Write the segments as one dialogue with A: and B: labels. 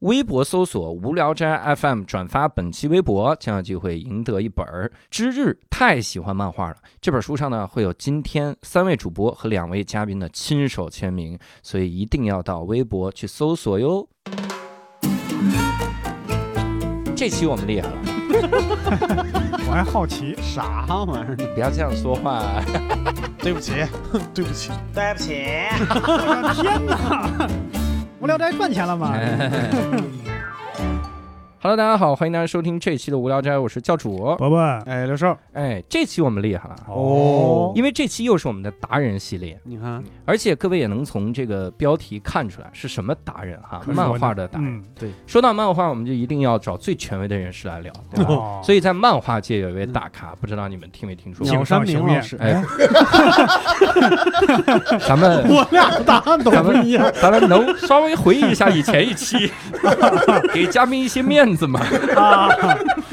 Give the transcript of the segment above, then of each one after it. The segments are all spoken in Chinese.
A: 微博搜索“无聊斋 FM”，转发本期微博，将有机会赢得一本儿《之日太喜欢漫画了》这本书上呢，会有今天三位主播和两位嘉宾的亲手签名，所以一定要到微博去搜索哟。这期我们厉害了，
B: 我还好奇，
C: 啥玩意儿？
A: 你不要这样说话。
D: 对不起，对不起，
E: 对不起，
B: 我的天哪！无聊斋赚钱了吗？
A: Hello，大家好，欢迎大家收听这期的无聊斋，我是教主。
B: 伯伯，
D: 哎，刘少，
A: 哎，这期我们厉害了，
B: 哦
A: 因为这期又是我们的达人系列，
C: 你看，
A: 而且各位也能从这个标题看出来是什么达人哈，
B: 可说呢
A: 漫画的达人。
B: 嗯，
A: 说到漫画，我们就一定要找最权威的人士来聊，对
F: 嗯
A: 吧？
B: 哦
A: 所以在漫画界有一位大咖，不知道你们听没听说过？
B: 请
C: 鸟山
B: 上
C: 明
B: 刑
C: 老
B: 面
C: 师，
A: 哎， 咱们
C: 我俩答案都
A: 咱
C: 不
A: 们
C: 一样。
A: 咱们能稍微回忆一下以前一期，给嘉宾一些面子嘛。
B: 啊，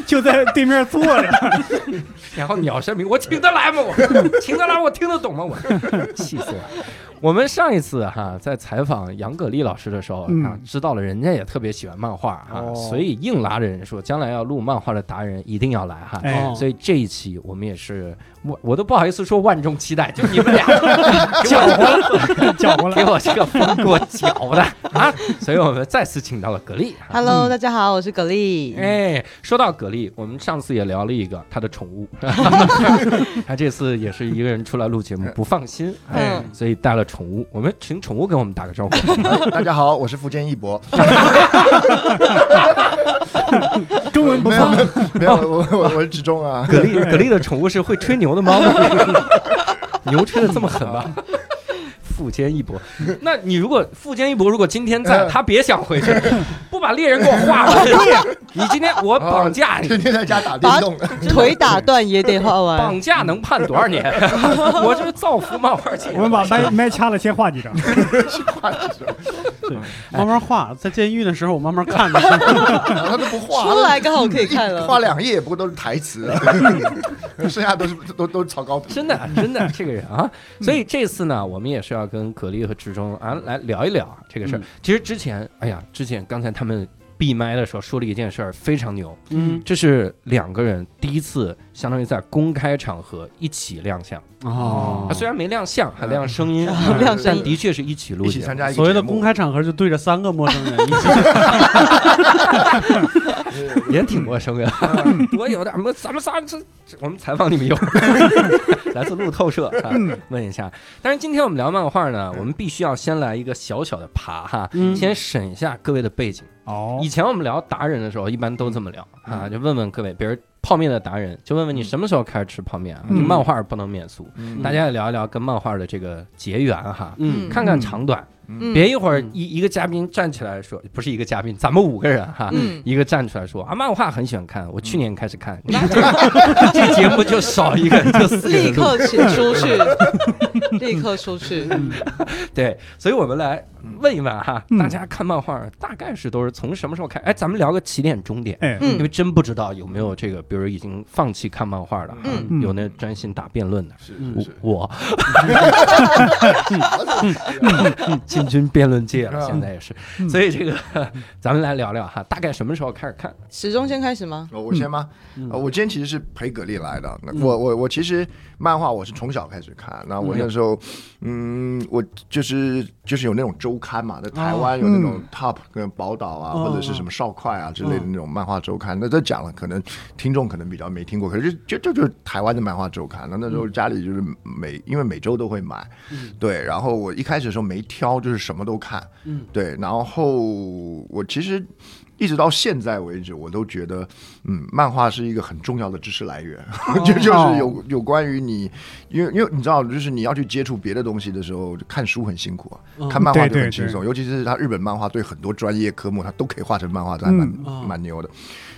B: 就在对面坐着，
A: 然后鸟山明，我请得来吗？我请得来，我听得懂吗？我气死我了！我们上一次哈在采访杨葛丽老师的时候啊
B: 嗯，
A: 知道了人家也特别喜欢漫画哈，
C: 哦
A: 所以硬拉着人说将来要录漫画的达人一定要来哈。
B: 哎
C: 哦
A: 所以这一期我们也是我我都不好意思说万众期待，就你们俩搅
B: 搅和
A: 给
B: 了。
A: 我这个风给我搅的啊！所以我们再次请到了格力。哈。
B: 嗯
E: Hello，大家好，我是葛丽。
A: 哎，说到格力，我们上次也聊了一个他的宠物，他这次也是一个人出来录节目，不放心，哎，所以带了宠物。我们请宠物跟我们打个招呼。
E: 嗯
D: 大家好，我是福建一博，
B: 中文不
D: 没有
B: 错，
D: 没有，我我我是志忠啊，
A: 格力，格力的宠物是会吹牛的猫吗？牛吹的这么狠吗？富坚义博，那你如果富坚义博如果今天在，
D: 嗯
A: 他别想回去，不把猎人给我画了。你今天我绑架你，
D: 天天在家打电动，
E: 腿打断也得画完。
A: 绑架能判多少年？我这是造福漫画界。
B: 我们把麦麦掐了，先画几张。
C: 慢慢画，在监狱的时候我慢慢 看着。
D: 他都不画，
E: 出来刚好可以看了
D: 画两页不都是台词，啊 剩下都是都都是草稿 纸。
A: 真的，真的，这个人啊，所以这次呢，我们也是要跟葛丽和志忠啊来聊一聊啊这个事儿
C: 嗯。
A: 其实之前，哎呀，之前刚才他们闭麦的时候说了一件事儿，非常牛，
C: 嗯
A: 这是两个人第一次，相当于在公开场合一起亮相。
C: 哦
A: 啊，，虽然没亮相，还亮声音，啊
E: 嗯 亮声
A: 但
E: 音
A: 的确是一起录
D: 一
A: 节
D: 起
A: 目
D: 参加一个
C: 所谓的
D: 节目
C: 公，开场合就对着三个陌生人一起，
D: 嗯
A: 也挺陌生的，我嗯有点么，咱们仨这这我们采访你们一会儿，来自路透社、啊，问一下。但是今天我们聊漫画呢，我们必须要先来一个小小的爬哈，
C: 嗯
A: 先审一下各位的背景。
B: 哦
A: 以，前我们聊达人的时候，一般都这么聊啊，就问问各位，比如泡面的达人，就问问你什么时候开始吃泡面啊？
B: 嗯
A: 就漫画不能免俗，
D: 嗯
A: 大家也聊一聊跟漫画的这个结缘哈。
C: 嗯
A: 看看长短，
E: 嗯
A: 别一会儿一一个嘉宾站起来说，不是一个嘉宾，咱们五个人哈，
E: 嗯
A: 一个站出来说啊，漫画很喜欢看，我去年开始看，那这 这节目就少一个人，就四个
E: 立
A: 人录。
E: 刻请出去， 立刻出去。
A: 对，所以我们来
E: 嗯
A: 问一问哈，大家看漫画大概是都是从什么时候开？哎，咱们聊个起点终点。
B: 哎，
A: 因为
E: 嗯
A: 真不知道有没有这个，比如已经放弃看漫画了哈，
E: 嗯
B: 嗯
A: 有那专心打辩论的，
D: 是
A: 我
D: 是是，
A: 我进军辩论界了，
D: 是吧
A: 现在也是，所以这个咱们来聊聊哈，大概什么时候开始看？
E: 始终先开始 吗？
D: 我我先吗？呃我今天其实是陪葛丽来的。那我我我其实漫画我是从小开始看，那我那时候，嗯，我就是就是有那种周刊嘛，在台湾有那种 Top 跟宝岛啊，
C: 哦
D: 或者是什么少快啊之类的那种漫画周刊。那这讲了，可能听众可能比较没听过，可是就就就就台湾的漫画周刊。那那时候家里就是每因为每周都会买，对，然后我一开始的时候没挑，就是什么都看，
C: 嗯，
D: 对，然后我其实一直到现在为止，我都觉得，嗯，漫画是一个很重要的知识来源， 就就是有有关于你，因为因为你知道，就是你要去接触别的东西的时候，看书很辛苦啊，
C: 嗯
D: 看漫画就
B: 对对
D: 很轻松，尤其是他日本漫画对很多专业科目，他都可以画成漫画，这还蛮、
C: 嗯
D: 蛮牛的。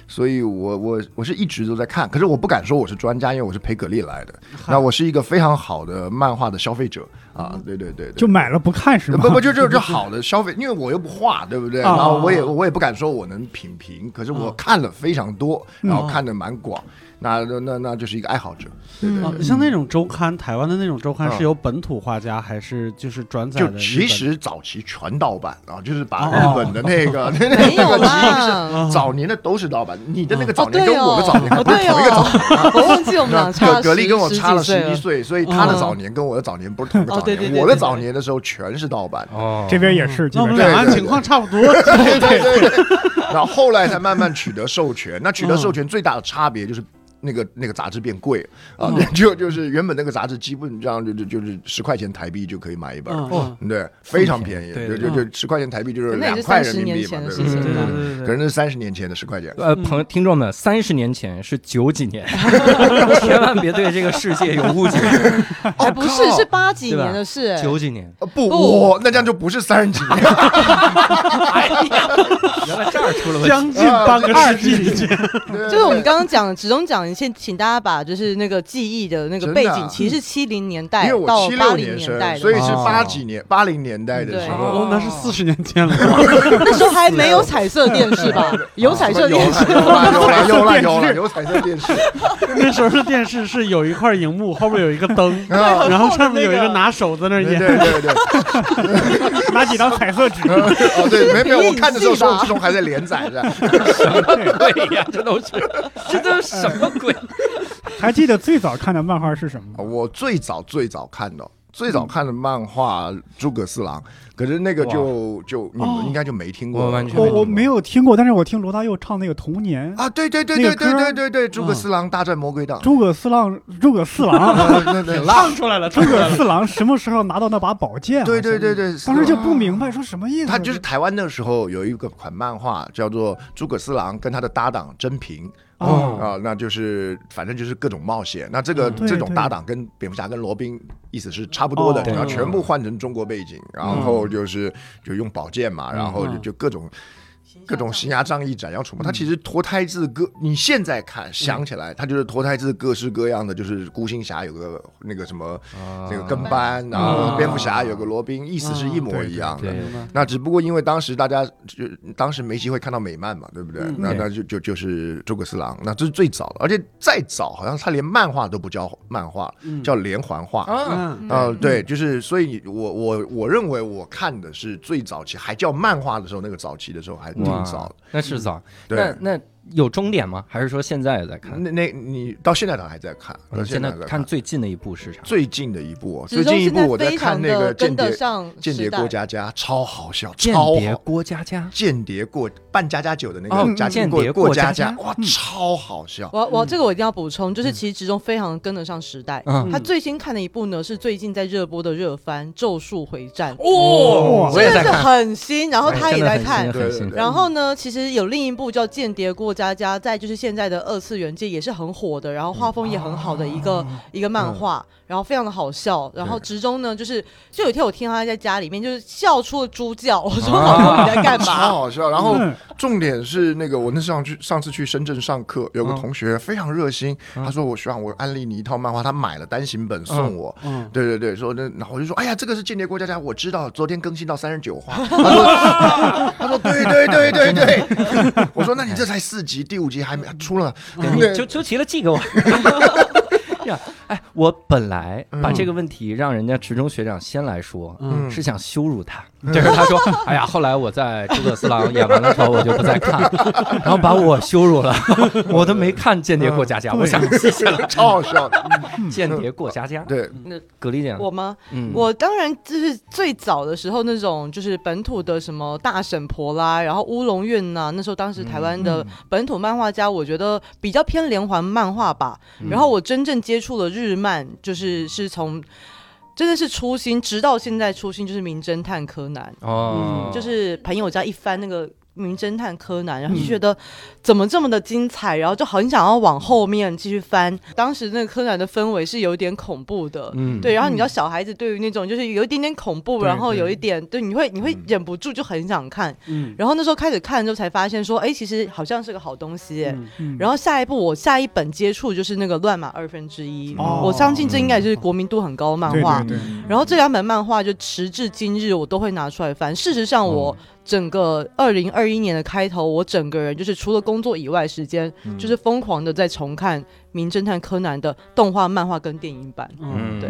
D: 所以我我我是一直都在看，可是我不敢说我是专家，因为我是陪葛丽来的，那我是一个非常好的漫画的消费者啊，对对对对，
B: 就买了不看是吗？
D: 不不，就就就好的消费，因为我又不画，对不对？
B: 啊
D: 然后我也我也不敢说我能品评，可是我看了非常多，然后看的蛮广。那那那那就是一个爱好者，对对
E: 嗯
C: 哦
D: 对。
C: 像那种周刊，台湾的那种周刊
D: 嗯
C: 是由本土画家还是就是转载
D: 就
C: 的日本？
D: 其实早期全盗版啊，就是把
C: 哦
D: 日本的那个那那
E: 没有
D: 个
E: 啦。
C: 啊
D: 早年的都是盗版，你的那个
E: 哦
D: 早，年
E: 对
D: 跟我
E: 哦
D: 的早年，还
E: 哦
D: 不是
E: 对
D: 同一个早
E: 哦， 我忘记我们俩差
D: 格格力跟我
E: 十
D: 差了
E: 十几
D: 十
E: 岁
D: 一岁，所以他的
E: 嗯
D: 早年跟我的早年不是同一个
E: 哦
D: 早
E: 对对
D: 年。
E: 对
D: 我的
E: 对
D: 早
E: 对
D: 年的时候全是盗版，
A: 哦
B: 这边也是，基
C: 那我们
B: 本
D: 对
B: 上
D: 对
C: 两岸
D: 对
C: 情况差不多。
D: 对对对对。 然后后来才慢慢取得授权，那
C: 嗯
D: 取得授权最大的差别就是。那个那个杂志变贵了啊，
C: 嗯
D: 就就是原本那个杂志基本上就就就是十块钱台币就可以买一本，
C: 嗯
A: 哦
D: 对，非常便宜，
A: 对
D: 就
A: 对
D: 就就十块钱台币就
E: 那
D: 是
E: 也
D: 两
E: 是
D: 块
E: 三
D: 人
E: 十
D: 民
E: 年
D: 币嘛，
E: 前的
D: 对
E: 事
D: 不
E: 情
D: 对？
C: 对
E: 了。
C: 对对
D: 可
C: 对，
D: 是三十年前的十块钱，
A: 呃，
E: 嗯
A: 朋友听众们，三十年前是九几年，千万别对这个世界有误解。
E: 哎，不是，
A: 哦
E: 是八几年的事，哎
A: 九几年，
D: 呃不，
E: 不
D: 我那这样就不是三十几年，
A: 原来这儿出了问题。
C: 将近半个世纪以前。
D: 嗯对
E: 就是我们刚刚讲，只中讲，先请大家把就是那个记忆的那个背
D: 真的
E: 景，
D: 啊
E: 其实是七零年代
D: 因为我
E: 到
D: 七
E: 八
D: 六
E: 零
D: 年
E: 年代的，
D: 生，所以是
C: 哦
D: 八几年、八零年代的时
E: 对
D: 候，
C: 哦，那是四十年前了。
E: 那时候还没有彩色电视 吧？有彩色电视，
D: 啊有啊了有了有了有 了有彩色电视，
C: 那时候的电视是有一块荧幕，后面有一个 灯，
D: 啊
C: 然后上面有一个拿手在那 儿
D: 对
C: 演。
D: 对对对，
B: 拿几张彩色 纸，
D: 嗯哦对，没没有，
E: 你
D: 我看的时候
E: 隐性
D: 宋
E: 吧
D: 志荣还在连载着，
A: 对呀，这都是，这都是什么鬼？
B: 还记得最早看的漫画是什么吗？
D: 哦我最早最早看的。最早看的漫画《诸葛四郎》，可是那个就就你
C: 哦
D: 们应该就没听过
A: 我
D: 了，
A: 完全
B: 我
A: 没听
B: 哦我没有听过，但是我听罗大佑唱那个《童年》，
D: 啊！对对对
B: 那个
D: 对对
B: 歌
D: 对对对，《
A: 嗯
D: 诸葛四郎大战魔鬼党》
B: 诸葛四郎，诸葛四 郎，
D: 啊，对 对对
C: 唱出来了，
B: 诸
C: 唱出来
B: 葛
C: 了。
B: 四郎什么时候拿到那把宝剑？
D: 对对对
B: 对，
D: 对，
B: 当时就不明白说什么意思。
D: 他就是台湾那时候有一个款漫画叫做《诸葛四郎》，跟他的搭档真平
B: 哦，
D: 啊、那就是反正就是各种冒险。那这个、
C: 嗯
B: 对
D: 这种
B: 对
D: 搭档跟蝙蝠侠跟罗宾意思是差不多的，
C: 哦
D: 然后
A: 对
D: 全部换成中国背景，然后就是就用宝剑嘛，
A: 嗯
D: 然后就
C: 嗯
D: 就各种。 各种行侠仗义、斩妖除魔，他其实脱胎自各。你现在看想起来，他就是脱胎自各式各样的，就是孤星侠有个那个什么那个跟
C: 嗯
D: 班，然后蝙蝠
C: 哦
D: 侠有个罗宾，意思是一模一样的。
A: 对
C: 明白
D: 那只不过因为当时大家就当时没机会看到美漫嘛，对不对？
C: 嗯
D: 那
A: 对
D: 那就就就是诸葛四郎，那这是最早的，而且再早好像他连漫画都不叫漫画，
C: 嗯
D: 叫连环画。
A: 哦
D: 啊
C: 嗯
E: 嗯
D: 对，就是，所以我我我认为我看的是最早期，还叫漫画的时候，那个早期的时候还挺早的。
A: 那是早。
D: 对，
A: 那那有终点吗？还是说现在也在看？
D: 那那你到现在都还在看，到
A: 嗯现
D: 在
A: 在
D: 还在
A: 看最近的一部是啥？
D: 最近的一部哦，最
E: 始终
D: 近一
E: 现
D: 部我
E: 在
D: 在
E: 非
D: 看
E: 常
D: 那个
E: 的
D: 《间
E: 跟
D: 谍
E: 得上
D: 间谍
E: 时代
D: 过家家》，超好笑，
A: 间
D: 超
A: 谍
D: 好
A: 郭佳佳。
D: 间谍过扮家家酒的那
A: 哦
D: 个家
A: 间谍
D: 过
A: 过
D: 家
A: 家
D: 家，哇，超好笑。
E: 我我这个我一定要补充，
D: 嗯
E: 就是其实职中非常跟得上时代。
A: 嗯
E: 他最新看的一部呢是最近在热播的热番《咒术回战》，
A: 哦我也
E: 真的
A: 在
E: 是
A: 看，
E: 很新，然后他
D: 哎
E: 也在看。
A: 哎很新。
D: 对
E: 然后呢，其实有另一部叫《间谍过家家》，在就是现在的二次元界也是很火的，然后画风也很好的一个、一个漫画，然后非常的好笑。然后直中呢，就是就有一天我听他在家里面就是笑出了猪叫，我说
A: 啊
E: 老公你在干
D: 超
E: 嘛？
D: 好 笑，然后
B: 嗯
D: 重点是那个，我那上去上次去深圳上课，有个
A: 嗯
D: 同学非常热心，
A: 嗯
D: 他说我希望我安利你一套漫画，他买了单行本送我，
C: 嗯，
D: 对对对，说那然后我就说，哎呀，这个是《间谍过家家》，我知道，昨天更新到三十九话。他说，他说对对对对对， 我说那你这才四集，第五集还没出了，
E: 嗯
A: 你嗯就就齐了，寄给我。 呀，哎，我本来把这个
E: 嗯
A: 问题让人家池中学长先来说，
C: 嗯
A: 是想羞辱他，
E: 嗯
A: 但是他说，哎呀，后来我在《诸葛四郎》演完了之后，我就不再看，了，然后把我羞辱了，我都没看《间谍过家家》，
B: 嗯
A: 我想谢谢了，
D: 超好笑的。
A: 《间谍过家家》。
D: 对，
A: 葛丽姐，
E: 我吗？
A: 嗯，
E: 我当然就是最早的时候那种就是本土的什么大婶婆啦，然后乌龙院呐、那时候当时台湾的本土漫画家，我觉得比较偏连环漫画吧。
A: 嗯
E: 然后我真正接触了日漫，就是是从真的是初心，直到现在初心就是名侦探柯南，
A: 哦，
E: 嗯就是朋友家一翻那个。名侦探柯南，然
A: 嗯
E: 后就觉得怎么这么的精彩，然后就很想要往后面继续翻。当时那个柯南的氛围是有点恐怖的，
A: 嗯，
E: 对，然后你知道小孩子对于那种就是有一点点恐怖，
B: 对
E: 然后
B: 对
E: 有一点对，你会你
A: 嗯
E: 会忍不住就很想看。
C: 嗯，
E: 然后那时候开始看之后才发现说，哎，其实好像是个好东西耶。
C: 嗯
B: 嗯
E: 然后下一步我下一本接触就是那个《乱码二分之一》，
B: 哦
E: 我相信这应该也就是国民度很高的漫
B: 对
E: 画。
B: 对对，嗯
E: 然后这两本漫画就时至今日我都会拿出来翻。事实上，我整个二零二二一年的开头，我整个人就是除了工作以外时间，
D: 嗯
E: 就是疯狂的在重看《名侦探柯南》的动画、漫画跟电影版。
C: 嗯，
E: 对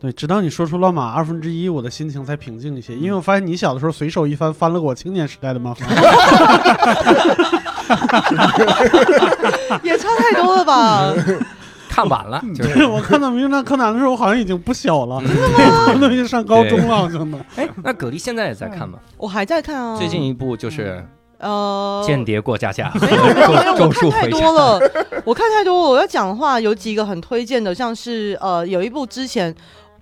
C: 对，直到你说出乱码二分之一，我的心情才平静一些，
D: 嗯
C: 因为我发现你小的时候随手一翻，翻了个我青年时代的漫 画。
E: 也差太多 了吧？
A: 看晚 了，就是
C: 对，我看到《名侦探柯南》的时候，我好像已经不小了，
D: 嗯
C: 我都已经上高中了，好像呢。
A: 哎，那葛丽现在也在看吗？
E: 我还在看啊，
A: 最近一部就是
E: 呃。
A: 《间谍过家家》，
E: 没有没有没有，我
A: 咒术
E: 看太
A: 回
E: 多
A: 战。
E: 了，我看太多了。我要讲的话有几个很推荐的，像是呃有一部之前，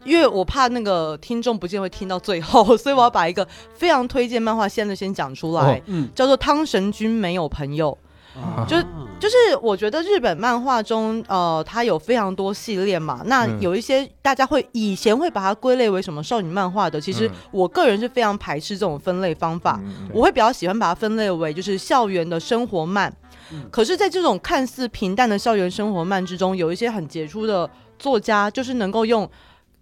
E: 因为我怕那个听众不见会听到最后，所以我要把一个非常推荐漫画现在先讲出来，
A: 哦
C: 嗯，
E: 叫做《汤神君没有朋友》。
C: 啊
E: 就就是我觉得日本漫画中，呃，它有非常多系列嘛。那
A: 嗯
E: 有一些大家会以前会把它归类为什么少女漫画的，其实
A: 嗯
E: 我个人是非常排斥这种分类方法。
D: 嗯
E: 我会比较喜欢把它分类为就是校园的生活漫。
C: 嗯
E: 可是，在这种看似平淡的校园生活漫之中，有一些很杰出的作家，就是能够用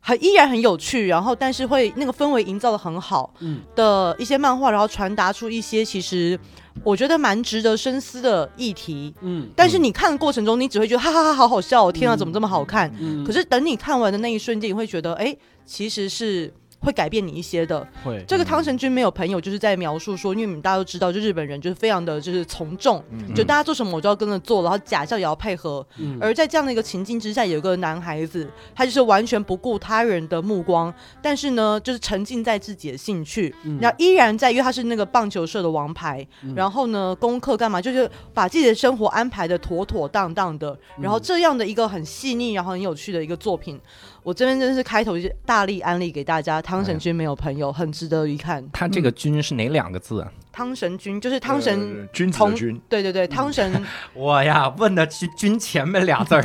E: 很依然很有趣，然后但是会那个氛围营造的很好
C: 嗯
E: 的一些漫画，然后传达出一些其实我觉得蛮值得深思的议题。
C: 嗯
E: 但是你看的过程中，你只会觉得哈哈哈好好笑、哦，天啊，怎么这么好看？
C: 嗯，
E: 可是等你看完的那一瞬间，你会觉得，哎，其实是会改变你一些的。
C: 会
E: 这个汤神君没有朋友，就是在描述说，因为你们大家都知道，就日本人就是非常的就是从众，
D: 嗯
E: 就大家做什么我就要跟着做，然后假笑也要配合。
C: 嗯
E: 而在这样的一个情境之下，有一个男孩子，他就是完全不顾他人的目光，但是呢，就是沉浸在自己的兴趣，
C: 嗯
E: 然后依然在，因为他是那个棒球社的王牌，
C: 嗯
E: 然后呢，功课干嘛，就是把自己的生活安排的妥妥当当的。
C: 嗯
E: 然后这样的一个很细腻，然后很有趣的一个作品，我这边真是开头就大力安利给大家，《汤神君没有朋友》很值得一看。
A: 他这个“君”是哪两个字啊？
E: 汤神君就是汤神，
D: 呃君子的
E: 同
D: 君，
E: 对对嗯对，汤神
A: 我呀，问的是“君”前面俩字 儿，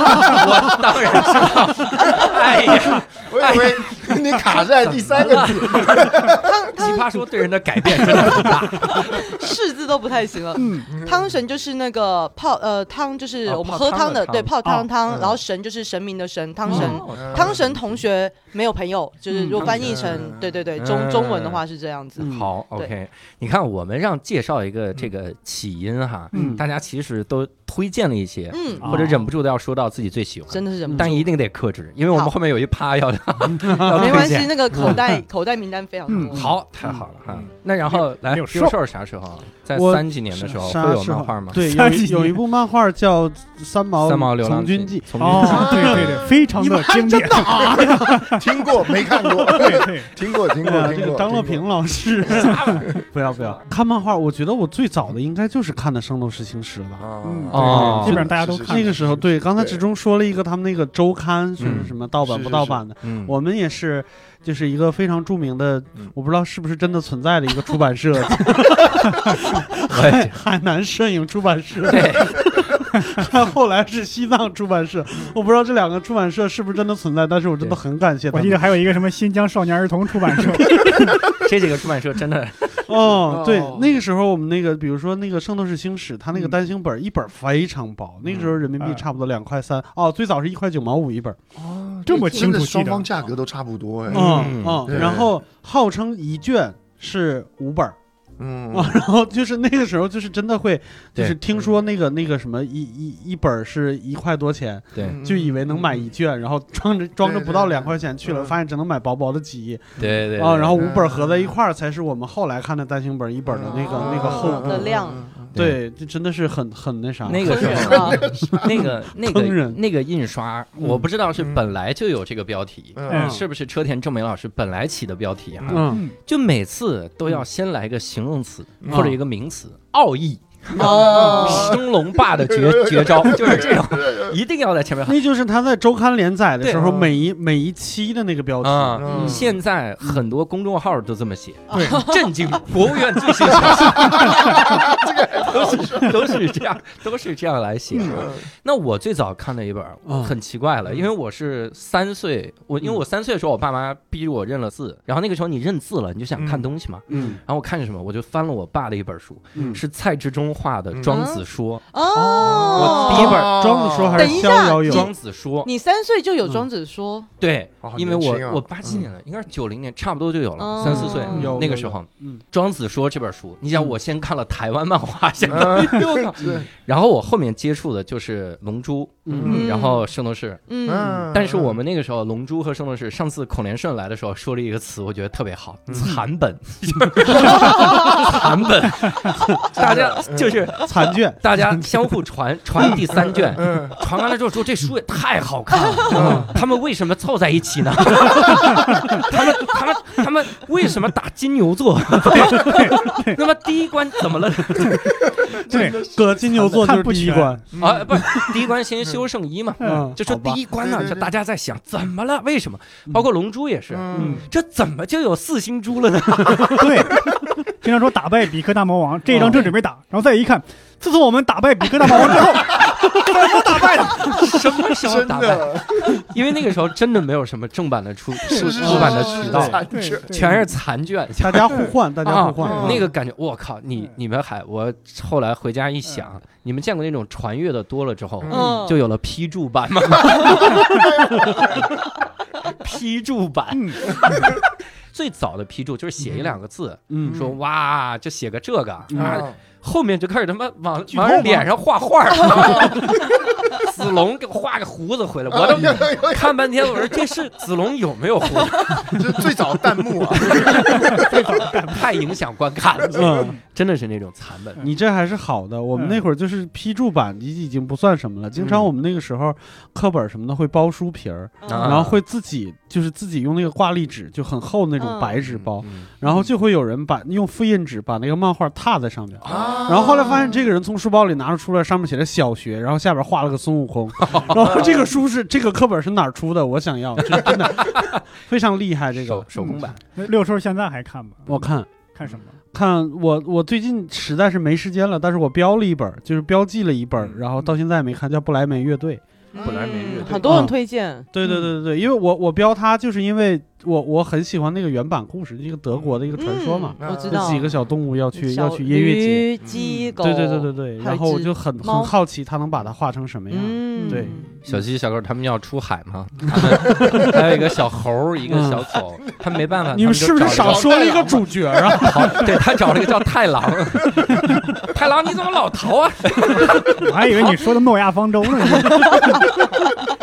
A: 我当然知道。哎呀，
D: 我以为你卡在第三个字，
E: 汤
A: 奇
E: 汤
A: 葩说对人的改变真的很大。
E: 柿字都不太 行了。
B: 嗯
E: 汤神就是那个泡呃汤，就是
A: 啊
E: 我们
A: 泡
E: 喝
A: 汤
E: 汤
A: 的
E: 的，对，
A: 汤
E: 泡汤
C: 哦
E: 汤，
D: 嗯
E: 然后神就是神明的神，汤神。
A: 哦
E: 汤神同学没有朋友，就是
C: 嗯
E: 如果翻译
D: 汤神
E: 成对对对
A: 嗯
E: 中中文的话是这样子。
C: 嗯
A: 好
E: 对
A: ，OK，你看，我们让介绍一个这个起因哈，
C: 嗯
A: 大家其实都推荐了一些，
E: 嗯，
A: 或者忍不住的要说到自己最喜欢的，
E: 真的是忍不
A: 但
E: 住。
A: 一定得克制，因为我们
E: 好
A: 后面有一趴 要要
E: 没
A: 推
E: 关系，
A: 荐。
E: 那个口袋口袋名单非常多。
C: 嗯
A: 好，太好了哈。那然后来
B: 没有
A: 丢
B: 说
A: 事儿啥时候啊？在
C: 我
A: 三几年的时候
C: 啥
A: 会有
C: 时候
A: 漫画吗？
C: 对，有
B: 三
C: 一
B: 级
C: 有一部漫画叫《三毛
A: 三毛流浪
C: 从军记》，
A: 从军记
B: 哦，对对对，非常的经典，
D: 听过没看过？
B: 对对，
D: 听过听
C: 哎呀
F: 啊
D: 过
C: 这
D: 听
C: 个
D: 过。
C: 张
D: 听过
C: 乐平 老师，不要不要看漫画，我觉得我最早的应该就是看的《圣斗士星矢》了。
B: 嗯
A: 哦
B: 对基本上大家都看
C: 那个时候，对，刚才
D: 啊对
C: 志忠说了一个他们那个周刊是
A: 嗯
C: 什么盗版
D: 是
C: 不
D: 是
C: 盗
D: 是
C: 版的，
A: 嗯，
C: 我们也是，就是一个非常著名的
D: 嗯，
C: 我不知道是不是真的存在的一个出版社，
A: 哎
C: 海海南摄影出版社，还后来是西藏出版社，我不知道这两个出版社是不是真的存在，但是我真的
A: 对
C: 很感谢他
B: 我记得
C: 们。
B: 还有一个什么新疆少年儿童出版 社，
A: 这几个出版社真的，
C: 哦，对
D: 哦，
C: 那个时候我们那个，比如说那个《圣斗士星矢》，它那个
B: 嗯
C: 单行本一本非常薄，那个时候人民币
B: 嗯
C: 差不多两块三，哦，最早是一块九毛五一本，
D: 哦
B: 这么
D: 真
B: 清
D: 的
B: 楚
D: 双
B: 记
D: 方
B: 得，
D: 价格都差不多哎。
A: 嗯
C: 嗯嗯，
D: 对
C: 然后号称一卷是五本。
D: 嗯
C: 啊， 然后就是那个时候，就是真的会，就
A: 对
C: 是听说那个那个什么一一一本儿是一块多钱，
A: 对
D: 嗯
C: 就以为能买一卷，然后装着装着不到两块钱去了，
D: 嗯
C: 发现只能买薄薄的几页
A: 对对
C: 啊，然后五
D: 对
C: 本儿合在一块儿才是我们后来看的单行本儿一本儿的那个
E: 哦
C: 那个厚
E: 嗯的量
C: 对，这真的是很很那啥，
A: 那个时
E: 坑人
A: 候
E: 啊，
A: 那个那
C: 坑
A: 个
C: 人
A: 那个印刷，我不知道是本来就有这个标题。
D: 嗯
C: 嗯
A: 是不是车田正美老师本来起的标题哈、
C: 嗯
A: 就每次都要先来个形容词、
D: 嗯
A: 或者一个名词，奥义、
C: 嗯
E: 哦，
A: 升龙霸的 绝绝招，就是这种，一定要在前面喊。
C: 那就是他在周刊连载的时候，
D: 对
C: 每一每一期的那个标题，
A: 嗯啊、
D: 嗯
A: 现在很多公
C: 嗯
A: 众号都这么写，
B: 对，
A: 震惊！国务院最新消息，都是这样，都是这样来写
D: 嗯
A: 的。那我最早看的一本儿
C: 嗯
A: 很奇怪了，因为我是三岁，我因为我三岁的时候，我爸妈逼着我认了字，然后那个时候你认字了，你就想看东西嘛。
C: 嗯
A: 然后我看什么，我就翻了我爸的一本书，
C: 嗯，
A: 是蔡志忠画的《庄子说
E: 哦，
A: 我第一本
C: 庄子说还
E: 等
D: 嗯
C: 是
E: 一
C: 逍
E: 下
C: 遥游？》。
A: 庄子说，
E: 你三岁就有庄子说，
A: 对
D: 哦，好
A: 因为
D: 年轻啊
A: 我我八七年的，应该是九零年，差不多就有了，
E: 哦
A: 三四岁
E: 嗯
C: 有
A: 那个
C: 有
A: 时候，
C: 嗯
A: 庄子说这本书，你想
C: 嗯
A: 我先看了台湾漫画，先看
D: 嗯
A: 六套，
D: 对，
A: 然后我后面接触的就是《龙珠》，
C: 嗯
A: 然后《圣斗士》。
E: 嗯，
D: 嗯，
A: 但是我们那个时候，《龙珠》和《圣斗士》，上次孔连顺来的时候说了一个词，我觉得特别好，残本， 残本，大家 就是
C: 残卷，
A: 大家相互传传第三卷，
D: 嗯
A: 传完了之后说这书也太好看 了，他们为什么凑在一起呢？他们他们他们为什么打金牛座？那么第一关怎么了？
B: 嗯
C: 对，搁金牛座就是第一关，
D: 嗯
A: 啊，不是第一关先修圣衣嘛，
C: 嗯，
A: 就说
C: 好吧
A: 第一关呢，
D: 对对
A: 就
D: 对
A: 大家在想怎么了，为什么？包括龙珠也是，
D: 嗯，
A: 这怎么就有四星珠 了呢？
F: 对， 经常说打败比克大魔王，这一仗正准备
D: 哦
F: 打，然后再一看，自从我们打败比克大魔王之后，
A: 什么时候
D: 真
A: 打败？
D: 的
A: 因为那个时候真的没有什么正版的出
D: 是哦是
A: 出版的渠道，
D: 残
F: 对
D: 缺，
F: 对
A: 全是残卷。
C: 大家互 换，大家
A: 啊
C: 互换，嗯
A: 那个感觉，我靠！你你们还我后来回家一想，你们见过那种传阅的多了之后，
E: 嗯
A: 就有了批注版吗？批注版，
F: 嗯
A: 最早的批注就是写一两个字，
C: 嗯
A: 说哇，就写个这个，啊，
D: 啊
A: 后面就开始他妈往
C: 透
A: 往人
C: 吗
A: 脸上画画 儿， 子龙给我画个胡子回
C: 啊
A: 来，我都
D: 哎呦哎呦哎
A: 看半天，我说这是子龙有没有胡子？
D: 呦这最早弹幕啊，
A: 太影响观看了，
C: 嗯，
A: 真的是那种残本。
C: 你这还是好的。我们
F: 嗯
C: 那会儿就是批注版已已经不算什么
A: 嗯
C: 了，经常我们那个时候课本什么的会包书皮儿，
E: 嗯
A: 啊
C: 然后会自己就是自己用那个挂历纸，就很厚那种
E: 嗯
C: 白纸包，
A: 嗯
C: 然后就会有人把用复印纸把那个漫画踏在上面。
A: 啊
C: 然后后来发现这个人从书包里拿出出来，上面写着小学，然后下边画了个孙悟空，然后这个书是这个课本是哪儿出的？我想要，这真的非常厉害。这
A: 手
C: 个嗯
A: 手工版，
F: 六叔现在还看吗？
C: 我看
F: 看什么？
C: 看我我最近实在是没时间了，但是我标了一本，就是标记了一本，
D: 嗯
C: 然后到现在没看，叫不来梅乐队。
D: 本来没乐队
E: 嗯很多人推荐，
C: 嗯对对对对对，因为我我标它，就是因为我我很喜欢那个原版故事，一个德国的一个传说嘛，
E: 嗯我知
C: 这
E: 道
C: 几个小动物要去
E: 小
C: 要去音乐节，
E: 驴、鸡、狗，
C: 对对对对对，
E: 还有
C: 然后我
E: 一只
C: 就很
E: 猫
C: 很好奇它能把它画成什么样。
E: 嗯，
C: 对
A: 小鸡、小狗他们要出海嘛，他 们还有一个小猴儿，一个
C: 嗯
A: 小狗，他们没办法。
C: 你们是不是
A: 他
C: 少
A: 们
C: 说了一个主角啊？
A: 就找了一个对他找了一个叫太郎，太郎你怎么老逃啊？
F: 我还以为你说的诺亚方舟呢。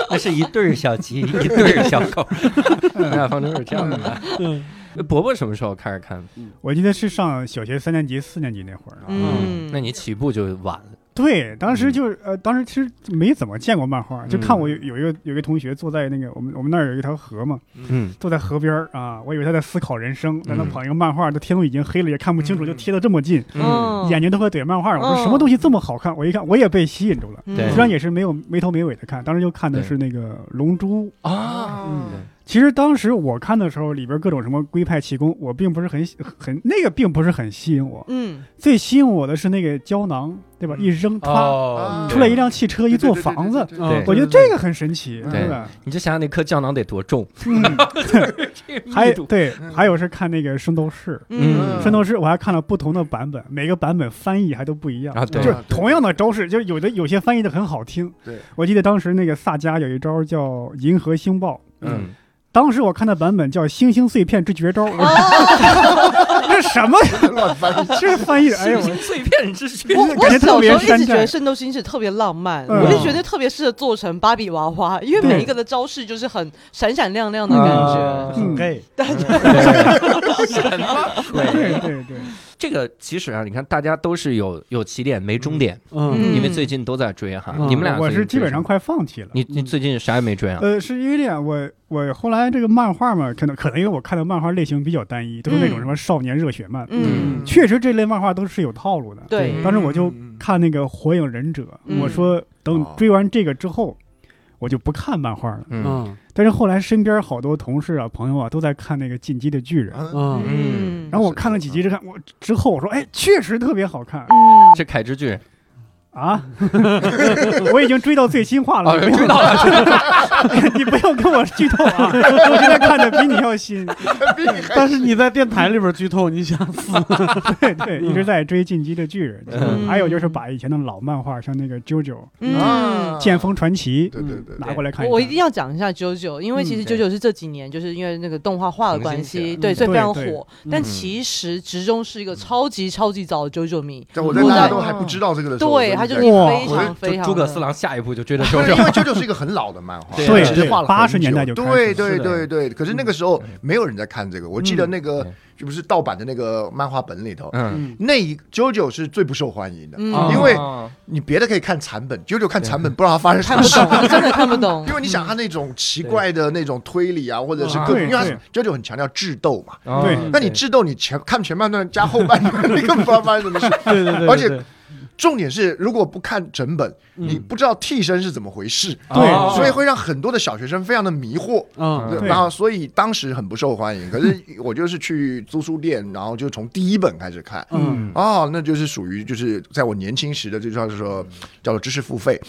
A: 那是一对儿小鸡，一对儿小狗。 那方舟是这样的。
C: 嗯
A: 伯伯什么时候开始看？
F: 我记得是上小学三年级、四年级那会儿，
E: 嗯，
A: 那你起步就晚了。
F: 对，当
A: 嗯
F: 时就是呃，当时其实没怎么见过漫画，就看我有有一个有一个同学坐在那个我们我们那儿有一条河嘛，
A: 嗯，
F: 坐在河边儿啊，我以为他在思考人生，但他
A: 嗯
F: 捧一个漫画，这天都已经黑了，也看不清楚，
D: 嗯
F: 就贴得这么近，
A: 嗯，
F: 眼睛都快怼漫画了。我
E: 嗯
F: 说什么东西这么好看？我一看我也被吸引住了，
A: 对
F: 虽然也是没有没头没尾的看，当时就看的
A: 嗯对
F: 是那个《龙珠》。
E: 哦
A: 啊，
F: 其实当时我看的时候，里边各种什么龟派气功，我并不是很喜很那个，并不是很吸引我。
E: 嗯
F: 最吸引我的是那个胶囊，对吧？
D: 嗯
F: 一扔它
A: 哦，
D: 嗯
F: 出来一辆汽车，一座房子，
D: 对对对对对对对
C: 嗯
F: 我觉得这个很神奇，
D: 对
F: 对吧？
A: 你就想想那颗胶囊得多重，
F: 嗯，
A: 这个
F: 还
A: 密
F: 有
A: 度
F: 对
D: 嗯，
F: 还有是看那个《圣斗士》。
A: 嗯
E: 嗯，
F: 圣斗士我还看了不同的版本，每个版本翻译还都不一样
A: 啊对
F: 就是同样的招式，就是有的有些翻译的很好听。
D: 对，
F: 我记得当时那个萨迦有一招叫银河星爆，
A: 嗯，
F: 当时我看的版本叫星星碎片之绝招，我说
E: 哦，
F: 这是什么呀？
D: 对乱翻译，
F: 这 是翻译的，哎呦，我
A: 星碎片之躯。
E: 我
F: 感
E: 我
F: 觉特
E: 小时
F: 别
E: 候一直
F: 山
E: 觉得
F: 寨
E: 圣斗士星矢特别浪漫，
F: 嗯
E: 我就觉得特别适合做成芭比娃娃，因为
F: 对
E: 每一个的招式就是很闪闪亮亮的感觉。
F: 嗯
C: 很 gay，
F: 对对对，
A: 这个其实啊，你看大家都是有有起点没终点，
C: 嗯
A: 因为最近都在追哈。
C: 嗯
A: 你们俩
F: 我
A: 最近
F: 是基本
A: 追什
F: 上
A: 么
F: 快放弃了。
A: 你你最近啥也没追啊？
F: 呃，是因为这样，我我后来这个漫画嘛，可能可能因为我看的漫画类型比较单一，都是那种
E: 嗯
F: 什么少年热血漫，
E: 嗯，
D: 嗯
F: 确实这类漫画都是有套路的。
E: 对，
F: 当时我就
D: 嗯
F: 看那个《火影忍者》
E: 嗯
F: 我说等
D: 哦
F: 追完这个之后，我就不看漫画了。
A: 嗯
C: 嗯
F: 但是后来身边好多同事啊、朋友啊都在看那个《进击的巨人》，
D: 嗯
C: 嗯
A: 嗯
E: 嗯，
A: 啊
F: 然后我看了几集之看，我之后我说，哎，确实特别好看。
E: 嗯，
A: 是凯之巨人，
F: 啊， 我已经追到最新话了，
A: 啊，
F: 你不
A: 知道了，
F: 要 你不要跟我剧透啊！我现在看的比你要新，
C: 但是你在电台里边剧透，你想
F: 对对，一直在追《进击的巨人》
E: 嗯
F: 还有就是把以前的老漫画，像那个《JoJo》
E: 嗯
D: 啊，
F: 剑锋传奇
D: 对对对》，
F: 拿过来看
E: 我一
F: 看
E: 定要讲一下九九，因为其实
A: 嗯
E: 九
A: 对
E: 九是这几年就是因为那个动画化的关
D: 重
E: 系，
D: 新
C: 起来
E: 对，
C: 嗯
E: 所以非
F: 对
E: 常
F: 对
E: 火。
C: 嗯
E: 但其实直中是一个超级超级早的九九迷，
D: 但我在
E: 我
D: 大家
E: 在
D: 都还不知道这个的时候，我
E: 对，
D: 就
E: 他就是
D: 在
E: 一个非
D: 我
C: 哇
E: 常
D: 就
E: 非常
A: 诸葛
E: 的
A: 四郎下一步就追着周
D: 对
A: 周
D: 因为啾啾是一个很老的漫画，
A: 对
F: 对
D: 其实
F: 对
D: 画了很
F: 80
D: 久
F: 年代就开始嗯
D: 对
F: 是
D: 对
F: 的
D: 对对。可是那个时候没有人在看这个，我记得那个
A: 嗯
D: 就不是盗版的那个漫画本里头，
A: 嗯，
D: 那一 JoJo 是最不受欢迎的，
E: 嗯
A: 哦
D: 因为你别的可以看残本，JoJo 看残本不知道它发生什
E: 看
D: 么
E: 不
D: 事。
E: 懂，真的看不懂
D: 因。为你想他那种奇怪的那种推理啊，或者是
A: 啊
D: 各，
F: 嗯对
D: 因为他
F: 对嗯
D: JoJo 很强调智斗嘛。
A: 哦
F: 对
D: 那你智斗，你前看前半段加后半段，你根本不知道发生什 么事。
C: 对对对，
D: 而且
C: 对
D: 重点是，如果不看整本，
C: 嗯
D: 你不知道替身是怎么回事，啊
F: 对
A: 哦
D: 所以会让很多的小学生非常的迷惑。
C: 嗯，
D: 对
F: 对
D: 然后所以当时很不受欢迎。可是我就是去租书店，然后就从第一本开始看。
F: 嗯，
C: 嗯
D: 哦，那就是属于就是在我年轻时的，就叫做说叫做知识付费，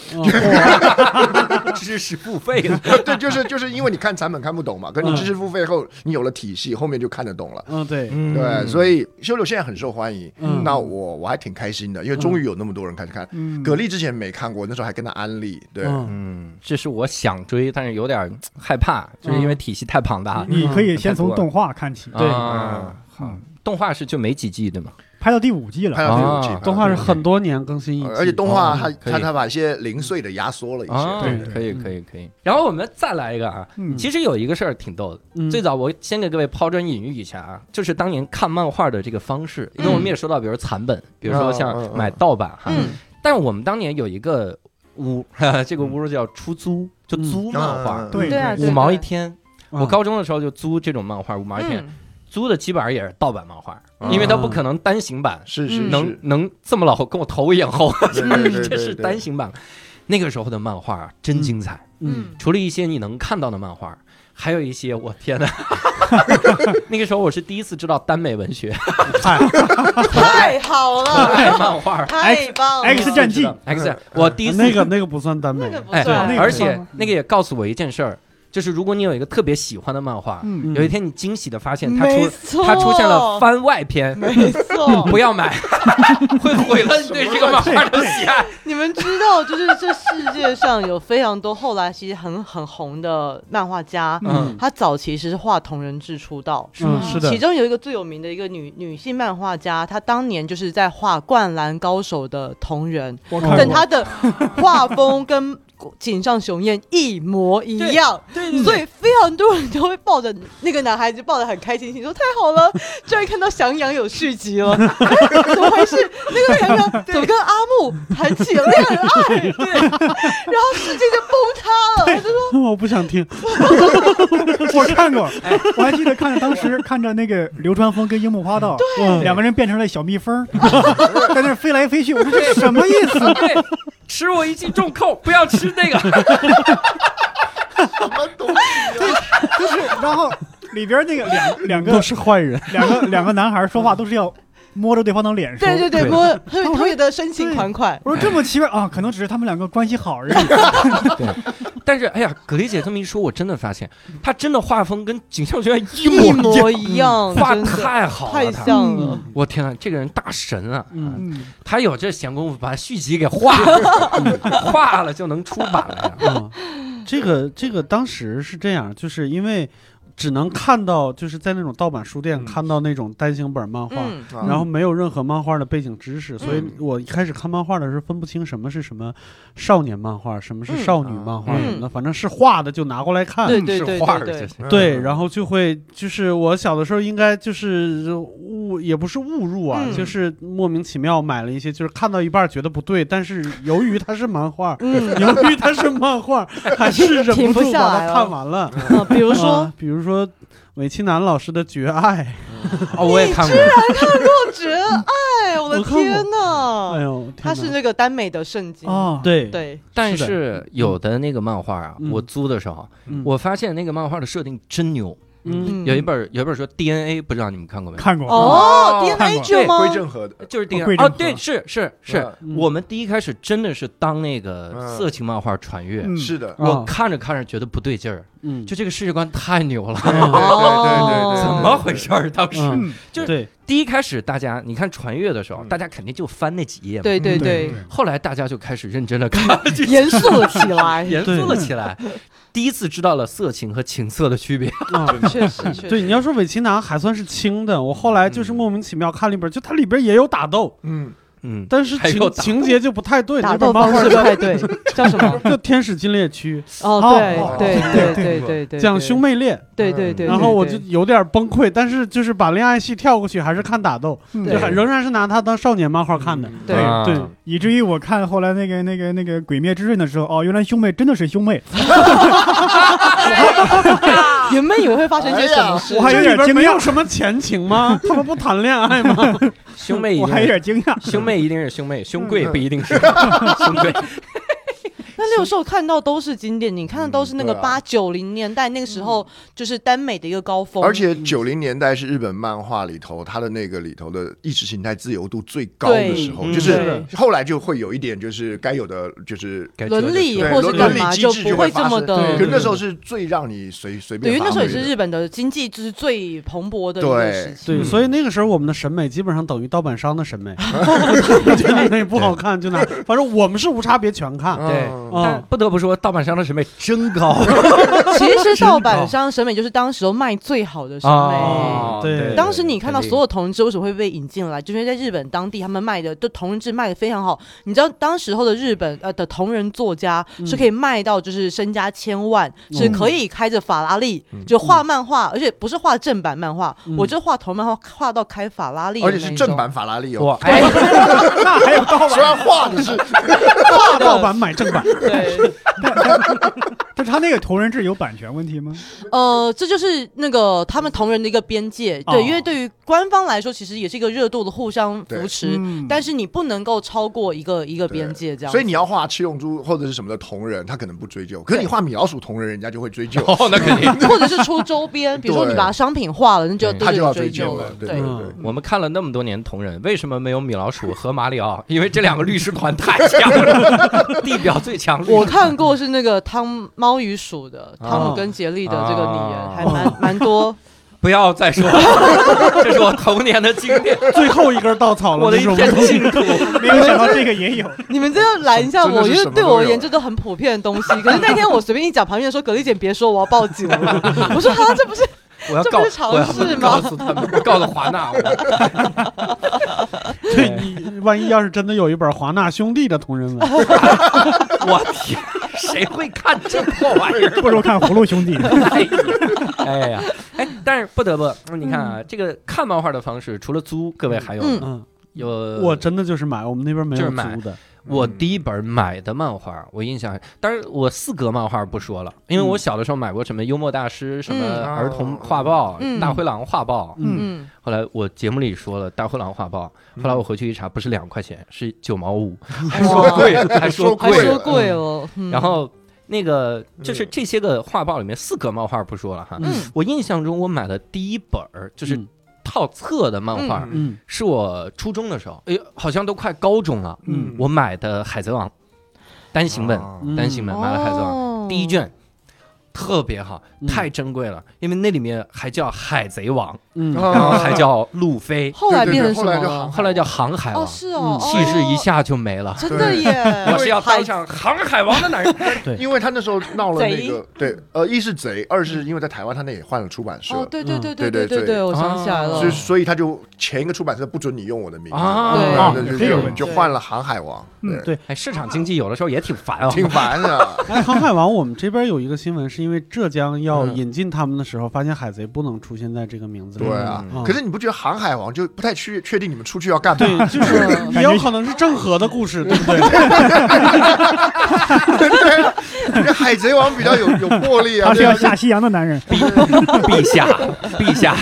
A: 啊知识付费的，
D: 对，就是就是因为你看残本看不懂嘛，可是你
C: 嗯
D: 知识付费后，你有了体系，后面就看得懂了。
C: 嗯对，
D: 对，
A: 以
D: 所以修柳现在很受欢迎，
C: 嗯
D: 那我我还挺开心的，因为终于有那么多人开始看。
F: 嗯，
D: 蛤蜊之前没看过，那时候还跟他安利，对，
C: 嗯
A: 嗯，这是我想追，但是有点嗯害怕，就是因为体系太庞大了。
F: 你可以先从动画看起，
C: 对
A: 啊好
F: 嗯，
A: 动画是就没几季的嘛，
F: 拍到第五季了
D: 拍。到第五
A: 啊
D: 季，
A: 动
C: 动画是很多年更新一季，
D: 而且动画
A: 哦
D: 它
A: 可以
D: 它它把一些零碎的压缩了一
A: 啊，
D: 些，
A: 可以可以可
E: 嗯
A: 以。然后我们再来一个啊，
F: 嗯，
A: 其实有一个事儿挺逗的，
C: 嗯
A: 最早我先给各位抛砖引玉一下啊，就是当年看漫画的这个方式，因为我们也说到，比如残本，比如说
D: 嗯嗯
A: 像
D: 嗯
A: 买盗版哈，
E: 啊 嗯，
A: 但是我们当年有一个屋， 这个屋叫出租，就租漫画，
F: 对
E: 对嗯啊，
A: 五
E: 对
A: 毛一
E: 对
A: 天。
C: 嗯
A: 我高中的时候就租这种漫画，五毛一天，
E: 嗯
A: 租的基本上也是盗版漫画，
D: 嗯
A: 因为它不可能单行版，
D: 是是
E: 嗯
A: 能 能这么老跟我头一样厚，
D: 是，对对对 对
A: 这是单行版。那个时候的漫画啊真精彩，
C: 嗯
A: 除了一些你能看到的漫画，还有一些我天哪！那个时候我是第一次知道耽美文学、
E: 太好了，
A: 爱漫画、
E: 太棒了
F: X 战记，
A: X，我第一次
C: 那个那个不算耽美
E: 那，个不
A: 哎，
E: 算，
F: 那个
A: 而
F: 不算
A: 且
F: 吗
A: 那个也告诉我一件事儿，就是如果你有一个特别喜欢的漫画，
F: 嗯，
C: 嗯
A: 有一天你惊喜的发现它
E: 没
A: 出
E: 错，嗯
A: 它出现了番外篇，
E: 没错，
A: 不要买，会毁了你对这个漫画的喜爱。
E: 你们知道，就是这世界上有非常多后来其实很很红的漫画家，
A: 嗯
E: 他早期是画同人志出道。
C: 嗯 是的
E: 其，中有一个最有名的一个女女性漫画家，她当年就是在画《灌篮高手》的同人，
F: 我看
E: 但
F: 过
E: 她的画风跟井上雄彦一模一样，
A: 对
E: 所以非常多人都会抱着那个男孩子抱得很开心，心说太好了，终于看到翔阳有续集了，哎怎么回事？那个翔阳怎么跟阿木谈起了恋爱？对，然后世界就崩塌了，我就说
C: 我不想听，
F: 我看过，我还记得看着当时看着那个流川枫跟樱木花道，
C: 嗯
F: 两个人变成了小蜜 蜂，在那儿飞来飞去，我说这什么意思？
A: 对，哎吃我一记重扣，不要吃那个。
D: 什么 东西啊？
F: 就是然后里边那个 两两
C: 都
F: 个
C: 是坏人，
F: 两个两个男孩说话都是要摸着对方的脸说，
E: 对对对，
A: 对
E: 不过特别的深情款款，
F: 我说这么奇怪啊，可能只是他们两个关系好 而已。
A: 但是哎呀，葛丽姐这么一说，我真的发现她真的画风跟井上学院一
E: 一
A: 模一样，
E: 模一样，
A: 画
E: 真的
A: 太好
E: 太
A: 了。她
E: 像了。
A: 我天啊，这个人大神啊！
C: 嗯
F: 嗯，
A: 他有这闲工夫把续集给画 了，
D: 嗯
A: 画了就能出版了呀。
C: 啊，这个这个当时是这样，就是因为只能看到就是在那种盗版书店
A: 嗯
C: 看到那种单行本漫画。
E: 嗯，
D: 啊
C: 然后没有任何漫画的背景知识，所以
D: 嗯
C: 我一开始看漫画的时候分不清什么是什么少年漫画，什么是少女漫画
A: 嗯
C: 什么的，反正是画的就拿过来看。
E: 对对对
A: 是画
E: 对
A: 儿
E: 对
A: 就
E: 对
A: 是。
D: 嗯
C: 对，然后就会就是我小的时候应该就是误也不是误入啊，
E: 嗯
C: 就是莫名其妙买了一些，就是看到一半觉得不对，但是由于它是 漫画，
E: 嗯，
C: 由于它是漫画，还是忍
E: 停不
C: 住
E: 下
C: 把
E: 来了
C: 它看完了。
E: 呃比如
C: 比
E: 说，
C: 比如说美其南老师的《绝爱
A: 哦，我也看过，
E: 我觉得，哎，哦我的
C: 我看过
E: 天》，哪，
C: 哎呦，天
E: 哦他是
C: 哪
E: 那个耽美的圣经，
F: 哦，，
C: 对，
E: 嗯对，
A: 但
C: 是的
A: 是有的那个漫画啊，
C: 嗯
A: 我租的时候，
C: 嗯
A: 我发现那个漫画的设定真牛，
C: 嗯，
E: 嗯
A: 有一本有一本说 DNA，不知道你们看过没？
F: 看过
E: 哦
D: 哦
E: ，DNA
A: 对
E: 剧吗？
D: 归正和的
A: 就是 DNA
F: 贵
A: 哦，
F: 政策
A: 对，是是是，
C: 嗯
A: 我们第一开始真的是当那个
D: 嗯
A: 色情漫画穿越，
F: 嗯
D: 是的，
A: 我看着看着觉得不对劲儿，啊
C: 嗯，
A: 就这个世界观太牛了，
D: 嗯
E: 哦
D: 对对对对对
A: 怎么回事儿？当时
C: 嗯
F: 嗯，
A: 就是
C: 对，
A: 第一开始大家你看穿越的时候，
D: 嗯
A: 大家肯定就翻那几页嘛，
E: 对
C: 嗯
E: 对
F: 对
E: 对，
A: 后来大家就开始认真的看，
E: 严肃了起 来，
A: 严肃了起来，第一次知道了色情和情色的区别。
C: 啊，
E: 确实确
C: 对，
E: 实。
C: 你要说伪琴囊还算是轻的，我后来就是莫名其妙看了一本，就它里边也有打斗，
D: 嗯，
A: 嗯，
C: 但是
A: 还有
C: 情
A: 打斗
C: 情节就不太对，
E: 打
C: 那
E: 斗
C: 本
E: 方
C: 漫画
E: 式不太 对，叫什么？
C: 叫《天使禁猎区
E: 哦，
C: 哦
E: 对
D: 哦
E: 对对
D: 对
E: 对
D: 对
E: 对对，》，
C: 讲兄妹恋，
E: 对，对对对。
C: 然后我
E: 对
C: 就有点崩溃，但是就是把恋爱戏跳过去，还是看打斗，
F: 嗯
C: 就还仍然是拿它当少年漫画看的。
E: 对
A: 啊
C: 对，
F: 以至于我看后来那个那个那个《鬼灭之刃》的时候，哦，原来兄妹真的是兄妹，
E: 原本以为会发生一些什么事
C: 哎我，还有
F: 这
C: 里
F: 里边
C: 边没
F: 没有
C: 有什么前情吗？ 他们不谈恋爱吗？
A: 兄妹一
F: 我
A: 定
F: 还有点惊讶。
A: 兄妹一定是兄妹，兄贵
D: 嗯
A: 不一定是 兄 贵。
E: 那六兽看到都是经典，你看的都是那个
D: 嗯对啊
E: 八九零年代那个时候，就是耽美的一个高峰。
D: 而且九零年代是日本漫画里头它的那个里头的意识形态自由度最高的时候，
A: 对
D: 就是
E: 嗯
D: 后来就会有一点就是该有的就是。
A: 该折
E: 伦
A: 的
E: 理
A: 时候
D: 对
E: 或是
D: 伦
E: 干
D: 理
E: 嘛
D: 机
E: 就
D: 制
E: 不
D: 就
E: 会
D: 会
E: 这
D: 发
E: 么
D: 生
E: 的
A: 对
D: 可是那时候是最让你随随
E: 对，
D: 便
E: 因为那时候也
D: 发
E: 是
D: 挥的
E: 日本的经济就是最蓬勃的一个
D: 对
E: 时期。
C: 对，
A: 嗯
C: 所以那个时候我们的审美基本上等于盗版商的审美，就哪那不好看就哪，反正我们是无差别全看。
A: 对
D: 嗯
A: 但
C: 啊，
A: 不得不说，盗版商的审美真高
E: 其实盗版商审美就是当时候卖最好的审美。
A: 啊！
C: 对
E: 当时你看到所
A: 有
E: 有同人志为什么会被引进来，就是因为在日本当地他们卖的，就同人志卖的非常好。你知道当时候的日本呃的同人作家
C: 嗯
E: 是可以卖到就是身家千万，
C: 嗯
E: 是可以开着法拉利
D: 嗯
E: 就画漫画，而且不是画正版漫画
C: 嗯，
E: 我就画同人漫画画到开法拉利的
D: 而
E: 那
D: 且
E: 一种，
D: 是正版法拉利哦，
A: 哇，哎，
F: 那还有盗
D: 虽然画的 是
C: 大盗版 买正版，
E: 对。
F: 但是他那个同人志有版权问题吗？
E: 呃，这就是那个他们同人的一个边界，
C: 哦
E: 对，因为对于官方来说，其实也是一个热度的互相扶持，
F: 嗯
E: 但是你不能够超过一个一个边界这样。
D: 所以你要画七龙珠或者是什么的同人，他可能不追究；可是你画米老鼠同人，人家就会追究，
A: 哦，那肯定。
E: 或者是出周边，比如说
D: 对
E: 你把商品化了，那就
A: 嗯
E: 对
D: 他就要
E: 追
D: 追究
E: 了嗯
D: 了。。对
E: 对，
D: 对对，
A: 我们看了那么多年同人，为什么没有米老鼠和马里 奥？因为这两个律师团太强了， 地表最强律师团。
E: 我看过是那个汤猫与鼠的
A: 啊
E: 汤姆跟杰利的这个拟
A: 啊
E: 人，还 蛮蛮多。
A: 不要再说了， 这是我童年的经历，
C: 最后一根稻草了，
A: 我的
C: 这
A: 一
C: 是我
A: 片
C: 们
A: 净土。
F: 没有想到这个也有。
E: 你们真的拦一下
D: 真的
E: 我，
D: 是
E: 因为
D: 什么
E: 对
D: 都
E: 我而
D: 有
E: 言这都很普遍 的东西。可是那天我随便一讲，旁边人说：“葛丽姐，别说，我要报警 了。”我说：“哈，这不是
A: 我要
E: 这
A: 告，
E: 不是尝
A: 我要
E: 试吗
A: 告诉他们，告诉华 纳。我
C: 对你，万一要是真的有一本华纳兄弟的同人文，
A: 我天，谁会看这破玩意儿？
F: 不如看《葫芦兄弟》
A: 哎呀， 哎呀，哎，但是不得不，你看啊，这个看漫画的方式，除了租，各位还有
E: 嗯
C: 嗯，
A: 有
C: 我真的就是买，我们那边没
A: 就
C: 有
A: 是买
C: 租的，
A: 我
D: 嗯
A: 第一本买的漫画，我印象，当然我四格漫画不说了，因为我小的时候买过什么幽默大师、什么儿童画报、
E: 嗯
A: 大灰狼画报。
C: 嗯，
E: 嗯，
A: 后来我节目里说了大灰狼画报，后来我回去一查，不是两块钱，是九毛五，
D: 嗯
A: 还说
E: 哇
A: 贵，嗯 还说
E: 还
A: 贵
E: 说
A: 了。
E: 贵了。嗯
A: 然后那个就是
D: 嗯
A: 这些个画报里面四格漫画不说了哈，
E: 嗯
A: 我印象中我买的第一本儿就是
C: 嗯
A: 套册的漫画，
D: 嗯
C: 嗯
A: 是我初中的时候，哎，好像都快高中了。
C: 嗯
A: 我买的《海贼王》单行本，
D: 啊
C: 嗯
A: 单行本买了《海贼王》
E: 哦
A: 第一卷，特别好，
C: 嗯
A: 太珍贵了，因为那里面还叫海贼王，
C: 嗯，
A: 然后
D: 啊
A: 还叫路飞，
E: 后来
D: 对对
E: 变成
D: 对
E: 什
D: 后
E: 么
D: 来就
E: 了？
A: 后来叫航海
E: 哦，
A: 王，
E: 是哦，
A: 气势一
E: 哦，
A: 下就没了。
E: 真的耶！
A: 我是要
E: 海
A: 当上航哦海王的男人，
D: 因为他那时候闹了那个
E: 贼
D: 对，呃，一是贼，二是因为在台湾他那也换了出版社，
E: 哦，对对对
C: 嗯
E: 对
D: 对
E: 对
D: 对
E: 对
D: 对
E: 我想起来了
D: 所以，所以他就前一个出版社不准你用我的名字，
A: 啊
D: 然后
F: 对
D: 就
F: 这个
D: 就
F: 问题
D: 就换了《航海王》，
F: 嗯
C: 对
A: 哎，市场经济有的时候也挺烦啊。
D: 挺烦的。
C: 哎，航海王，我们这边有一个新闻，是因为浙江要引进他们的时候，发现海贼不能出现在这个名字里
D: 对
C: 面。
D: 啊
C: 嗯，
D: 可是你不觉得《航海王》就不太确确定你们出去要干嘛？
C: 对，就是
E: 嗯
C: 也有可能是郑和的故事，对不对？
D: 对啊，这《海贼王》比较有 有魄力啊，
F: 他是
D: 对
F: 要
D: 啊
F: 下西洋的男人。
A: 陛下，陛下，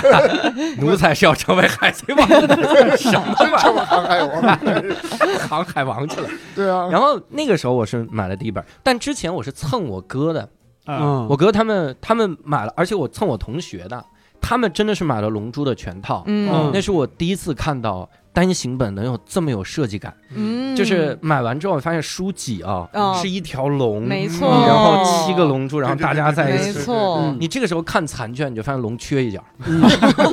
A: 奴才是要成为海贼王的，什么 玩意
D: 成为航海王，
A: 儿航海王去了？
D: 对啊，
A: 然后那个时候我是买了第一本，但之前我是蹭我哥的，
F: 啊，
C: 嗯，
A: 我哥他们他们买了，而且我蹭我同学的，他们真的是买了《龙珠》的全套，
E: 嗯
A: 那是我第一次看到单行本能有这么有设计感。
E: 嗯，
A: 就是买完之后发现书籍啊、
E: 哦
A: 是一条龙，
E: 没错，
A: 然后七个，龙珠，然后大家在一
E: 没
A: 起。
E: 错
C: 嗯，
A: 你这个时候看残卷，你就发现龙缺一角，
C: 嗯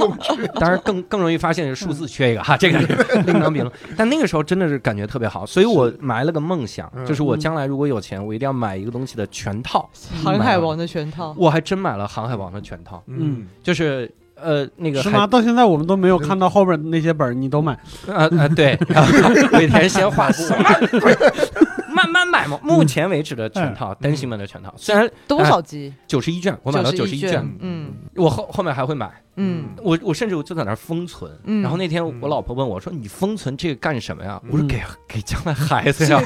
A: 当然更更容易发现是数字缺一个哈，这个是另当别论。但那个时候真的是感觉特别好，所以我埋了个梦想，
D: 嗯
A: 就是我将来如果有钱，我一定要买一个东西的全套。
E: 航海王的全套，
A: 我还真买了《航海王》的全套，
C: 嗯
A: 就是呃那个
C: 是
A: 海
C: 吗？到现在我们都没有看到后边那些本儿，你都买？
A: 呃呃，对， 尾田先画什么？慢慢买嘛。目前为止的全
C: 嗯
A: 套单行本的全套，虽然
E: 多少集？
A: 九十一卷，哎我买到九十
E: 91
A: 一卷，
E: 嗯
A: 我后后面还会买。
E: 嗯
A: 我我甚至我就在那儿封存。
E: 嗯
A: 然后那天
D: 嗯
A: 我老婆问我说：“你封存这个干什么呀？”
D: 嗯
A: 我说：“给给将来孩子
E: 对
A: 呀。”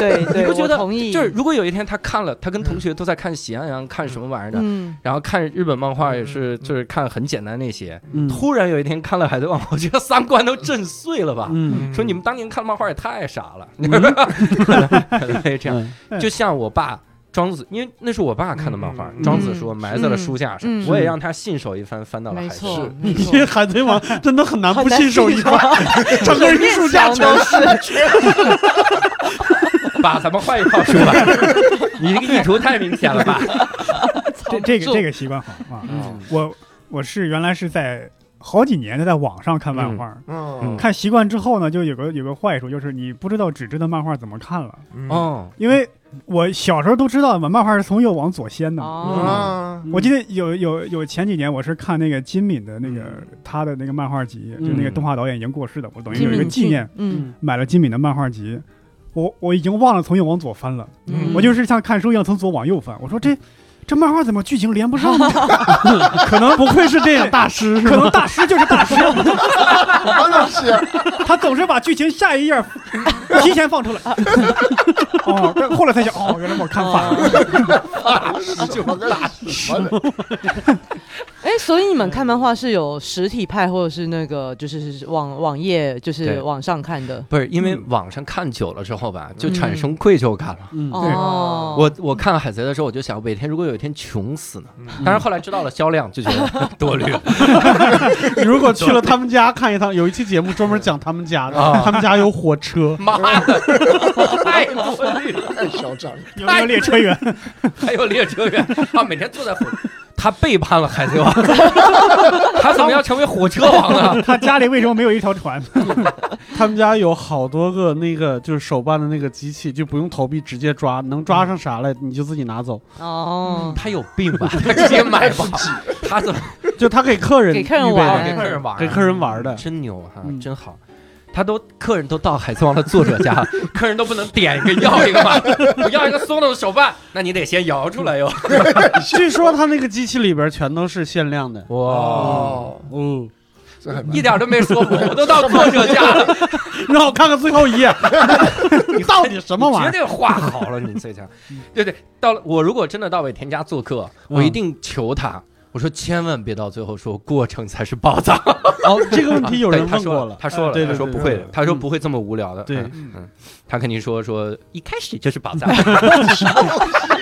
E: 对对，
A: 你不觉得
E: 我同意？
A: 就是如果有一天他看了，他跟同学都在看喜羊羊，看什么玩意儿的，
E: 嗯嗯，
A: 然后看日本漫画也是，
D: 嗯嗯
A: 就是看很简单那些。
C: 嗯
A: 突然有一天看了《海贼王》，我觉得三观都震碎了吧。
C: 嗯，
A: 说你们当年看漫画也太傻了，
C: 嗯
A: 对，这样
C: 嗯
A: 就像我爸庄子，因为那是我爸看的漫画，
D: 嗯
A: 庄子说埋在了书架上，
E: 嗯嗯
A: 我也让他信手一翻，翻到了
E: 没
A: 海市。
E: 错，
A: 是
E: 没
C: 你
E: 错
C: 这海贼王真的很难
E: 很
C: 不
E: 难啊
C: 信手一
E: 信
C: 发，整个艺术家全
E: 都是，
A: 爸，咱们换一套书吧，你这个意图太明显了 吧？
F: 这这个这个习惯好啊。
A: 嗯
F: 我我是原来是在好几年的在网上看漫画，
D: 嗯
F: 看习惯之后呢，就有个有个坏处，就是你不知道纸质的漫画怎么看了，
D: 嗯
A: 哦，
F: 因为我小时候都知道嘛，漫画是从右往左掀的嘛。
E: 哦，
D: 啊，
F: 我记得有有有前几年我是看那个金敏的那个他的那个漫画集，就那个
A: 嗯
F: 动画导演已经过世的，我等于
E: 嗯金
F: 有一个
E: 敏
F: 纪
E: 俊
F: 念，，
E: 嗯，
F: 买了金敏的漫画集，我我已经忘了从右往左翻了，
E: 嗯
F: 我就是像看书一样从左往右翻。我说这这漫画怎么剧情连不上呢？可能不愧是这样大师，可能大师就是大师，
D: 王老师，
F: 他总是把剧情下一页提前放出来。哦，但后来才想，哦，原来我看反了。
D: 啊就大师，
E: 哎，所以你们看漫画是有实体派，或者是那个就是网网页，就是
A: 对
E: 网上看的
A: 不是因为网上看久了之后吧，就产生愧疚感了。
C: 嗯
E: 哦。
A: 我我看海贼的时候，我就想，尾田如果有一天穷死呢？
C: 嗯
A: 但是后来知道了销量，就觉 得多虑了。
C: 你如果去了他们家看一趟，有一期节目专门讲他们家的，
A: 啊
C: 他们家有火车，
A: 妈的，太多虑了。
D: 太嚣哎张了，
F: 有没有列车员？
A: 还有列车员，他每天坐在火，他背叛了海贼王， 他怎么要成为火车王啊呢？
F: 他家里为什么没有一条船？
C: 他们家有好多个那个就是手办的那个机器，就不用投币直接抓，能抓上啥来你就自己 拿走，
E: 哦，
A: 他有病吧？他直接买
D: 哎
A: 吧，他怎么
C: 就他给客人
E: 给客人
C: 预备
E: 玩
C: 的，
A: 给客人玩啊？
C: 给客人 玩的。
A: 真牛哈
C: 嗯，
A: 真好。他都客人都到海贼王的作者家了， 客人都不能点一个要一个吗？我要一个松动的手办，那你得先摇出来哟。
C: 据说他那个机器里边全都是限量的。
A: 哇，
C: 嗯，
D: 这很
A: 哦一点都没说过，我都到作者家了，
C: 让我看看最后一页， 你到底什么玩意
A: 绝
C: 儿？
A: 对画好了你 最强。对对，到了我如果真的到尾田家做客，
C: 嗯
A: 我一定求他。我说千万别到最后说过程才是宝藏。
C: 哦，这个问题有人
A: 对他
C: 问
A: 说
C: 过
A: 了，他说了，
C: 对对
A: 他说
C: 对
A: 不会
C: 对嗯
A: 的，他说不会这么无聊的。
C: 对
A: 嗯，他肯定说说一开始就是宝 藏。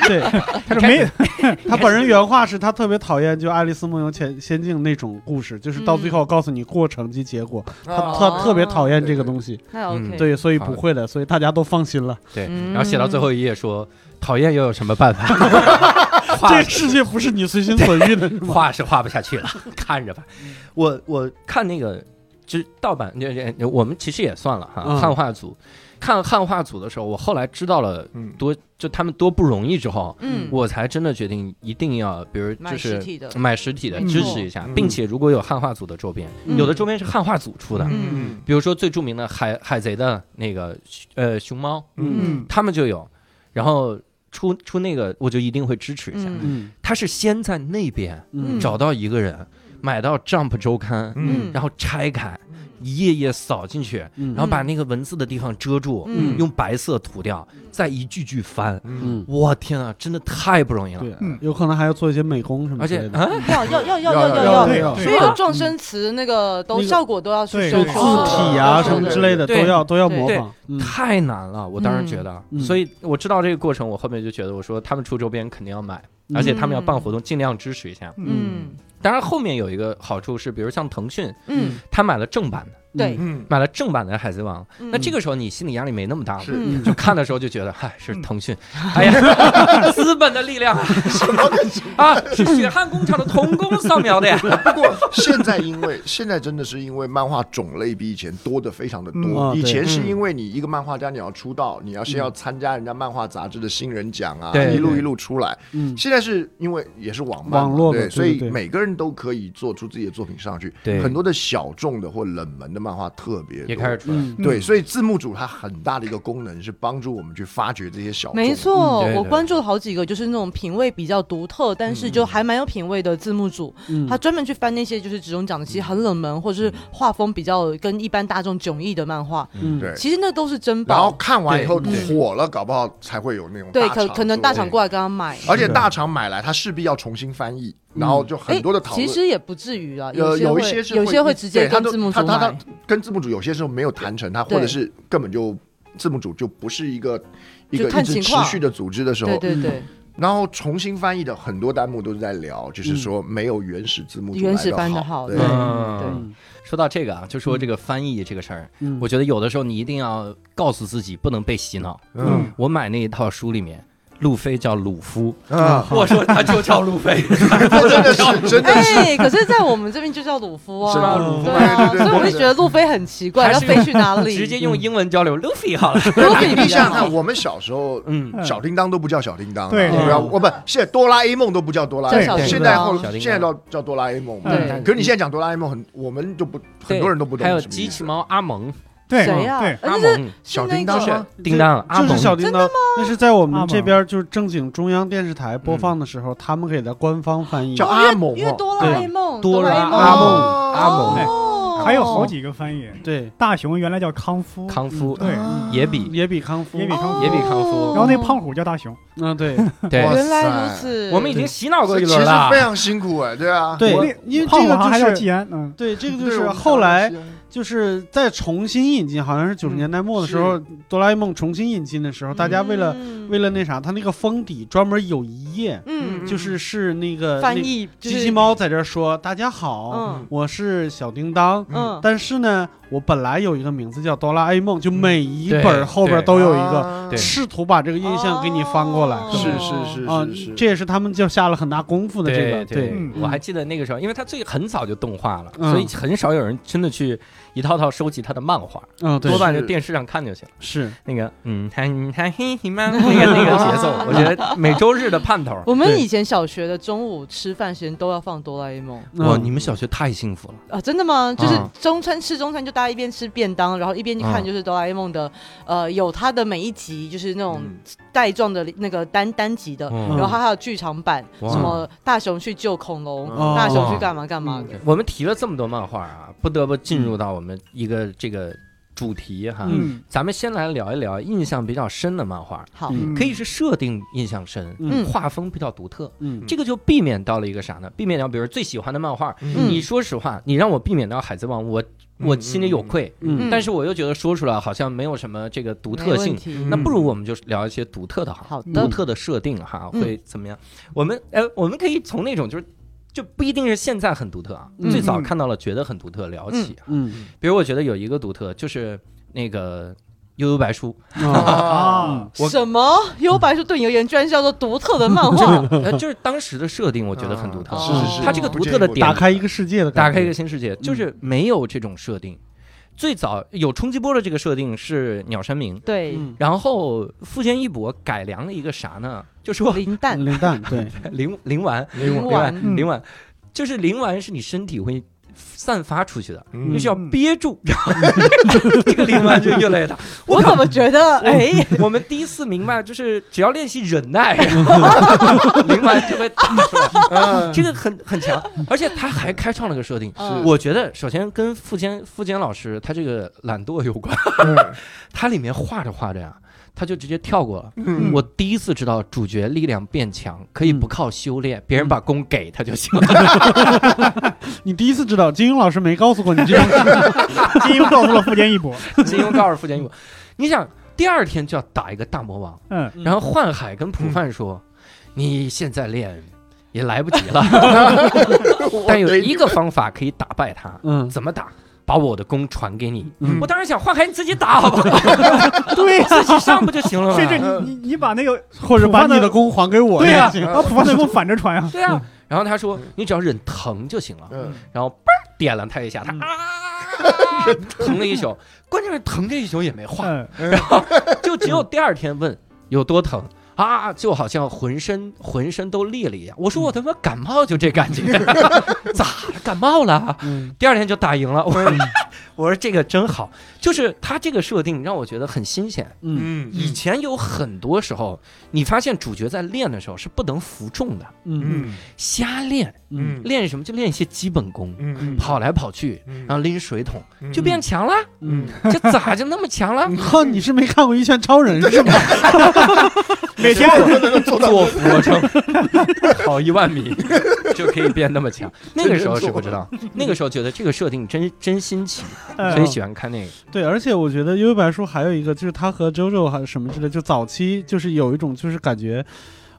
C: 对，
F: 他 说没，
C: 他本人原话是他特别讨厌就《爱丽丝梦游前仙境》那种故事，就是到最后告诉你过程及结果，他特特别讨厌这个东西。
E: 那 OK，
A: 嗯
C: 对，所以不会的，所以大家都放心了。
A: 对，
E: 嗯
A: 然后写到最后一页说讨厌又有什么办 法？
C: 这
A: 画
C: 个世界不是你随心所欲的。
E: 嗯
A: 画是画不下去 了，看着吧。我我看那个就是盗版，这这我们其实也算了哈，
C: 嗯
A: 汉化组。看汉化组的时候，我后来知道了
D: 嗯
A: 多就他们多不容易之后，
E: 嗯，
A: 我才真的决定一定要，比如就
E: 买实
A: 是嗯
E: 体的，
A: 买实体的
E: 没
A: 支
E: 错
A: 持一下，
D: 嗯
A: 并且如果有汉化组的周边，
E: 嗯
A: 有的周边是汉化组出的，
E: 嗯
A: 比如说最著名的海海贼的那个呃熊猫，
E: 嗯
A: 他们就有，然后出出那个我就一定会支持一下。
E: 嗯
C: 嗯
A: 他是先在那边
E: 嗯
A: 找到一个人，买到 Jump 周刊，
E: 嗯，
A: 然后拆开一页页扫进去，
C: 嗯
A: 然后把那个文字的地方遮住，
E: 嗯
A: 用白色涂掉，再一句句翻。
D: 嗯，
C: 嗯，
A: 我天啊，真的太不容易了！
C: 对
F: 嗯，
C: 有可能还要做一些美工什么
A: 而
C: 之
A: 且
C: 类的。
A: 啊，
E: 要要要要
D: 要
E: 要
D: 要
E: 要
C: 对
E: 要，
C: 要
E: 所有撞声词那个
C: 那
E: 都
C: 个
E: 效果都要
F: 啊对
E: 去
C: 就
E: 修
C: 字
E: 修
C: 体呀什么之类的都
A: 对
C: 要都要
E: 对
C: 模
A: 对
C: 仿。嗯
A: 太难了，我当时觉得，
C: 嗯
A: 所以我知道这个过程，我后面就觉得，我说他们出周边肯定要买，
C: 嗯
A: 而且他们要办活动，尽量支持一下。
E: 嗯，
A: 当然，后面有一个好处是，比如像腾讯，
E: 嗯，
A: 他买了正版的，
E: 对，
D: 嗯，
A: 买了正版的《海贼王》，
E: 嗯
A: 那这个时候你心理压力没那么大了。
D: 是
E: 嗯
A: 就 看的时候就觉得，嗨，是腾 讯，哎呀， 资本的力量啊， 啊，是血汗工厂的童工扫描的呀，
D: 不过现在因为现在真的是因为漫画种类比以前多的非常的
C: 嗯
D: 多
C: 啊，
D: 以前
A: 对
D: 是
A: 嗯
D: 因为你一个漫画家你要出道，你要先要参加人家漫画杂志的新人奖啊，
A: 对
D: 一路
A: 对
D: 一路出来。
C: 嗯，
D: 现在是因为也是网漫嘛
C: 网络的
D: 对，
C: 对
D: 所以
C: 对对
D: 每个人都可以做出自己的作品上去。
A: 对
D: 很多的小众的或冷门的漫画特别多
A: 也开始出来了。
C: 嗯，
D: 对，所以字幕组它很大的一个功能是帮助我们去发掘这些小众。
E: 没，错
A: 嗯对，
E: 我
A: 对
E: 关注了好几个，就是那种品味比较独特，但是就还蛮有品味的字幕组，
C: 嗯
E: 他专门去翻那些就是职中讲的，其实很冷门，或者是画风比较跟一般大众迥异的漫画，
C: 嗯
D: 对。
E: 其实那都是珍
D: 然后
E: 宝。
D: 看完以后
E: 对
D: 火了，搞不好才会有那种
E: 对，
D: 大
E: 可
D: 厂哦
E: 可能大厂
D: 做
E: 过来跟他买，
D: 而且大厂买来，它势必要重新翻译，然后就很多的讨
E: 哎其
D: 论。
E: 实也不至于啊，
D: 有
E: 些
D: 有
E: 会
D: 一些是
E: 有些会直接
D: 对它
E: 跟
D: 都
E: 字幕
D: 它
E: 组
D: 它它
E: 买，
D: 跟字幕组有些时候没有谈成，它
E: 对
D: 或者是根本就字幕组就不是一个一个
E: 看
D: 一直
E: 情
D: 持
E: 况
D: 续的组织的时
E: 对
D: 候，
E: 对对，
D: 然后重新翻译的很多单幕都是在聊，就是说没有原始字幕
E: 嗯
D: 组
E: 原始
D: 来
E: 翻
D: 得
E: 的
D: 好，
E: 好，
D: 对
E: 对
A: 嗯
E: 对，
A: 说到这个啊，就说这个翻译这个事儿，
C: 嗯
A: 我觉得有的时候你一定要告诉自己不能被洗脑。
D: 嗯
A: 我买那一套书里面，路飞叫鲁夫，
E: 嗯
D: 啊，
A: 我说他就叫路 飞，
D: 真的是真的 是
E: 哎，可是，在我们这边就叫鲁夫 啊，
A: 是吧
C: 鲁夫
E: 对啊，
D: 对对对
E: 所以我就觉得路飞很奇怪，
A: 还
E: 要
A: 是
E: 飞去哪里？
A: 直接 用英文交流，路飞好了。
E: 鲁比
D: 你
E: 比
D: 想
E: 较
D: 想看，
E: 好。
D: 我们小时候
A: 嗯，
D: 小叮当都不叫小叮当，
F: 对
C: 对
D: 吧？我不，现在哆啦 A 梦都不叫哆啦 A
E: 叫
D: 梦，
E: 小
D: 现
E: 叮
D: 在
E: 当
D: 后
A: 小叮当
D: 现在叫叫哆啦 A 梦嘛。
E: 对
A: 嗯
D: 可是你现在讲哆啦 A 梦，很我们就不很多人都不懂
A: 还有
D: 是什么意思。
A: 机器猫阿蒙，
F: 对
E: 谁呀、
F: 对，
A: 阿
E: 呃就是
A: 蒙
D: 小
E: 那
D: 叮当
E: 个哦
A: 是
D: 吗
A: 叮当阿
C: 这
A: 蒙
C: 嗯是小叮当，那是在我们这边就是正经中央电视台播放的时候，他们给的官方翻译。
D: 叫
E: 哦
D: 阿
E: 因为
D: 蒙
E: 因为
D: 哦
E: 哆啦 A 梦，
A: 哆啦
E: A
A: 阿
E: 梦，
A: 蒙阿蒙
E: 哦，
F: 还有好几个翻译。
C: 对，
F: 大雄原来叫康夫，
A: 康夫
F: 对，
E: 啊
A: 野比，
C: 野比康夫，
F: 野比康夫
A: 也比康夫
E: 哦
F: 然后那胖虎叫大雄，
C: 嗯，对，
A: 对
D: 哇
E: 原来
D: 塞
E: 如此，
A: 我们已经洗脑过一
D: 其
A: 轮
D: 实
A: 了
D: 非。常辛苦哎，对啊，
C: 对
F: 我
C: 因为
F: 胖
C: 这
F: 虎
C: 个
F: 好像还
C: 就
F: 叫
C: 是
F: 季安，嗯，
C: 对，这个就
D: 对
C: 是
D: 我们
C: 后来
D: 看了一些
C: 就是再重新引进，好像是九十
F: 嗯
C: 年代末的时候，哆啦 A 梦重新引进的时候，大家为了
E: 嗯
C: 为了那啥，他那个封底专门有一页，
E: 嗯
C: 就是是那个
E: 翻
C: 那
E: 译
C: 机器，猫在这儿说：“大家好，
E: 嗯
C: 我是小叮当。
E: 嗯，
C: 但是呢，我本来有一个名字叫哆啦 A 梦，就
D: 嗯
C: 每一
A: 对
C: 本后边
A: 对
C: 都有一个，
D: 啊
A: 对
C: 试图把这个印象给你翻过来。
E: 哦
D: 是
C: 啊
D: 是是是是，
C: 这也是他们就下了很大功夫的这
A: 对
C: 个。对，
F: 嗯
A: 我还记得那个时候，因为他最很早就动画了，
C: 嗯
A: 所以很少有人真的去一套套收集他的漫画，
C: 嗯，对
A: 多，半就是电视上看就行。
C: 是
A: 那个嗯，他他嘿嘿嘛，那个那个节奏，我觉得每周日的盼头。
E: 我们
C: 对
E: 以前小学的中午吃饭时间都要放哆啦 A 梦
A: 哇，
C: 嗯
A: 你们小学太幸福了，
E: 啊，真的吗？就是
A: 啊
E: 中餐吃中餐，就大家一边吃便当，然后一边去
A: 啊
E: 看就是哆啦 A 梦的，呃，有它的每一集就是那种
D: 嗯
E: 带状的那个单单集的，
A: 嗯
E: 然后它还有剧场版，
A: 哇
E: 什么大雄去救恐龙，
D: 哦
E: 大雄去干嘛干嘛的。
A: 我们提了这么多漫画啊，不得不进入到我们一个这个主题哈。
C: 嗯
A: 咱们先来聊一聊印象比较深的漫画，
E: 好，
C: 嗯
A: 可以是设定印象深，
C: 嗯
A: 画风比较独特，
C: 嗯
A: 这个就避免到了一个啥呢？避免到比如最喜欢的漫画，
E: 嗯
A: 你说实话，你让我避免到海贼王，我我心里有愧，
C: 嗯
A: 但是我又觉得说出来好像没有什么这个独特
E: 没问
A: 性，
E: 题
D: 嗯
A: 那不如我们就聊一些独特的哈。
E: 好的
A: 独
C: 嗯
A: 特的设定哈，
E: 嗯
A: 会怎么样？我们哎，我们可以从那种就是。就不一定是现在很独特啊，
C: 嗯
A: 最早看到了觉得很独特聊起。啊
C: 嗯
A: 比如我觉得有一个独特，就是那个悠悠白书，
C: 啊
F: 嗯啊，
A: 我
E: 什么幽白说对你而言居然叫做独特的漫画？
A: 呃，就是当时的设定，我觉得很独特。
E: 啊
D: 是哦是是，
A: 它这个独特的点
D: 不见
C: 打
D: 过
C: 开一个世界的感觉，
A: 打开一个新世界，就是没有这种设定。最早有冲击波的这个设定是鸟山明，
E: 对，
C: 嗯
A: 然后富坚义博改良了一个啥呢？就 说
E: 林 蛋
C: 零蛋，对，
A: 灵灵丸，
E: 灵
A: 灵丸，
E: 丸
A: 灵丸，就是灵丸是你身体会散发出去的，
D: 嗯
A: 就是要憋住，然后 这个灵丸就越来越大。
E: 我怎么 觉得哎，
A: 我们第一次明白，就是只要练习忍耐， 灵丸就会大出来，这个很很强。而且他还开创了个设定，
E: 嗯
A: 我觉得首先跟富坚富坚老师他这个懒惰有关， 他里面画着画着呀、他就直接跳过了。
D: 嗯
A: 我第一次知道主角力量变强可以不靠修炼，别人把弓给他就行了。
C: 你第一次知道金庸老师没告诉过你这 种事，
F: 金庸告诉了富坚义博，
A: 金庸告诉富坚义博，你想第二天就要打一个大魔王，
F: 嗯，
A: 然后幻海跟蒲范说，你现在练也来不及了。但有一个方法可以打败他，
C: 嗯，
A: 怎么打？把我的弓传给你。
C: 嗯
A: 我当时想，花海你自己打好不好？
F: 对呀、
A: 自己上不就行了
D: 嗯
A: 吗？
F: 甚至你你你把那个
C: 或者把你的弓还给我
F: 对
C: 也
F: 呀、
C: 行。
F: 把普法 的弓反着传啊，
A: 对啊。然后他说，你只要忍疼就行了。
D: 嗯，
A: 然后嘣儿点了他一下，他
F: 嗯
A: 啊疼了一宿，关键是疼这一宿也没化，
F: 嗯，
A: 就只有第二天
B: 嗯
A: 问有多疼。啊，就好像浑身浑身都裂了一样。
B: 嗯
A: 我说我他妈感冒就这感觉， 咋了？感冒了？
C: 嗯
A: 第二天就打赢了。我
B: 嗯
A: 说 我说这个真好，就是他这个设定让我觉得很新鲜。
C: 嗯
B: 嗯
A: 以前有很多时候，你发现主角在练的时候是不能服众的，
C: 嗯
A: 瞎练，
C: 嗯
A: 练什么就练一些基本功，
B: 嗯
A: 跑来跑去，然后拎水桶就变强了，
C: 嗯。
A: 这咋就那么强了？
C: 靠，你是没看过《一拳超人》是吗？
F: 每天
A: 做俯卧撑，跑一万米就可以变那么 强。那个时候是不知道，那个时候觉得这个设定真真新奇，
F: 呃
A: 所以喜欢看那个。
C: 对，而且我觉得《幽游白书》还有一个就是他和 JoJo 还有什么之类，就早期就是有一种就是感觉，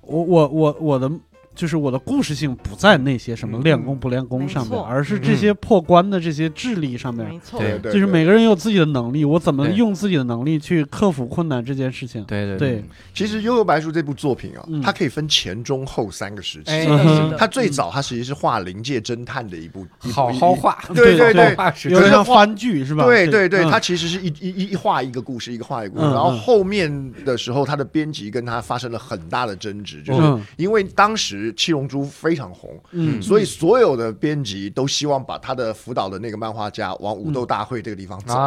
C: 我我我我的就是我的故事性不在那些什么练功不练功上
E: 没
C: 面，
E: 错
C: 而是这些破关的这些智力上面，
E: 没错，
A: 对
D: 对
C: 就是每个人有自己的能力，我怎么
A: 对
C: 用自己的能力去克服困难这件事情。
A: 对对
C: 对，
D: 其实《幽游白书》这部作品啊
C: 嗯，
D: 它可以分前中后三个时
A: 哎
D: 期。
E: 是的，是
C: 嗯
D: 它
E: 的，
D: 最早，它其实是画灵界侦探的一部，一部
A: 好
D: 一
A: 好画，
D: 嗯对对
C: 对
D: 对
A: 画是
C: 有
D: 可
C: 点
D: 是
C: 像
D: 画
C: 番剧是吧？
D: 对对对，
C: 嗯
D: 它其实是一一一一画一个故事，一个画一个故事。
C: 嗯
D: 然后
C: 嗯
D: 后面的时候，它的编辑跟他发生了很大的争执，就是
C: 嗯
D: 因为当时《七龙珠》非常红，
C: 嗯，
D: 所以所有的编辑都希望把他的辅导的那个漫画家往武斗大会这个地方走。
C: 嗯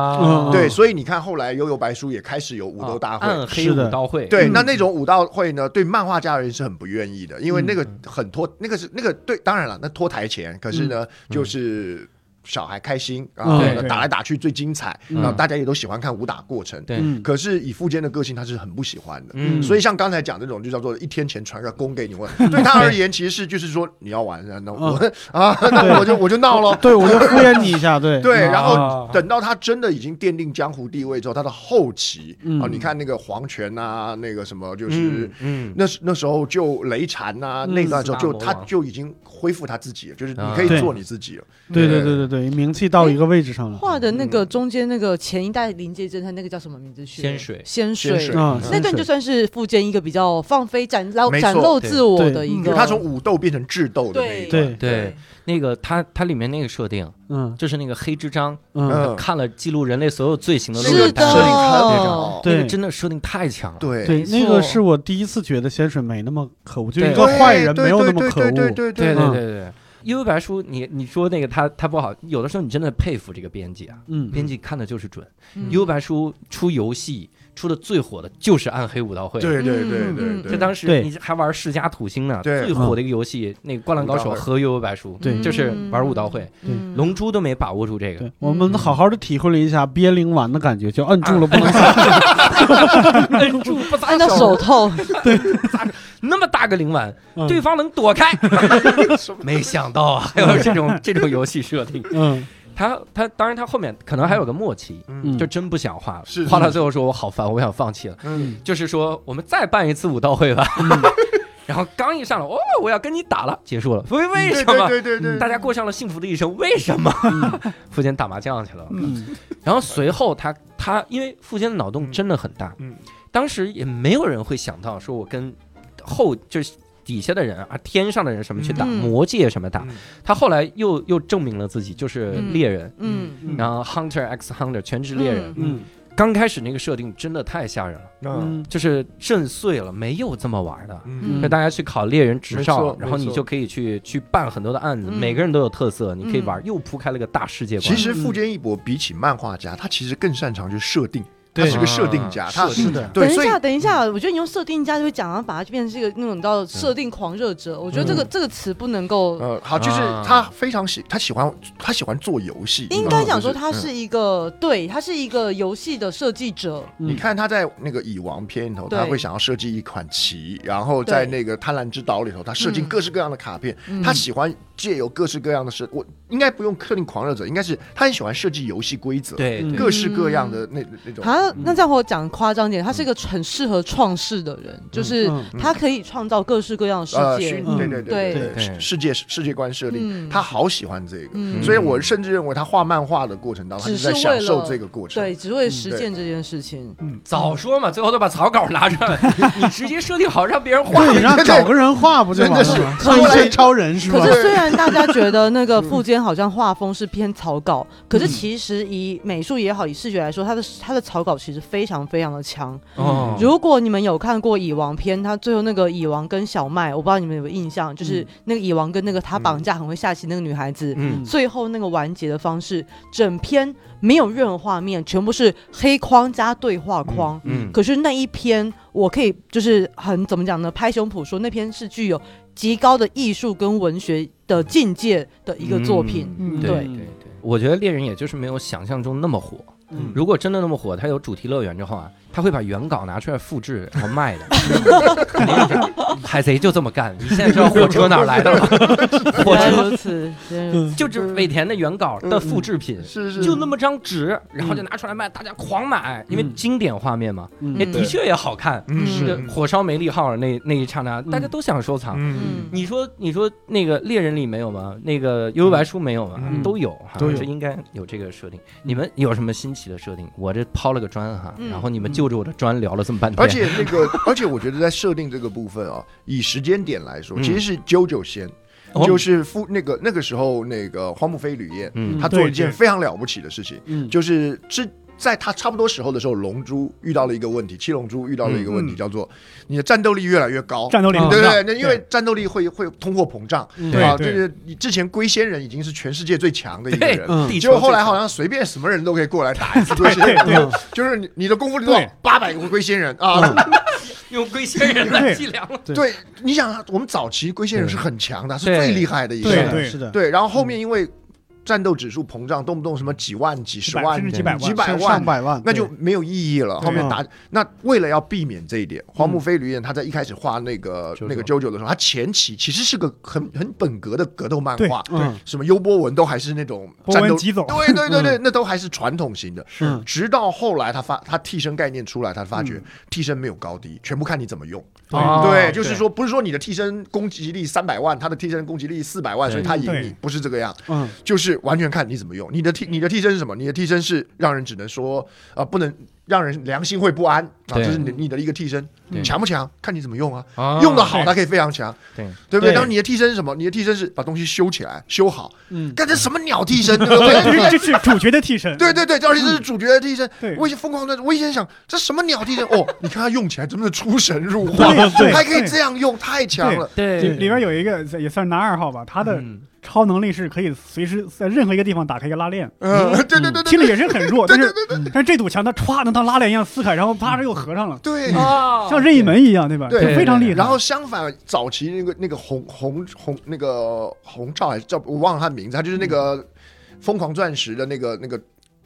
A: 啊，
D: 对，所以你看后来《悠悠白书》也开始有武斗大
A: 暗
D: 会。
A: 黑
C: 是的
A: 武道会，
D: 对，
C: 嗯
D: 那那种武道会呢，对漫画家而言是很不愿意的，因为
C: 嗯
D: 那个很拖，那个是那个对，当然了，那拖台前，可是呢，就是小孩开心，然后
C: 对
D: 呢
B: 对
D: 打来打去最精彩，
C: 嗯
D: 然后大家也都喜欢看武打过程。
A: 对
C: 嗯
D: 可是以富坚的个性，他是很不喜欢的。
A: 嗯，
D: 所以像刚才讲这种，就叫做一天前传个弓给你问，对他而言，其实是就是说你要玩，那我 啊，那我就我就闹喽。
C: 对我就敷衍你一下， 对
D: 对，
A: 啊
D: 然后等到他真的已经奠定江湖地位之后，他的后期
C: 嗯
D: 啊，你看那个黄泉啊，那个什么就是
A: 嗯。嗯，
D: 那时那时候就雷禅呐、
C: 嗯
D: 那段时候就
A: 四大
D: 他
A: 魔王
D: 就已经恢复他自己了，就是你
A: 啊
D: 可以
C: 对
D: 做你自己了。
C: 对对对对对，名气到一个位置上了。
E: 画的那个中间那个前一代临界侦探那个叫什么名字去了？
A: 仙水
E: 仙
D: 仙
E: 水
D: 水，
C: 啊，
E: 那段就算嗯是附件一个比较放飞展露
D: 没错
E: 展露自我的
C: 对
E: 一
D: 就
E: 个，
D: 他从武斗变成智斗的那
E: 对
D: 一段，
C: 对
A: 对，那个它它里面那个设定，
C: 嗯
A: 就是那个黑之章
C: 嗯
D: 嗯，
A: 看了记录人类所有罪行的
D: 那
A: 录
D: 个
E: 是
A: 音
E: 的
D: 设定
A: 带，
D: 很好，
A: 那
C: 对
A: 个真的设定太强了。
D: 对
C: 对，
E: 没
C: 那个
E: 错
C: 是我第一次觉得仙水没那么可恶，就
A: 对
C: 一个坏人没有那么可
D: 对对
C: 恶。
A: 对
D: 对对
A: 对
C: 嗯
A: 对对，因为白书，你你说那个他他不好，有的时候你真的佩服这个编辑啊，
C: 嗯，
A: 编辑看的就是准。
E: 嗯
A: 幽白书出游戏出的最火的就是暗黑武道会，
D: 对对对对
E: 嗯
D: 对
E: 嗯
D: 对，
A: 就当时
C: 对嗯
A: 你还玩世家土星呢，
D: 对
A: 最火的一个游戏，那个《灌篮高手
D: 武》道会
A: 和幽游白书，
C: 对
A: 就是玩武道会，
E: 嗯
A: 龙珠都没把握住这个
C: 对，，我们好好的体会了一下憋灵丸的感觉，就摁住了不
A: 啊
C: 能撒。
A: 摁住不
E: 按
A: 撒
E: 照手，嗯 套，
A: 那么大个灵丸，
C: 嗯
A: 对方能躲开， 没想到啊，还有这种这种游戏设定，
C: 嗯
A: 他他当然他后面可能还有个默契，
C: 嗯，
A: 就真不想画了
D: 是，
A: 画到最后说我好烦，我想放弃了，
D: 嗯
A: 就是说我们再办一次武道会吧。 然后刚一上来，哦，我要跟你打了，结束了。为为什么？
D: 嗯对对对对
A: 大
D: 对，
A: 家过上了幸福的一生，为什么？ 付坚打麻将去了。
C: 嗯
A: 然后随后他他因为付坚的脑洞真的很大，
D: 嗯
A: 当时也没有人会想到说我跟后就是底下的人啊，天上的人什么去打
E: 嗯
A: 魔界什么打。
D: 嗯
A: 他后来又又证明了自己就是
E: 嗯
A: 猎人，
E: 嗯，
A: 然后 hunter x hunter 全职猎人。
C: 嗯
A: 刚开始那个设定真的太吓人了。
D: 嗯
C: 嗯
A: 就是震碎了，没有这么玩的。
D: 嗯
A: 那大家去考猎人执
D: 没
A: 照
D: 错，
A: 然后
D: 没
A: 你
D: 错
A: 就可以去去办很多的案子，
E: 嗯
A: 每个人都有特色，你可以玩，又铺开了个大世界观。
D: 嗯其实富坚义博比起漫画家，他其实更擅长去设定，他
C: 对
D: 是个设定家，
F: 嗯
D: 他
C: 是的
D: 对，
E: 等一
D: 所以
E: 下，等一下，我觉得你用设定家就会讲，然后把它就变成是一个那种叫设定狂热者。我觉得这个这个词不能够，
D: 呃，好，就是
A: 啊
D: 他非常喜，他喜欢他喜欢做游戏，
E: 应该讲说
D: 嗯
E: 他
D: 就是
E: 是一个对，他是一个游戏的设计者。
C: 嗯
D: 你看他在那个《蚁王》片里头，
E: 对
D: 他会想要设计一款棋，然后在那个《贪婪之岛》里头，他设计
E: 嗯
D: 各式各样的卡片。
E: 嗯
D: 他喜欢借由各式各样的设，我应该不用特定狂热者，应该是他很喜欢设计游戏规则，
A: 对
C: 嗯
A: 对
D: 各式各样的那那种。
E: 嗯他那这样我讲夸张点，他是一个很适合创世的人，就是
C: 嗯
E: 他可以创造各式各样的世
D: 呃，虚
E: 界。
D: 对对对
A: 对对
D: 世世界世界观设定
E: 嗯，
D: 他好喜欢这个，
E: 嗯
D: 所以我甚至认为他画漫画的过程当中，他
E: 只
D: 就在
E: 是
D: 享
E: 为
D: 受
E: 了
D: 这个过程。
E: 对，只为实践这件事情。
F: 嗯
A: 早说嘛，最后都把草稿拿 出来，你直接设定好让别人画。
C: 对，你让找个人画不就完了吗？
D: 真
C: 像
D: 的是
C: 一些超人是吧
E: 可？是虽然大家觉得那个富坚好像画风是偏草稿，可是其实以美术也好，以视觉来说，他的他的草稿其实非常非常的强。
A: 哦
E: 如果你们有看过《蚁王篇》，他最后那个蚁王跟小麦，我不知道你们有没有印象，就是那个蚁王跟那个他绑架很会下棋那个女孩子，
A: 嗯
E: 最后那个完结的方式，整篇没有任何画面，全部是黑框加对话框。
A: 嗯，
E: 可是那一篇，我可以就是很怎么讲呢？拍胸脯说那篇是具有极高的艺术跟文学的境界的一个作品。
A: 嗯
C: 嗯
A: 对对
E: 对
A: 对，我觉得猎人也就是没有想象中那么火。
C: 嗯
A: 如果真的那么火，它有主题乐园之后啊，他会把原稿拿出来复制然后卖的。肯定是海贼就这么干，你现在知道火车哪儿来的了？火
E: 原 来
A: 车
E: 如此，原来如此
C: 嗯
A: 就是尾田的原稿的复制品。
D: 是是，
A: 就那么张纸，然后就拿出来卖，大家狂买，因为
C: 嗯
A: 经典画面嘛，
C: 嗯
A: 也的确也好看。
D: 嗯
E: 是
A: 这火烧梅利号那那一刹那，大家都想收藏。
E: 嗯
A: 你说，你说那个猎人里没有吗？那个幽游白书没有吗？
C: 嗯
A: 都有哈，
C: 都有
A: 这应该有这个设定。你们有什么新奇的设定？我这抛了个砖哈，
E: 嗯
A: 然后你们就着我的砖聊了这么 半天。
D: 而且那个，而且我觉得在设定这个部分啊，以时间点来说，
A: 嗯
D: 其实是 JoJo 先，
A: 哦
D: 就是夫那个那个时候那个荒木飞吕彦，
A: 嗯
D: 他做了
F: 对
D: 一件
F: 对
D: 非常了不起的事情，
C: 嗯
D: 就是之在他差不多时候的时候，龙珠遇到了一个问题，七龙珠遇到了一个问题，
F: 嗯
D: 叫做你的战斗力越来越高。
F: 战斗力
C: 嗯
F: 很
D: 对不
F: 大
D: 对？那因为战斗力会会通货膨胀
C: 嗯
F: 对
D: 啊，就
F: 对
D: 是你之前龟仙人已经是全世界最强的一个
A: 对
D: 人，
C: 嗯
A: 地
D: 结
A: 球
D: 果后来
A: 最
D: 好像随便什么人都可以过来打一次龟仙
F: 对对
D: 人
C: 嗯
F: 对，
D: 就是你你的功夫力多少
F: 对嗯
D: 八百个龟仙人啊，
A: 用龟仙人来计量了。
C: 对
D: 对，你想啊，我们早期龟仙人是很强的，是
A: 对
D: 最厉害的一个
F: 对
D: 人，
F: 对
C: 是的，
D: 对，然后后面因为战斗指数膨胀，动不动什么几万、几十万
F: 甚、至几百万
D: 几百
C: 上
D: 万。
C: 百万，
D: 那就
C: 对
D: 没有意义了。
F: 对嗯
D: 后面打那为了要避免这一点，荒木飞吕彦他在一开始画那个
A: JoJo
D: 那个 JoJo 的时候，他前期其实是个很很本格的格斗漫画，
C: 嗯
D: 什么优波文都还是那种
F: 波
D: 战斗
F: 纹，疾走，
D: 对对对对，那都还是传统型的。
C: 是
D: 直到后来他发他替身概念出来，他发觉替身没有高低，全部看你怎么用。
F: 对
A: 哦
D: 对，就是，说不是说你的替身攻击力三百万，他的替身攻击力四百万，
A: 对
D: 所以他赢你
F: 对，
D: 不是这个样，
C: 嗯
D: 就是完全看你怎么用。你的替你的替身是什么？你的替身是让人只能说啊、呃不能让人良心会不安啊，
A: 对
D: 这是你你的一个替身
A: 对
D: 强不强，看你怎么用啊。
A: 啊
D: 用的好，
F: 对
D: 它可以非常强，
A: 对
D: 对不对？
F: 对
D: 然后你的替身是什么？你的替身是把东西修起来，修好。
C: 嗯，
D: 干这什么鸟替身，对 不对？
F: 这是这是主角的替身，
D: 对对对，而且这是主角的替身。
F: 嗯对
D: 我以前疯狂的，我以前想这什么鸟替身哦，你看他用起来真的出神入化，
F: 对对
D: 还可以这样用，太强了。
F: 里
A: 对
F: 里边有一个也算是男二号吧，他的
A: 嗯
F: 超能力是可以随时在任何一个地方打开一个拉链，
D: 嗯， 对对对
F: 听
D: 对
F: 着也是很弱，但是但是这堵墙它歘能当拉链一样撕开，然后啪又合上了，
D: 对。
A: 哦
F: 像任意门一样，对吧？
D: 嗯对
F: 就
A: 对
F: 非常厉害。
D: 然后相反，早期那个那个红红红那个红照还是叫我忘了他名字，他就是那
F: 嗯
D: 个疯狂钻石的那个那个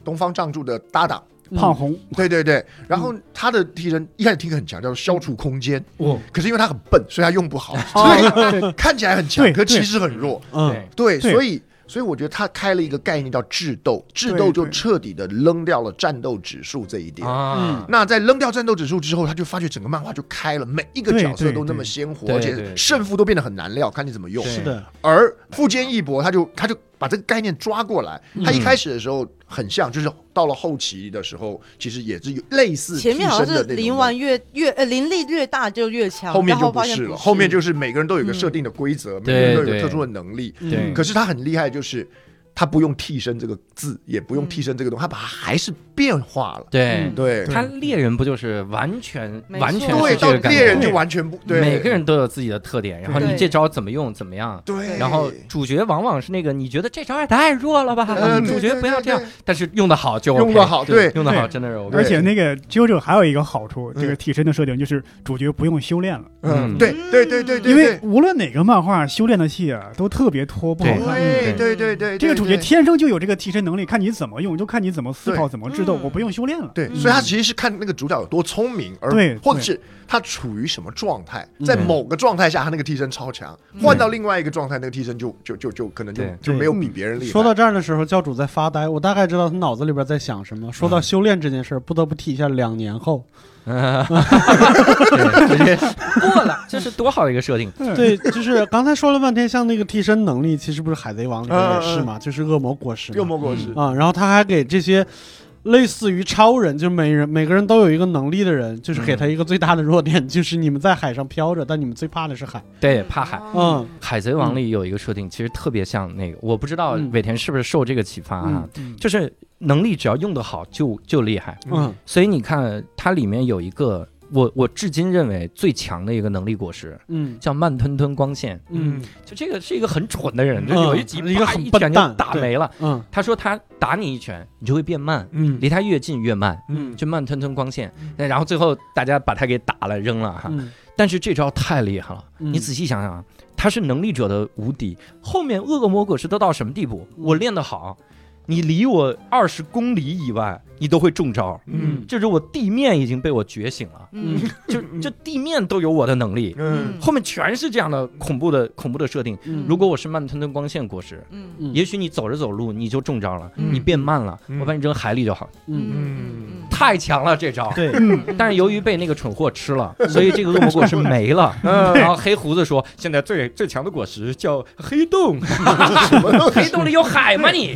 D: 东方仗助的搭档。
F: 胖红，
D: 对对对，然后他的替身一开始听很强，叫做消除空间。
F: 嗯
A: 哦
D: 可是因为他很笨，所以他用不好，
F: 对
D: 所以看起来很强，
F: 哦对
D: 可其
F: 对
D: 实很弱。
C: 嗯
A: 对
D: 对，
F: 对
D: 所以所以我觉得他开了一个概念叫智斗，智斗
F: 对
D: 就
F: 对
D: 彻底的扔掉了战斗指数这一点。
A: 啊，
D: 那在扔掉战斗指数之后，他就发觉整个漫画就开了，每一个
F: 对
D: 角色
F: 对
D: 都那
F: 对
D: 么鲜活，
A: 对
D: 而
A: 对
D: 且胜负都变得很难料，看你怎么用。
A: 对
C: 是的，
D: 而富坚义博他就他就把这个概念抓过来，他一
A: 嗯
D: 开始的时候很像，就是到了后期的时候，其实也是有类似
E: 前面
D: 替
E: 好
D: 身
E: 像是
D: 的那种
E: 灵完越越呃灵力越大就越强，
D: 后面
E: 然
D: 就
E: 发现
D: 是了，
E: 不
D: 后面就是每个人都有一个设定的规则，每个人都有一
A: 对
D: 个特殊的能力。
A: 对
C: 嗯
D: 可是他很厉害，就是他不用替身这个字，也不用替身这
A: 嗯
D: 个东西，他把它还是变化了。
A: 对
E: 嗯
D: 对，
A: 他猎人不就是完全
E: 没错
A: 完全
D: 对
A: 是
D: 到
A: 这个感觉
D: 猎人就完全不对，
A: 每个人都有自己的特点，然后你
E: 对
A: 这招怎么用怎么样。
D: 对，
A: 然后主角往往是那个你觉得这招也太弱了吧，
D: 呃对
A: 嗯主角
D: 对
A: 不要
D: 对
A: 这样
D: 对，
A: 但是用的好就 OK,
D: 用得好对
A: 用的好
F: 对
A: 真的是 OK，
F: 而 且那个 JoJo 还有一个好处，
D: 嗯
F: 这个替身的设定就是主角不用修炼了，
A: 嗯
D: 嗯，对对对对对，
A: 嗯
F: 因为无论哪个漫画修炼的戏啊，都特别拖，不好看。
D: 嗯对对对对对，
F: 这个主觉天生就有这个提升能力，看你怎么用，就看你怎么思考、
D: 对
F: 怎么智斗。
E: 嗯
F: 我不用修炼了，
D: 对，
E: 嗯
D: 所以他其实是看那个主角有多聪明，而
F: 对
D: 或者是他处于什么状态，
C: 嗯
D: 在某个状态下他那个替身超强，
E: 嗯
D: 换到另外一个状态，那个替身就就就就可能就
A: 对
D: 就没有比别人厉害。
C: 说到这儿的时候，教主在发呆，我大概知道他脑子里边在想什么。说到修炼这件事儿，不得不提一下两年后，
A: 对，直接过了，这是多好的一个设定。
C: 对，就是刚才说了半天，像那个替身能力，其实不是《海贼王》里边也是嘛，就是恶魔果实嘛
D: 恶魔
A: 嗯
D: 果实，
C: 啊。然后他还给这些类似于超人，就每人每个人都有一个能力的人，就是给他一个最大的弱点， 就是你们在海上漂着，但你们最怕的是海。
E: 哎
A: 对，怕海。
E: 哦
C: 嗯，
A: 海贼王里有一个设定，其实特别像那个，我不知道
C: 嗯
A: 尾田是不是受这个启发啊
C: 嗯，嗯
A: 就是能力只要用得好就就厉害。
C: 嗯
A: 所以你看，它里面有一个我我至今认为最强的一个能力果实，
C: 嗯
A: 叫慢吞吞光线。
C: 嗯
A: 就这个是一个很蠢的人，就
C: 嗯
A: 有一集
C: 一个
A: 啪
C: 很
A: 一
C: 笨
A: 拳就
C: 蛋
A: 打
C: 对
A: 没了。
C: 嗯
A: 他说他打你一拳，你就会变慢，
C: 嗯
A: 离他越近越慢，
C: 嗯
A: 就慢吞吞光线。那然后最后大家把他给打了扔了哈。
C: 嗯
A: 但是这招太厉害了，
C: 嗯
A: 你仔细想想啊，他是能力者的无敌。后面恶魔果实都到什么地步？
C: 嗯
A: 我练得好，你离我二十公里以外，你都会中招。
C: 嗯
A: 就是我地面已经被我觉醒 了，
E: 嗯
A: 就就地面都有我的能力。
D: 嗯，
A: 后面全是这样的恐怖的恐怖的设定。
C: 嗯
A: 如果我是慢吞吞光线果实，
E: 嗯
C: 嗯
A: 也许你走着走路你就中招了，
E: 嗯
A: 你变慢了，
D: 嗯
A: 我把你扔海里就好。
C: 嗯
E: 嗯
A: 太强了这招。
C: 对
A: 但是由于被那个蠢货吃了，所以这个恶魔果实没了。然后黑胡子说：“现在最最强的果实叫黑洞，
D: 什么都
A: 黑洞里有海吗你？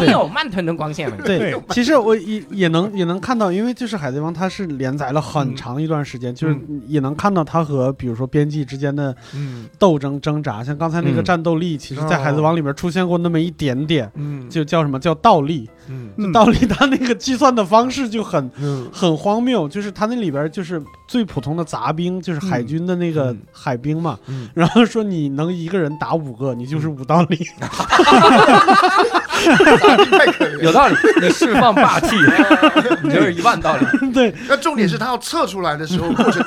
A: 你有慢吞吞光线吗？”
C: 对， 其实我也也能也能看到，因为就是《海贼王》，它是连载了很长一段时间，就是也能看到它和比如说编辑之间的
D: 嗯
C: 斗争挣扎。像刚才那个
A: 嗯
C: 战斗力，其实在《海贼王》里边出现过那么一点点，
D: 嗯
C: 就叫什么叫倒立。
D: 嗯
C: 就
F: 嗯
C: 倒立，它那个计算的方式就很
D: 嗯
C: 很荒谬，就是它那里边就是最普通的杂兵，就是海军的那个
D: 嗯
C: 海兵嘛。
D: 嗯
C: 然后说你能一个人打五个，你就是五道力。
D: 太可怜了。
A: 有道理，你释放霸气，你就是一万道理。
C: 对，
D: 那重点是他要测出来的时候过程。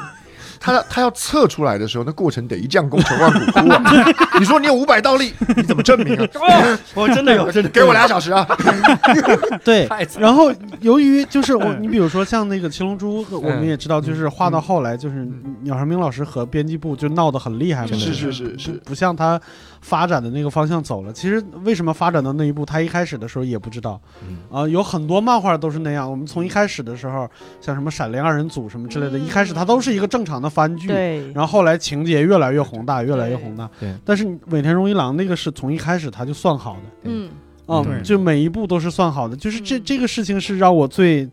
D: 他要他要测出来的时候，那过程得一将功成万骨枯啊！你说你有五百倒立，你怎么证明啊？
A: 哦，我真的有，真的
D: 给我俩小时啊！
C: 对，
A: 太惨了。
C: 然后，由于就是我，
F: 嗯
C: 你比如说像那个《七龙珠》，
A: 嗯
C: 我们也知道，就是画到后来，就是
D: 嗯
C: 鸟山明老师和编辑部就闹得很厉害嘛，
E: 嗯
D: 是是是是，
C: 不像他发展的那个方向走了。其实为什么发展到那一步，他一开始的时候也不知道
A: 嗯
C: 啊、有很多漫画都是那样。我们从一开始的时候，像什么《闪灵二人组》什么之类的，
E: 嗯
C: 一开始它都是一个正常的番剧，
E: 对，
C: 然后后来情节越来越宏大，越来越宏大。
A: 对对
C: 但是尾田荣一郎那个是从一开始他就算好的。
E: 嗯
C: 嗯，
F: 对
C: 就每一步都是算好的，就是这
E: 嗯
C: 这个事情是让我最，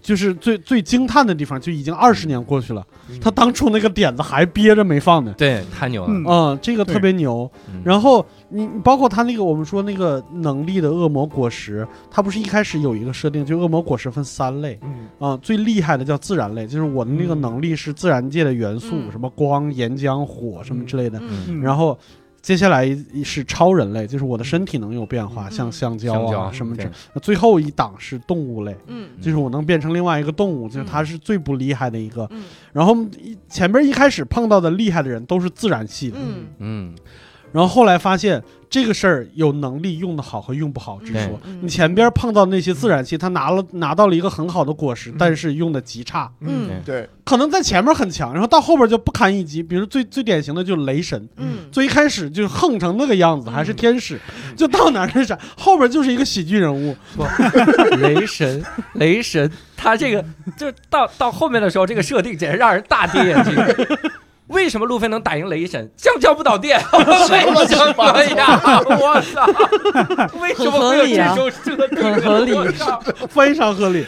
C: 就是最最惊叹的地方，就已经二十年过去了，
D: 嗯
C: 他当初那个点子还憋着没放呢，
A: 对，太牛了。
F: 嗯
C: 嗯，这个特别牛。
A: 嗯
C: 然后你你包括他那个我们说那个能力的恶魔果实，它不是一开始有一个设定，就恶魔果实分三类
D: 嗯
C: 啊、最厉害的叫自然类，就是我的那个能力是自然界的元素，
E: 嗯
C: 什么光、岩浆、火什么之类的，
E: 嗯
C: 然后。接下来是超人类，就是我的身体能有变化，
E: 嗯
C: 像香蕉
A: 香
C: 啊
A: 蕉
C: 什么之
A: 对
C: 那最后一档是动物类，
E: 嗯
C: 就是我能变成另外一个动物，就是
E: 嗯
C: 它是最不厉害的一个。
E: 嗯
C: 然后一前边一开始碰到的厉害的人都是自然系的，
E: 嗯，
A: 嗯，
C: 然后后来发现这个事儿有能力用的好和用不好之说。
E: 嗯
C: 你前边碰到那些自然系，他拿了拿到了一个很好的果实，
D: 嗯
C: 但是用的极差，
E: 嗯
D: 对，
C: 可能在前面很强，然后到后边就不堪一击。比如最最典型的就是雷神，
E: 嗯
C: 最一开始就横成那个样子，还是
E: 嗯
C: 天使，就到哪儿是啥，后边就是一个喜剧人物。
A: 雷神，雷神，他这个就是到到后面的时候，这个设定简直让人大跌眼镜。 为什么路飞能打赢雷神？香蕉不倒电，为什么呀？ 我操！为什么会有
F: 啊
A: 这种设定？
E: 很合理啊
A: 我 操
C: 非常合理。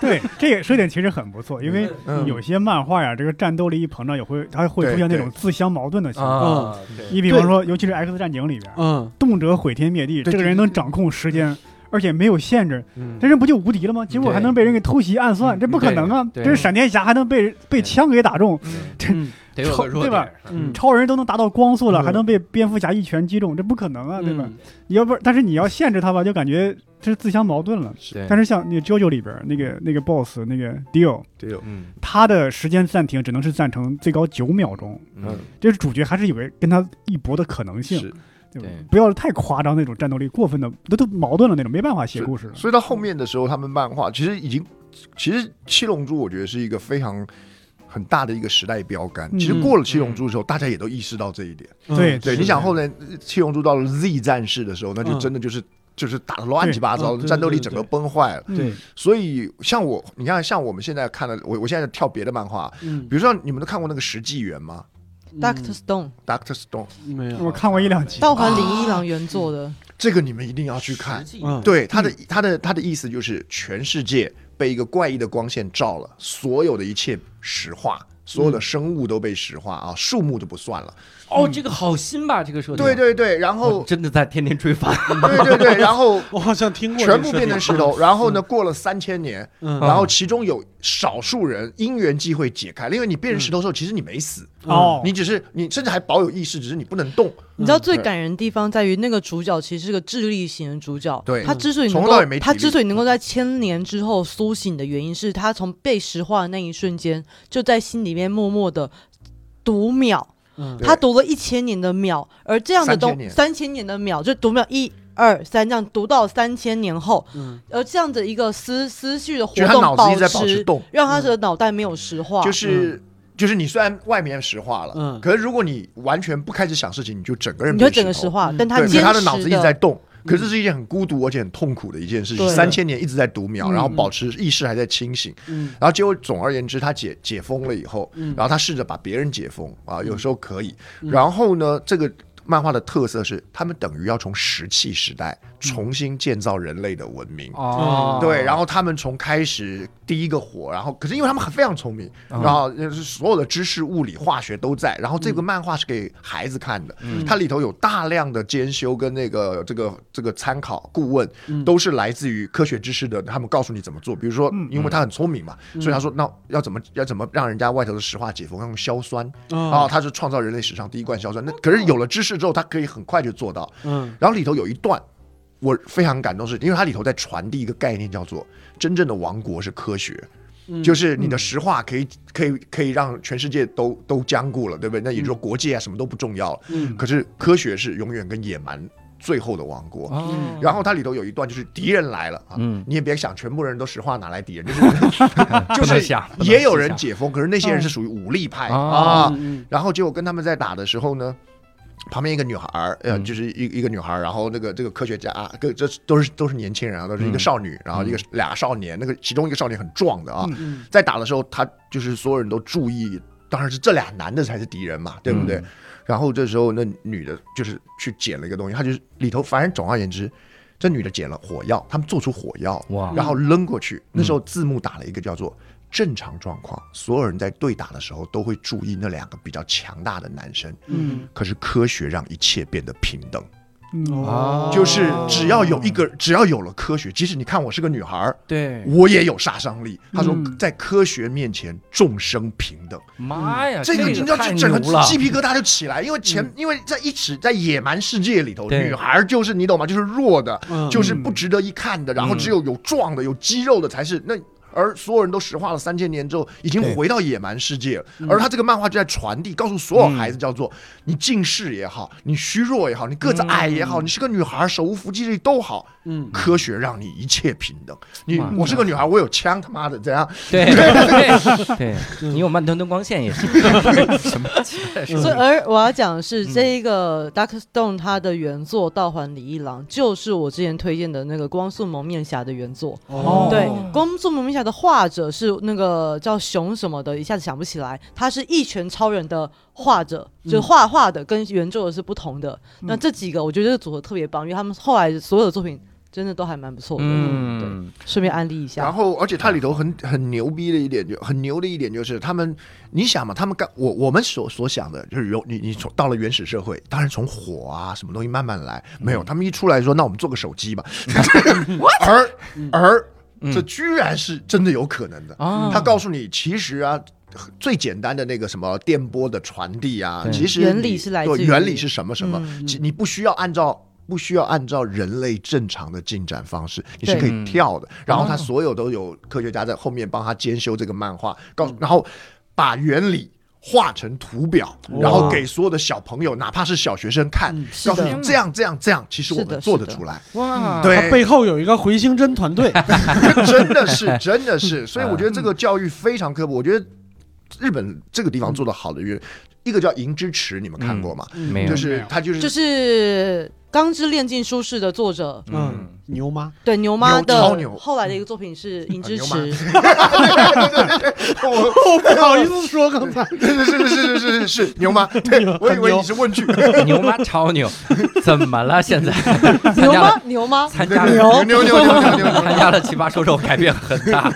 F: 对这个设定其实很不错，因为
D: 嗯
F: 有些漫画呀，这个战斗力一膨胀，也会它会出现那种自相矛盾的情况。
A: 啊！
F: 你比方说，尤其是 X 战警里边，
C: 嗯，
F: 动辄毁天灭地，
D: 对
F: 这个人能掌控时间，而且没有限制，
A: 嗯
F: 这人不就无敌了吗？结果
A: 对
F: 还能被人给偷袭暗算，这不可能啊！
A: 对对
F: 这闪电侠还能被
A: 对
F: 被枪给打 中，
C: 嗯
A: 得有个弱
F: 对吧
A: 点，
C: 嗯
F: 超人都能达到光速了，
C: 嗯
F: 还能被蝙蝠侠一拳击中，这不可能啊，对吧？
C: 嗯
F: 你要不是，但是你要限制他吧，就感觉这是自相矛盾了。
A: 对
F: 但是像那个 JoJo 里边那个那个 BOSS 那个 Dio，
D: 对有，
A: 嗯
F: 他的时间暂停只能是暂停最高九秒钟，
A: 嗯
F: 就是主角还是有个跟他一搏的可能性。对吧
A: 对
F: 不要太夸张那种战斗力过分的，那都矛盾了那种，没办法写故事了。
D: 所以到后面的时候，他们漫画其实已经，其实《七龙珠》我觉得是一个非常很大的一个时代标杆。
F: 嗯
D: 其实过了《七龙珠》之后，大家也都意识到这一点。
F: 对
D: 对，
F: 是
D: 你想后
C: 来，
D: 来《七龙珠》到了 Z 战士的时候，那就
C: 嗯
D: 真的就是。就是打的乱七八糟
C: 对嗯
D: 的，
C: 对
D: 战斗力整个崩坏了。
F: 嗯
C: 对，
D: 所以像我，你看，像我们现在看的，我我现在跳别的漫画，
C: 嗯
D: 比如说你们都看过那个《十纪元》吗
E: Doctor Stone，
C: 嗯
D: ？Doctor Stone，
C: 没有，
F: 我看过一两集，
E: 道环林一郎原作的，
D: 这个你们一定要去看。
C: 嗯，
D: 对他的他的他的意思就是，全世界被一个怪异的光线照了，所有的一切石化，所
C: 嗯
D: 有的生物都被石化啊，树木都不算了。
A: 哦，这个好新吧，这个设定。
D: 对对对，然
A: 我
D: 后
C: 哦
A: 真的在天天追番。
D: 对对对，然后
C: 我好像听过这个
D: 全
C: 设定，
D: 部变成石头。然
E: 嗯
D: 后呢，过了三千年，
C: 嗯，
D: 然后其中有少数人因缘际会解开了，因为你变成石头的时候，其实你没死，
E: 嗯
F: 哦，
D: 你只是你甚至还保有意识，只是你不能动。
E: 你知道最感人的地方在于那个主角其实是个智力型的主角，
D: 对
E: 他
C: 嗯
E: 之所以能
D: 从头
E: 够
D: 到尾没体力嗯
E: 他之所以能够在千年之后苏醒的原因是他从被石化的那一瞬间就在心里面默默的读秒，
C: 嗯
D: 对
E: 他读了一千年的秒，而这样的
D: 3000
E: 东
D: 年
E: 三千年的秒就读秒一。二三这样读到三千年后，
C: 嗯
E: 而这样的一个思思绪的活
D: 就是他
E: 动
D: 脑子一直在保持
E: 持，嗯
D: 动嗯
E: 让他的脑袋没有石化。
D: 就是就是你虽然外面石化了，
C: 嗯
D: 可是如果你完全不开始想事情，你就整个人
E: 你就
D: 变
E: 整个
D: 头
E: 石化，
C: 嗯
E: 但
D: 对，可
E: 坚
D: 是
E: 持
D: 他的脑子一直
E: 地
D: 在动。可是这是一件很孤独而且很痛苦的一件事情，
E: 对
D: 三千年一直在读秒，
E: 嗯
D: 然后保持意识还在清醒，
C: 嗯
D: 然后结果总而言之，他解解封了以后，
C: 嗯
D: 然后他试着把别人解封啊，有时候可以。然后呢，这个漫画的特色是，他们等于要从石器时代重新建造人类的文明。
A: 哦
D: 嗯对，然后他们从开始第一个火，然后可是因为他们很非常聪明，
A: 嗯
D: 然后就是所有的知识、物理、化学都在。然后这个漫画是给孩子看的，
A: 嗯
D: 它里头有大量的监修跟那个这个这个参考顾问，
C: 嗯
D: 都是来自于科学知识的。他们告诉你怎么做，比如说，
A: 嗯
D: 因为他很聪明嘛，所以他说那要怎么要怎么让人家外头的石化解封，要用硝酸
A: 哦
D: 啊、
C: 啊，
D: 他是创造人类史上第一罐硝酸。那可是有了知识之后，他可以很快就做到。
C: 嗯
D: 然后里头有一段我非常感动是，因为它里头在传递一个概念，叫做真正的王国是科学。
C: 嗯
D: 就是你的石化可以、可以可以让全世界都都僵固了，对不对？那也就是说国界啊什么都不重要了。
C: 嗯
D: 可是科学是永远跟野蛮最后的王国。
A: 哦
D: 然后它里头有一段就是敌人来了啊，
A: 嗯
D: 你也别想全部人都石化拿来敌人，就是 就
A: 不能
D: 是
A: 下不能
D: 也有人
A: 下
D: 解封，可是那些人是属于武力派
A: 哦
D: 啊，
C: 嗯
D: 然后结果跟他们在打的时候呢，旁边一个女孩儿，呃，
A: 嗯
D: 就是一一个女孩儿，然后那个这个科学家，啊个这都是都是年轻人啊，都是一
A: 嗯
D: 个少女，然后一个俩少年，那个其中一个少年很壮的啊，
C: 嗯
D: 在打的时候，他就是所有人都注意，当然是这俩男的才是敌人嘛，对不对？
A: 嗯
D: 然后这时候那女的就是去捡了一个东西，她就是里头，反正总而言之，这女的捡了火药，他们做出火药，
A: 哇
D: 然后扔过去。那时候字幕打了一个叫做。正常状况，所有人在对打的时候都会注意那两个比较强大的男生。
C: 嗯
D: 可是科学让一切变得平等，
F: 嗯，
A: 哦
D: 就是只要有一个，只要有了科学，即使你看我是个女孩儿，
A: 对，
D: 我也有杀伤力。他说
F: 嗯，
D: 在科学面前，众生平等，
A: 妈呀，
D: 这
A: 哎个
D: 个你知道，
A: 太
D: 就整个
A: 牛了
D: 鸡皮疙瘩就起来，因为前，因为在一起在野蛮世界里头，
A: 对
D: 女孩儿就是你懂吗？就是弱的，
C: 嗯
D: 就是不值得一看
A: 嗯
D: 的，然后只有有壮的、有肌肉的才是那。而所有人都石化了三千年之后，已经回到野蛮世界了。而他这个漫画就在传递，告诉所有孩子，叫做你近视也好，你虚弱也好，你个子矮也好，你是个女孩，手无缚鸡之力都好。
C: 嗯
D: 科学让你一切平等。你
A: 哇
D: 我是个女孩，我有枪，他妈的怎 样？
A: 对 对对，你有慢吞吞光线也行。什么奇怪的
D: 嗯
A: 事
E: 所以，
A: 情？
E: 而我要讲的是，这一个 Dark Stone 它的原作《道环李一郎》就是我之前推荐的那个《光速蒙面侠》的原作。
C: 哦
E: 对，《光速蒙面侠》的画者是那个叫熊什么的，一下子想不起来。他是一拳超人的画者，
D: 嗯
E: 就是画画的跟原作的是不同的。那这几个我觉得这个组合特别棒，因为他们后来所有的作品真的都还蛮不错的。对，
A: 嗯，
E: 顺便安利一
D: 然
E: 下。
D: 后，而且它里头很很牛逼的一点，就很牛的一点就是他们，你想嘛，他们刚我我们所所想的就是有你你从到了原始社会，当然从火啊什么东西慢慢来，没
A: 嗯
D: 有他们一出来说，那我们做个手机 吧，而
A: 嗯
D: 而这居然是真的有可能的，
A: 啊，
D: 他告诉你其实啊。最简单的那个什么电波的传递啊，
A: 对
D: 其实
E: 原
D: 你
E: 理是来
D: 对
E: 自于
D: 原理是什么什么，
E: 嗯
D: 其你不需要按照不需要按照人类正常的进展方式，你是可以跳
E: 嗯
D: 的。然后
E: 哦
D: 他
E: 嗯
D: 所有都有科学家在后面帮他监修这个漫画，告然后把原理。画成图表，
C: 哇
D: 然后给所有的小朋友，哪怕是小学生看，
C: 嗯
D: 告诉
E: 是的
D: 你这样这样这样，其实我
E: 是的
D: 们做
E: 是
D: 得
E: 的
D: 出来，
A: 哇，
D: 对
C: 他背后有一个回形针团队，
D: 真 的是真的是，所以我觉得这个教育非常刻薄。我觉得日本这个地方做的好的，就是一个叫银之池，你们看过
E: 嗯
D: 吗？
A: 没有
D: 就
F: 没
D: 是
F: 有
D: 他就是
E: 就是《钢之炼金术士》的作者，
C: 嗯，牛妈，
E: 对牛妈
D: 牛超
E: 的
D: 牛嗯
E: 后来的一个作品是《银之
D: 啊牛
E: 匙》，
D: 我
E: 哦
C: 我不好意思 说刚才，
D: 是是是是是是是牛吗？对，我以为你是问句。
A: 牛妈超牛，怎么了？现在参
E: 牛
A: 加了
E: 妈牛妈，
A: 参加了
D: 牛牛牛牛牛 牛
A: 参加了 奇葩说之后改变很大，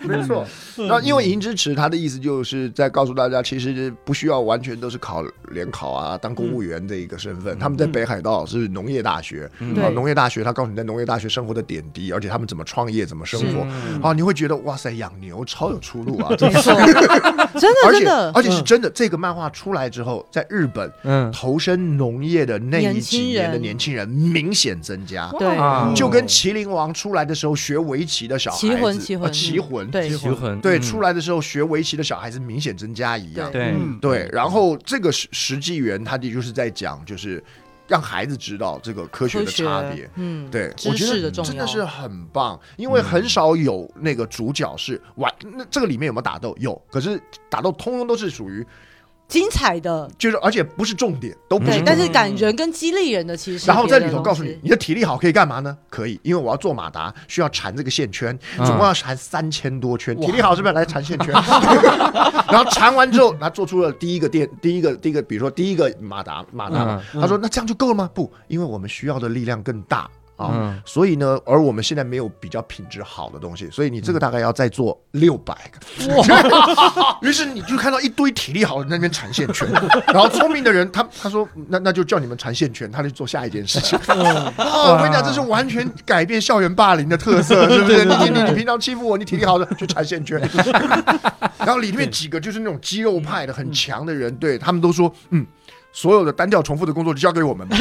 D: 没错。那因为银之池，他的意思就是在告诉大家，其实不需要完全都是考联考啊，当公务员这一个身份。他们在北海道是农业大学，
A: 嗯
D: 啊，
E: 对
D: 农业大学，他告诉你在农业大学生活的点滴，而且他们怎么创业，怎么生活。
A: 嗯
D: 啊，你会觉得哇塞，养牛超有出路啊！这
E: 没错， 真的
D: 而
E: 真
D: 且
E: 的，
D: 而且是真的，这个漫画出来之后，在日本
A: 嗯，
D: 投身农业的那一几年的
E: 年
D: 年轻人明显增加。
E: 对
A: 哇
D: 就跟麒麟王出来的时候学围棋的小孩子，
E: 棋魂棋魂
D: 呃棋魂，
E: 对
A: 徐魂
D: 对，
A: 嗯
D: 出来的时候学围棋的小孩子明显增加一样。
A: 对
F: 嗯
D: 对，然后这个实实际员他的就是在讲，就是让孩子知道这个科学
E: 科
D: 的
E: 学
D: 差别。，
E: 嗯，
D: 对，我
E: 知
D: 觉
E: 识
D: 得
E: 的重要，
D: 真的是很棒，因为很少有那个主角是完，那这个里面有没有打斗？有，可是打斗通通都是属于，
E: 精彩的，
D: 就是而且不是重点，都不是
E: 对
D: 重，点。
E: 但是感人跟激励人的其实，
D: 嗯然后在里头告诉你，，你的体力好可以干嘛呢？可以，因为我要做马达，需要缠这个线圈，
A: 嗯
D: 总啊共要缠三千多圈。体力好是不是来缠线圈？然后缠完之后，他做出了第一个电，第一个第一个，比如说第一个马达马达嘛，
C: 嗯
D: 他说那这样就够了吗？不，因为我们需要的力量更大啊。
A: 嗯
D: 所以呢，而我们现在没有比较品质好的东西，所以你这个大概要再做六百个。 于是你就看到一堆体力好的人在那边缠线圈，然后聪明的人他他说那那就叫你们缠线圈，他就做下一件事情。哦，我跟你讲，这是完全改变校园霸凌的特色，是不是？你你你平常欺负我，你体力好的去缠线圈。 然后里面几个就是那种肌肉派的很强的人，对他们都说，嗯，所有的单调重复的工作就交给我们吧。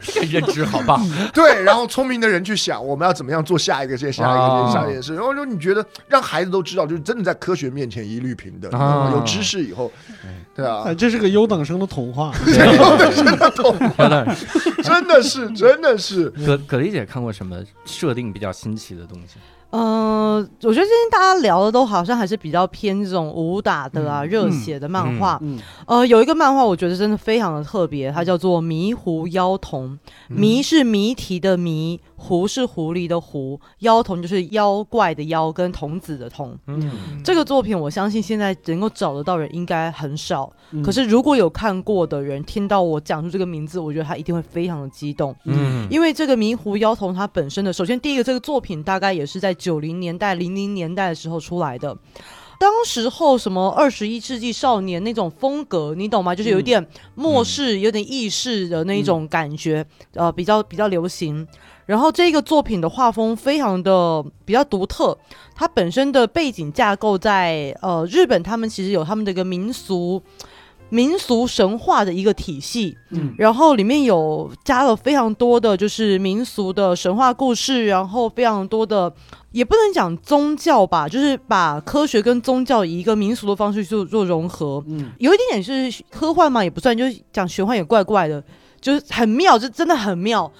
A: 这个认知好棒，
D: 对，然后聪明的人去想我们要怎么样做下一个事，下一个
A: 啊
D: 事，下一件事。然后就你觉得让孩子都知道，就是真的在科学面前一律平等，
A: 啊
D: 有知识以后，对啊
C: 哎，，这是个优等生的童话，
A: 有点
D: 真的是，
A: 嗯
D: 真的是，
A: 葛葛丽姐看过什么设定比较新奇的东西？
E: 呃，我觉得今天大家聊的都好像还是比较偏这种武打的啊、热血的漫画。
C: 嗯
E: 呃，有一个漫画我觉得真的非常的特别，它叫做《迷狐妖童》。
D: 嗯
E: 嗯迷是谜题的迷，狐是狐狸的狐，妖童就是妖怪的妖跟童子的童。
A: 嗯，
E: 这个作品我相信现在能够找得到人应该很少，
C: 嗯
E: 可是如果有看过的人听到我讲出这个名字，我觉得他一定会非常的激动。
A: 嗯，
E: 因为这个《迷糊妖童》它本身的，首先第一个这个作品大概也是在九零年代、零零年代的时候出来的。当时候什么二十一世纪少年那种风格，你懂吗？就是有一点末世、有点意识的那种感觉，呃，比较比较流行。然后这个作品的画风非常的比较独特，它本身的背景架构在呃日本，他们其实有他们的一个民俗民俗神话的一个体系，
C: 嗯
E: 然后里面有加了非常多的就是民俗的神话故事，然后非常多的也不能讲宗教吧，就是把科学跟宗教以一个民俗的方式去做做融合，
C: 嗯
E: 有一点点是科幻嘛，也不算，就是讲玄幻也怪怪的，就是很妙，就真的很妙。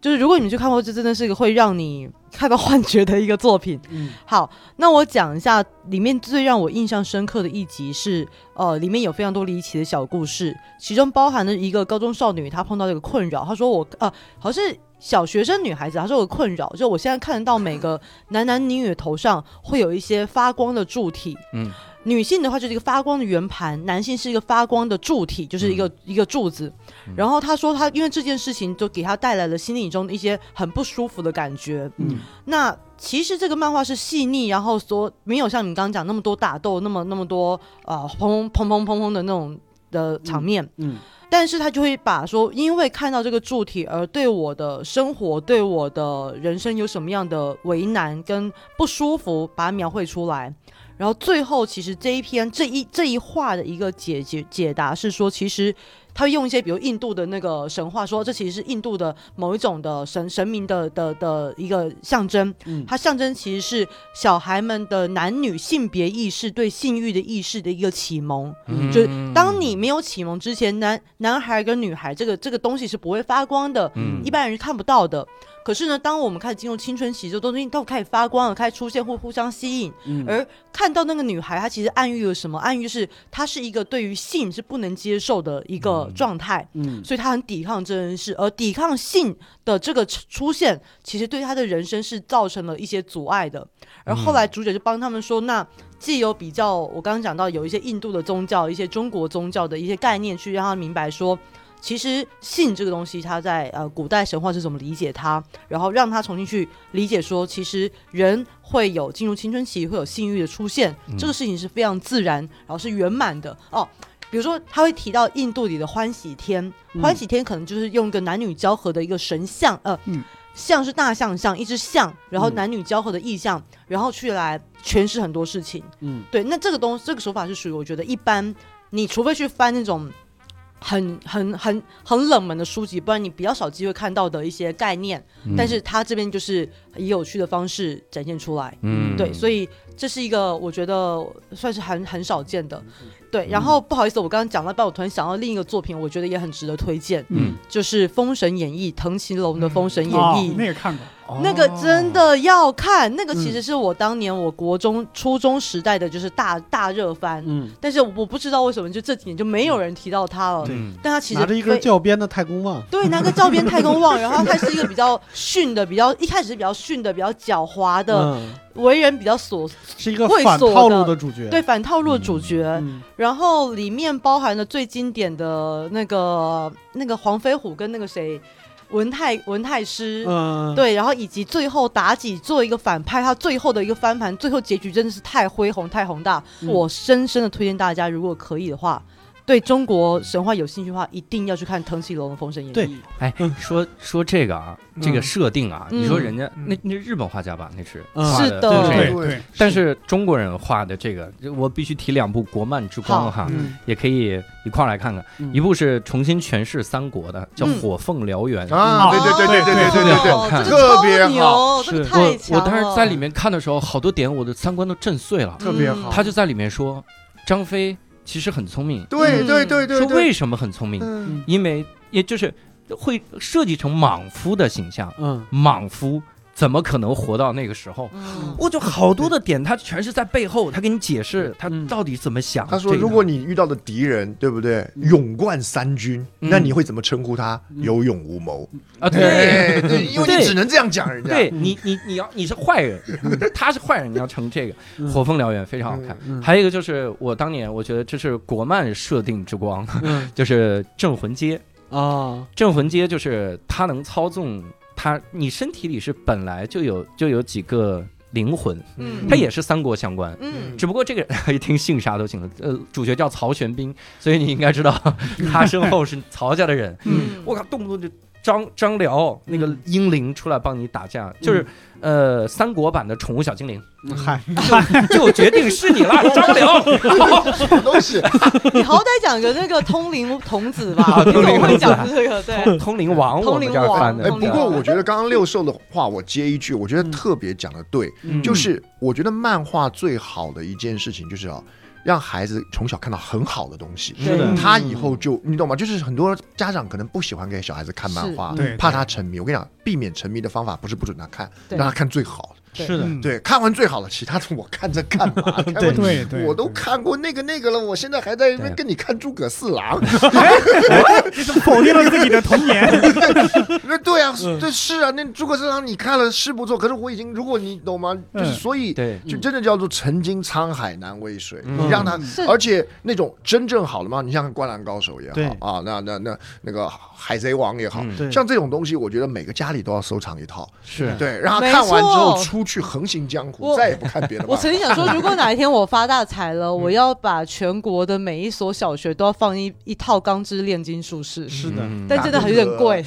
E: 就是如果你们去看过，这真的是一个会让你 看到幻觉的一个作品。
C: 嗯
E: 好，那我讲一下里面最让我印象深刻的一集是，呃，里面有非常多离奇的小故事，其中包含了一个高中少女，她碰到这个困扰，她说我呃，好像是小学生女孩子，她说我困扰，就我现在看得到每个男男女女的头上会有一些发光的柱体，
A: 嗯，
E: 女性的话就是一个发光的圆盘，男性是一个发光的柱体，就是一个、一个柱子。然后她说她因为这件事情就给她带来了心理中一些很不舒服的感觉，
C: 嗯
E: 那其实这个漫画是细腻，然后所没有像你刚刚讲那么多打斗，那么那么多啊砰砰砰砰砰砰的那种的场面，
C: 嗯
E: 但是他就会把说，因为看到这个柱体而对我的生活、对我的人生有什么样的为难跟不舒服，把它描绘出来。然后最后，其实这一篇这一这一话的一个解解解答是说，其实他会用一些比如印度的那个神话说，这其实是印度的某一种的神神明的的的一个象征，
C: 嗯
E: 它象征其实是小孩们的男女性别意识对性欲的意识的一个启蒙。
A: 嗯
E: 就是当你没有启蒙之前，男男孩跟女孩这个这个东西是不会发光的，
A: 嗯
E: 一般人是看不到的。可是呢，当我们开始进入青春期，这东西都开始发光了，开始出现互互相吸引。
C: 嗯
E: 而看到那个女孩，她其实暗喻了什么？暗喻是她是一个对于性是不能接受的一个
A: 嗯
E: 状态，
C: 嗯
E: 所以她很抵抗这件事。而抵抗性的这个出出现，其实对她的人生是造成了一些阻碍的。而后来主角就帮他们说，那既有比较，我刚刚讲到有一些印度的宗教、一些中国宗教的一些概念，去让他明白说，其实性这个东西，它在呃古代神话是怎么理解它，然后让他重新去理解说，其实人会有进入青春期，会有性欲的出现，
A: 嗯
E: 这个事情是非常自然，然后是圆满的哦。比如说，他会提到印度里的欢喜天，
C: 嗯
E: 欢喜天可能就是用一个男女交合的一个神像，呃，
F: 嗯
E: 像是大象像一只象，然后
C: 嗯
E: 男女交合的意象，然后去来诠释很多事情。
C: 嗯
E: 对，那这个东这个手法是属于我觉得一般，你除非去翻那种很很很很冷门的书籍，不然你比较少机会看到的一些概念。
C: 嗯
E: 但是他这边就是以有趣的方式展现出来。
A: 嗯，
E: 对，所
A: 以
E: 以这是一个我觉得算是很很少见的，
C: 嗯
E: 对。然后不好意思，我刚刚讲到一半，我突然想到另一个作品，我觉得也很值得推荐，
A: 嗯
E: 就是《封神演义》，藤崎龙的《封神演
F: 哦
E: 义》
F: 那个看过，
C: 啊
E: 那
C: 哦
E: 个真的要看，那个
C: 嗯
E: 其实是我当年我国中、初中时代的就是大大热番，
C: 嗯，
E: 但是我不知道为什么就这几年就没有人提到它了。
C: 对
A: 嗯
E: 但它其实
C: 嗯拿着一根
E: 非
C: 教鞭的太公望，
E: 对，拿个照片太空望，然后它是一个比较逊的，比较一开始是比较逊的，比较狡猾的，
C: 嗯，
E: 为人比较琐，
C: 是一个
E: 猥
C: 反
E: 琐
C: 套路
E: 的
C: 的主角，
E: 对，反套路的主角。
C: 嗯，
E: 然后里面包含了最经典的那个那个黄飞虎跟那个谁文太文太师，
C: 嗯，
E: 对，然后以及最后妲己作为一个反派，他最后的一个翻盘，最后结局真的是太恢宏、太宏大。
C: 嗯
E: 我深深的推荐大家，如果可以的话，对中国神话有兴趣的话，一定要去看藤崎龙的《封神演义》。
C: 对
A: 哎，说说这个啊，这个设定啊，
E: 嗯
A: 你说人家
D: 嗯
A: 那那日本画家吧，那是
C: 嗯
A: 画
E: 是的
A: 这个
E: 对
F: 对
D: 对
F: 对，
A: 但是中国人画的这个，我必须提两部国漫之光哈，
C: 嗯
A: 也可以一块儿来看看。
C: 嗯
A: 一部是重新诠释三国的，叫
E: 嗯
A: 《火凤燎原》
D: 啊，对对对对对对对对，
E: 哦这个
D: 特
E: 超
D: 别
E: 牛
D: 好
E: 这个
C: 是
E: 太
A: 我
E: 强
A: 我
E: 了。
A: 当时在里面看的时候，好多点我的三观都震碎了。
D: 特别好
A: 他就在里面说，张飞其实很聪明，
D: 对对对对
A: 说
D: 对，
A: 为什么很聪明？
D: 嗯
A: 因为也就是会设计成莽夫的形象，
C: 嗯，
A: 莽夫怎么可能活到那个时候？
E: 嗯
A: 我就好多的点，他全是在背后，他给你解释他
C: 嗯
A: 到底怎么想。
D: 他说：“
A: 这个
D: 如果你遇到的敌人，对不对？勇冠三军，
A: 嗯
D: 那你会怎么称呼他？
C: 嗯
D: 有勇无谋。
A: 啊，对。
D: 对，对因为
A: 对
D: 你只能这样讲人家。
A: 对你，你你要你是坏人，
D: 嗯
A: 他是坏人，你要成这个
C: 嗯
A: 《火凤燎原》非常好看。
C: 嗯
A: 还有一个就是我当年我觉得这是国漫设定之光，
C: 嗯
A: 就是《镇魂街》。
C: 啊，
A: 《镇魂街》就是它能操纵它，你身体里是本来就有就有几个灵魂，
E: 嗯
A: 它也是三国相关。
E: 嗯，
A: 只不过这个 一听姓啥都行了，呃，主角叫曹玄彬，所以你应该知道他身后是曹家的人。
E: 嗯
A: 我靠，动不动就张张辽那个英灵出来帮你打架，就是呃三国版的宠物小精灵，
F: 嗯
C: 嗨，
A: 就决定是你了，张辽。
D: 什么东 西？
E: 你好歹讲个那个通灵童子吧，
A: 啊
E: 你
A: 通灵
E: 总会
A: 童子
E: 讲这 个对。
A: 通灵王，我们这样翻的。
D: 哎，
E: 通
D: 不
E: 灵王
D: 过我觉得刚刚六兽的话，我接一句，我觉得
A: 嗯
D: 特别讲的对，
F: 嗯
D: 就是我觉得漫画最好的一件事情就是啊，让孩子从小看到很好的东西。”
C: 是的，
E: 嗯
D: 他以后就你懂吗？就是很多家长可能不喜欢给小孩子看漫画
E: 是，
F: 对
D: 怕他沉迷。我跟你讲，避免沉迷的方法不是不准他看，
E: 对
D: 让他看最好的。
E: 对
C: 是的，
F: 嗯
D: 对，看完最好的，其他的我看着干嘛？ 看
C: 对
D: 完
F: 对对，
D: 我都看过那个那个了，我现在还在那边跟你看诸葛四郎。
F: 否定了自己的童年。
D: 那对啊，
F: 嗯
D: 对是啊，那诸葛四郎你看了是不错，可是我已经，如果你懂吗？就是
F: 嗯
D: 所以
A: 对，
D: 就真的叫做曾经沧海难为水，
A: 嗯
D: 你让 他
E: 是，
D: 而且那种真正好的嘛，你像《灌篮高手》也
C: 对
D: 好啊，那那那那个《海贼王》也好。
A: 嗯
C: 对，
D: 像这种东西，我觉得每个家里都要收藏一套，
A: 是
D: 对，让他
E: 没
D: 看完之后
E: 错
D: 出去横行江湖，
E: 我
D: 再也不看别的漫画。
E: 我曾经 想说，如果哪一天我发大财
A: 嗯
E: 了，我要把全国的每一所小学都要放一
A: 嗯
E: 一套《钢之炼金术士》。
A: 啊
C: 是的，
E: 但真的很有点贵，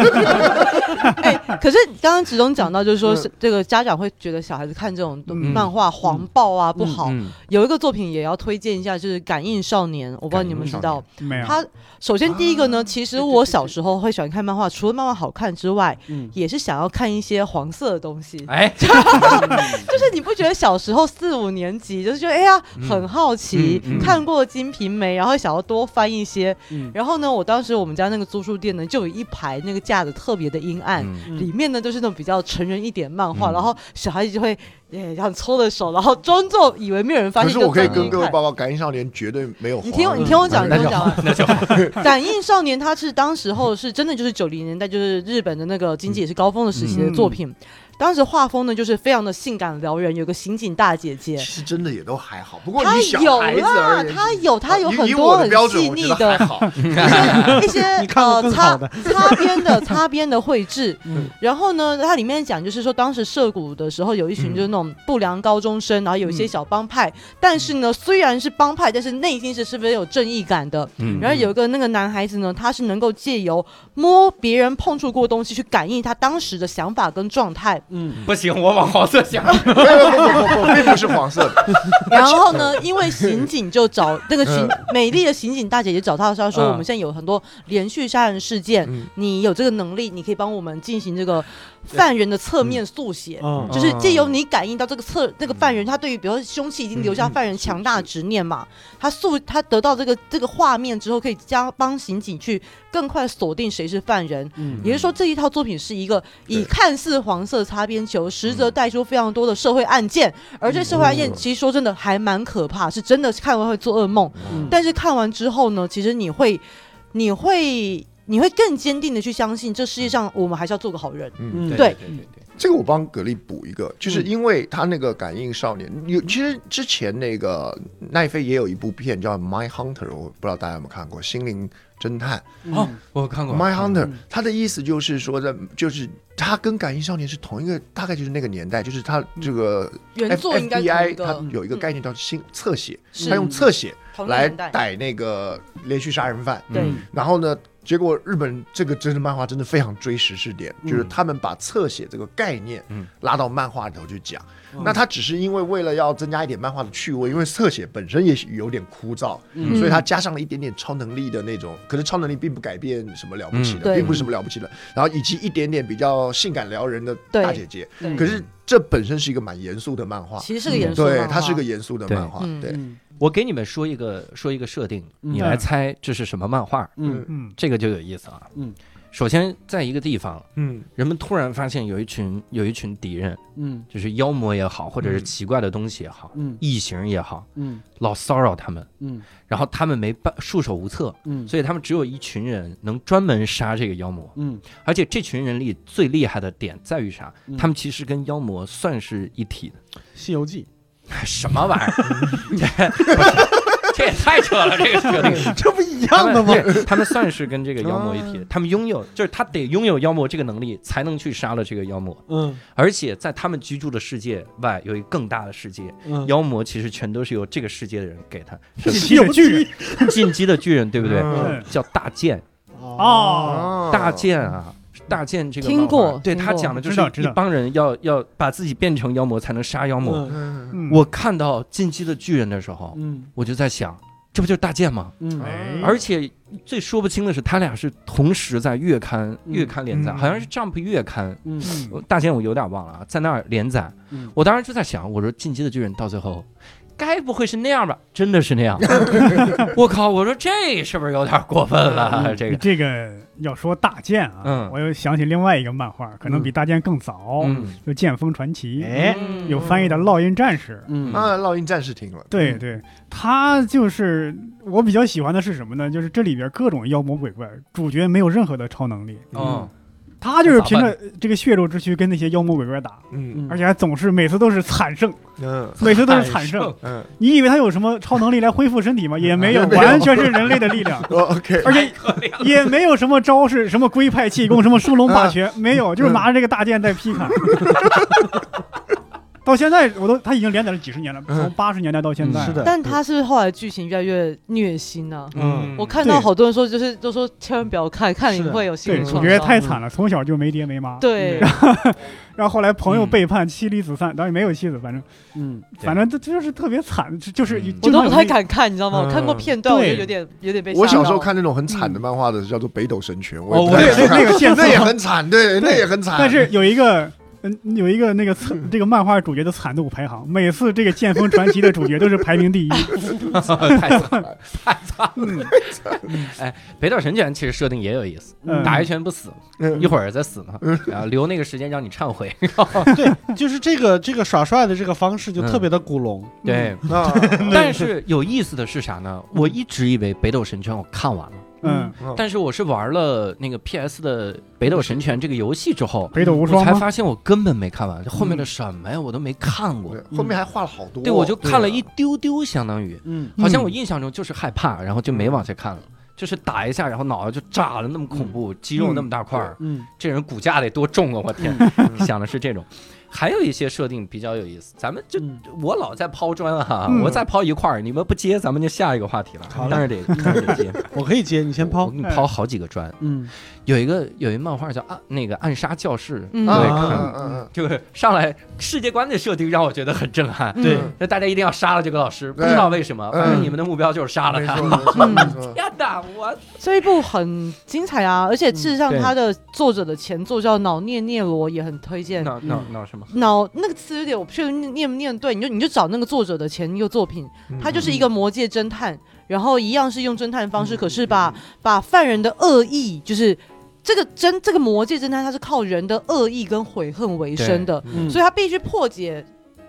E: 哎，可是刚刚直中讲到，就
A: 嗯
E: 是说是这个家长会觉得小孩子看这种
F: 嗯
E: 漫画黄暴啊不好。
A: 嗯，
E: 有一个作品也要推荐一下，就是《感应少年》，我不知道你们知道。
F: 没有，
E: 他首先第一个呢，
A: 啊
E: 其实我小时候会喜欢看漫画，除了漫画好看之外，
C: 嗯
E: 也是想要看一些黄色的东西。
A: 哎，
E: 就是你不觉得小时候四五年级就是觉得哎呀
A: 嗯
E: 很好奇，
A: 嗯嗯
E: 看过《金瓶梅》，然后想要多翻一些。
C: 嗯
E: 然后呢，我当时我们家那个租书店呢，就有一排那个架子特别的阴暗。
A: 嗯
E: 里面呢都是那种比较成人一点漫画，
A: 嗯
E: 然后小孩子就会呃诶这样搓着手，然后装作以为没有人发
D: 可
E: 现。
D: 是我可以
E: 就装
D: 跟各
E: 进
D: 位
E: 去看
D: 报告，《感应少年》绝对没有黄。
E: 你听我，你听我讲，你
D: 那
E: 听
D: 就
E: 我
D: 好
E: 讲。那就 感应少年，他是当时候是真的就是九零年代，就是日本的那个经济也是高峰的时期
C: 嗯
E: 的作品。当时画风呢，就是非常的性感撩人，有个刑警大姐姐
D: 其，实真的也都还好，不过
E: 她
D: 以小
E: 有
D: 孩子
E: 啦，
D: 而言，啊
E: 她有，她有
D: 以
E: 很
D: 以
E: 多
D: 我
E: 很
D: 的标
E: 细
D: 准，我
E: 腻
D: 觉得还
E: 的
D: 好。
E: 一些
C: 你看过
E: 呃
C: 更
E: 擦
C: 好的
E: 擦边的擦边的绘 制。
C: 嗯
E: 然后呢，它里面讲就是说，当时涉谷的时候，有一群
A: 嗯
E: 就是那种不良高中生，然后有一些
C: 嗯
E: 小帮派，但是呢，虽然是帮派，但是内心是是非常有正义感的。
A: 嗯
E: 然后有一个那个男孩子呢，他是能够借由摸别人碰触过的东西去感应他当时的想法跟状 态，
C: 嗯，
A: 不行，我往黄色想，
D: 不不不不不，并不是黄色的，
E: 然后呢，
A: 嗯
E: 因为刑警就找那个刑
D: 嗯
E: 美丽的刑警大姐姐找他的时候说，
A: 嗯
E: 我们现在有很多连续杀人事件
A: 嗯，
E: 你有这个能力，你可以帮我们进行这个犯人的侧
A: 嗯
E: 面速写。
C: 哦
E: 就是借由你感应到这个侧那个犯人，他对于比如说凶器已经留下犯人强大的执念嘛，他速他得到这个这个画面之后，可以将帮刑警去更快锁定谁是犯人。
C: 嗯
E: 也就是说，这一套作品是一个以
D: 对
E: 看似黄色擦边球，实则
C: 嗯
E: 带出非常多的社会案件，而这社会案件
C: 哦
E: 其实说真的还蛮可怕，是真的看完会做噩梦。
C: 嗯
E: 但是看完之后呢，其实你会，你会。你会更坚定的去相信，这世界上我们还是要做个好人。
C: 嗯
A: 对
E: 对
A: 对对对，
D: 这个我帮格力补一个，就是
E: 嗯
D: 因为他那个《感应少年》有，其实之前那个奈飞也有一部片叫《My Hunter》，我不知道大家有没有看过，《心灵侦探》
A: 哦，我看过
D: My Hunter
C: 嗯》，
D: 他的意思就是说在，就是他跟《感应少年》是同一个，大概就是那个年代，就是他这个 F-
E: 原作应该同一
D: FBI
E: 个嗯
D: 它有一个概念叫新侧写，
E: 是
D: 他用侧写
E: 同一个
D: 来
E: 年代，
D: 逮那个连续杀人犯，
E: 对
A: 嗯
D: 然后呢，结果日本这个真人漫画真的非常追时事点，
C: 嗯
D: 就是他们把侧写这个概念
A: 嗯
D: 拉到漫画里头去讲。
C: 嗯
D: 那他只是因为为了要增加一点漫画的趣味，因为侧写本身也许有点枯燥，
C: 嗯
D: 所以他加上了一点点超能力的那种，可是超能力并不改变什么了不起
A: 嗯
D: 的，
E: 对
D: 并不是什么了不起的。然后以及一点点比较性感撩人的
E: 对
D: 大姐姐，
E: 对
D: 可是这本身是一个蛮严肃的漫画，
E: 其实是个严肃的
D: 嗯对
E: 漫，画
D: 它是个严肃的漫画，
E: 对
D: 对，
C: 嗯
A: 我给你们说一个说一个设定，
C: 嗯
A: 你来猜这是什么漫画，
C: 嗯
F: 嗯
A: 这个就有意思啊。
C: 嗯，
A: 首先在一个地方，
D: 嗯
A: 人们突然发现有一群有一群敌人，
C: 嗯
A: 就是妖魔也好，或者是奇怪的东西也好，
C: 嗯
A: 异形也好，
C: 嗯
A: 老骚扰他们，
C: 嗯
A: 然后他们没办束手无策，
C: 嗯
A: 所以他们只有一群人能专门杀这个妖魔。
C: 嗯
A: 而且这群人里最厉害的点在于啥
C: 嗯？
A: 他们其实跟妖魔算是一体的。
C: 西游记
A: 什么玩意儿？这这也太扯了，这个设定。
C: 这不一
A: 他
C: 样
A: 们
C: 的吗？
A: 对他们算是跟这个妖魔一体的，他们拥有，就是他得拥有妖魔这个能力，才能去杀了这个妖魔。
C: 嗯
A: 而且在他们居住的世界外，有一个更大的世界，
C: 嗯，
A: 妖魔其实全都是由这个世界的人给他。
F: 西游记
A: 进击的巨人，对不对？
D: 嗯
A: 叫大剑，
F: 哦，
D: 哦
A: 大剑啊，大剑这个
E: 听
A: 漫画
E: 过
A: 对
E: 听
A: 他
E: 过
A: 讲的就
F: 知道
A: 是
F: 知
A: 一
F: 道
A: 帮人要要把自己变成妖魔才能杀妖魔。
C: 嗯
D: 嗯
F: 嗯
A: 我看到进击的巨人的时候，
C: 嗯
A: 我就在想，这不就是大剑吗？
C: 嗯
F: 哎
A: 而且最说不清的是，他俩是同时在月刊
C: 嗯
A: 月刊连载，
F: 嗯
A: 好像是 Jump 月刊。
C: 嗯
A: 呃大剑我有点忘了啊，在那儿连载
C: 嗯，
A: 我当时就在想，我说《进击的巨人》到最后，该不会是那样吧？真的是那样，我靠！我说这是不是有点过分了？
C: 嗯
A: 啊这
F: 你
A: 个，
F: 这个要说大剑啊
A: 嗯，
F: 我又想起另外一个漫画，可能比大剑更早，
A: 嗯，
F: 就《剑锋传奇》，
C: 哎
A: 嗯
F: 有翻译的《烙印战士》。
C: 嗯
D: 啊，烙印战士听了，嗯
F: 对对，他就是我比较喜欢的是什么呢？就是这里边各种妖魔鬼怪，主角没有任何的超能力，
A: 嗯，
F: 他就是凭着这个血肉之躯跟那些妖魔鬼怪打，
D: 嗯
F: 而且还总是每次都是惨胜，
D: 嗯
F: 每次都是惨胜。
D: 嗯
F: 你以为他有什么超能力来恢复身体吗？也没有，
D: 没有，
F: 完全是人类的力量
D: 哦，OK，
F: 而且也没有什么招式，什么龟派气功，什么升龙霸拳，没有，就是拿着这个大剑在劈砍。到现在我都他已经连载了几十年了，从八十年代到现在。
C: 是的
E: 但他是后来剧情越来越虐心呢、
C: 嗯
E: 我看到
F: 对
E: 好多人说，就是都说千万不要看，看你
C: 是的
E: 会有心
F: 对，
E: 理
F: 主
E: 创
F: 角
E: 伤。
F: 太惨了，从小就没爹没妈。
E: 对，
F: 然后后来朋友
A: 嗯
F: 背叛，妻离子散，当然没有妻子，反正
C: 嗯，
F: 反正这这就是特别惨，就就是
A: 嗯
E: 我
F: 经
E: 都
F: 常
E: 不
F: 有
E: 太
F: 那
E: 敢看，你知道吗？我看过
A: 嗯
E: 片段，我就
C: 对
E: 有点有点被。
D: 我小时候，看那种很惨的漫画的，叫做《北斗神拳》，我
C: 哦
D: 也不太
C: 我也
F: 是
D: 敢看
F: 那个线索
D: 那也很惨，对，那也很惨。
F: 但是有一个，嗯，有一个那个惨，这个漫画主角的惨度排行，每次这个《剑锋传奇》的主角都是排名第一。
A: 太惨了，太惨了！哎，北斗神拳其实设定也有意思，
F: 嗯
A: 打一拳不死，
D: 嗯
A: 一会儿再死呢，然后留那个时间让你忏悔。
C: 对，就是这个这个耍帅的这个方式就特别的古龙，
F: 嗯
A: 对，
D: 啊，
A: 但是嗯有意思的是啥呢？我一直以为北斗神拳我看完了，
F: 嗯，
A: 但是我是玩了那个 PS 的《北斗神拳》这个游戏之后，
F: 北斗无
A: 我
F: 双
A: 才
F: 吗？
A: 发现我根本没看完，后面的什么呀我都没看过
D: 对。后面还画了好多。啊
A: 对，我就
F: 啊
A: 看了一丢丢，相当于
C: 嗯，
A: 好像我印象中就是害怕，然后就
F: 嗯
A: 没往下看了。就是打一下，然后脑袋就炸了，那么恐
F: 嗯
A: 怖，肌肉那么大块儿，
C: 嗯
A: 这人骨架得多重啊！我天，
E: 嗯
A: 想的是这种。还有一些设定比较有意思，咱们就
C: 嗯
A: 我老在抛砖啊，
F: 嗯
A: 我再抛一块儿，你们不接，咱们就下一个话题了。
C: 好嘞
A: 但是得但是得接，
C: 我可以接，你先
A: 我
C: 抛
A: 给，你抛好几个砖。
C: 嗯，
A: 有一个有一漫画叫《暗那个暗杀教室》，
E: 嗯
A: 我也
D: 嗯
A: 看
D: 嗯
A: 了，
D: 嗯嗯
A: 就是上来世界观的设定让我觉得很震撼。
C: 对
D: 嗯
A: 那大家一定要杀了这个老师，不
D: 对
A: 知道为什么，
D: 嗯
A: 反正你们的目标就是杀了
D: 没
A: 他。嗯
D: 错没错没错。
A: 天哪，我
E: 这一部很精彩啊！而且
D: 嗯
E: 事实上，
A: 对
E: 它的作者的前作叫《脑涅涅罗》，也很推荐。
A: 闹闹闹什么？
E: 脑那个词有点我不确定念不念对，你就你就找那个作者的前一个作品，
A: 嗯
D: 嗯
E: 他就是一个魔界侦探，然后一样是用侦探
A: 嗯
E: 方式，可是把把犯人的恶意，就是这个侦这个魔界侦探，他是靠人的恶意跟悔恨为生的，
C: 嗯
E: 所以他必须破解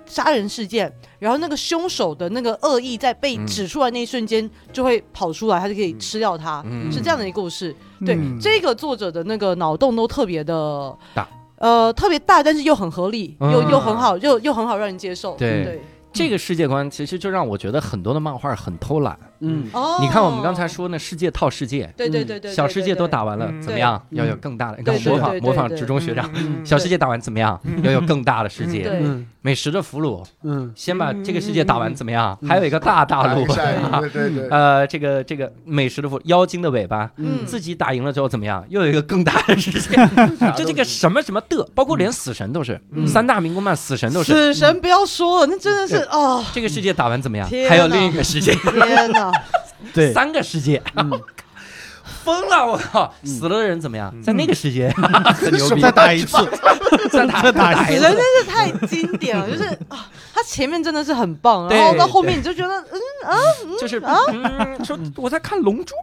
E: 杀人事件，然后那个凶手的那个恶意在被
A: 嗯
E: 指出来那一瞬间就会跑出来，他就可以吃掉他，
A: 嗯
E: 是这样的一个故事。
F: 嗯
E: 对，
F: 嗯
E: 这个作者的那个脑洞都特别的
A: 大，
E: 呃，特别大，但是又很合理，
A: 嗯
E: 又又很好，又又很好让人接受。
A: 对
E: 对，
A: 这个世界观其实就让我觉得很多的漫画很偷懒。
C: 嗯
E: 哦，
A: 你看我们刚才，说那世界套世界，
E: 对对对对对，
A: 嗯小世界都打完了
D: 嗯，
A: 怎么样？
C: 对
A: 要有更大的，你看
E: 对
C: 对
A: 模仿
E: 对对
A: 模仿
E: 对
A: 职中学长，
D: 嗯
A: 小世界打完怎么样？要有更大的世
E: 嗯对。
A: 界。
E: 对
C: 嗯
A: 美食的俘虏，
C: 嗯
A: 先把这个世界打完怎么样？
C: 嗯
A: 还有一个大大陆，
D: 下一个，对对 对，
A: 呃，这个这个美食的俘妖精的尾巴，
E: 嗯
A: 自己打赢了之后怎么样？又有一个更大的世界。 就这个什么什么的，包括连死神都是
E: 嗯
A: 三大名工漫，死神都是。嗯
E: 死神不要说了，那真的是哦，
A: 这个世界打完怎么样？
E: 天
A: 还有
E: 哪
A: 另一个世界，
E: 天哪！
C: 对，
A: 三个世界，
C: 嗯
A: 疯了！我靠，死了的人怎么样？在那个世界很牛逼，
C: 再打一次，
A: 再打
C: 再打一
A: 一次
E: 死神真是太经典了，就是啊，他前面真的是很棒，然后
A: 对
E: 到后面你就觉得，嗯，
A: 就是嗯，说我在看《龙珠》，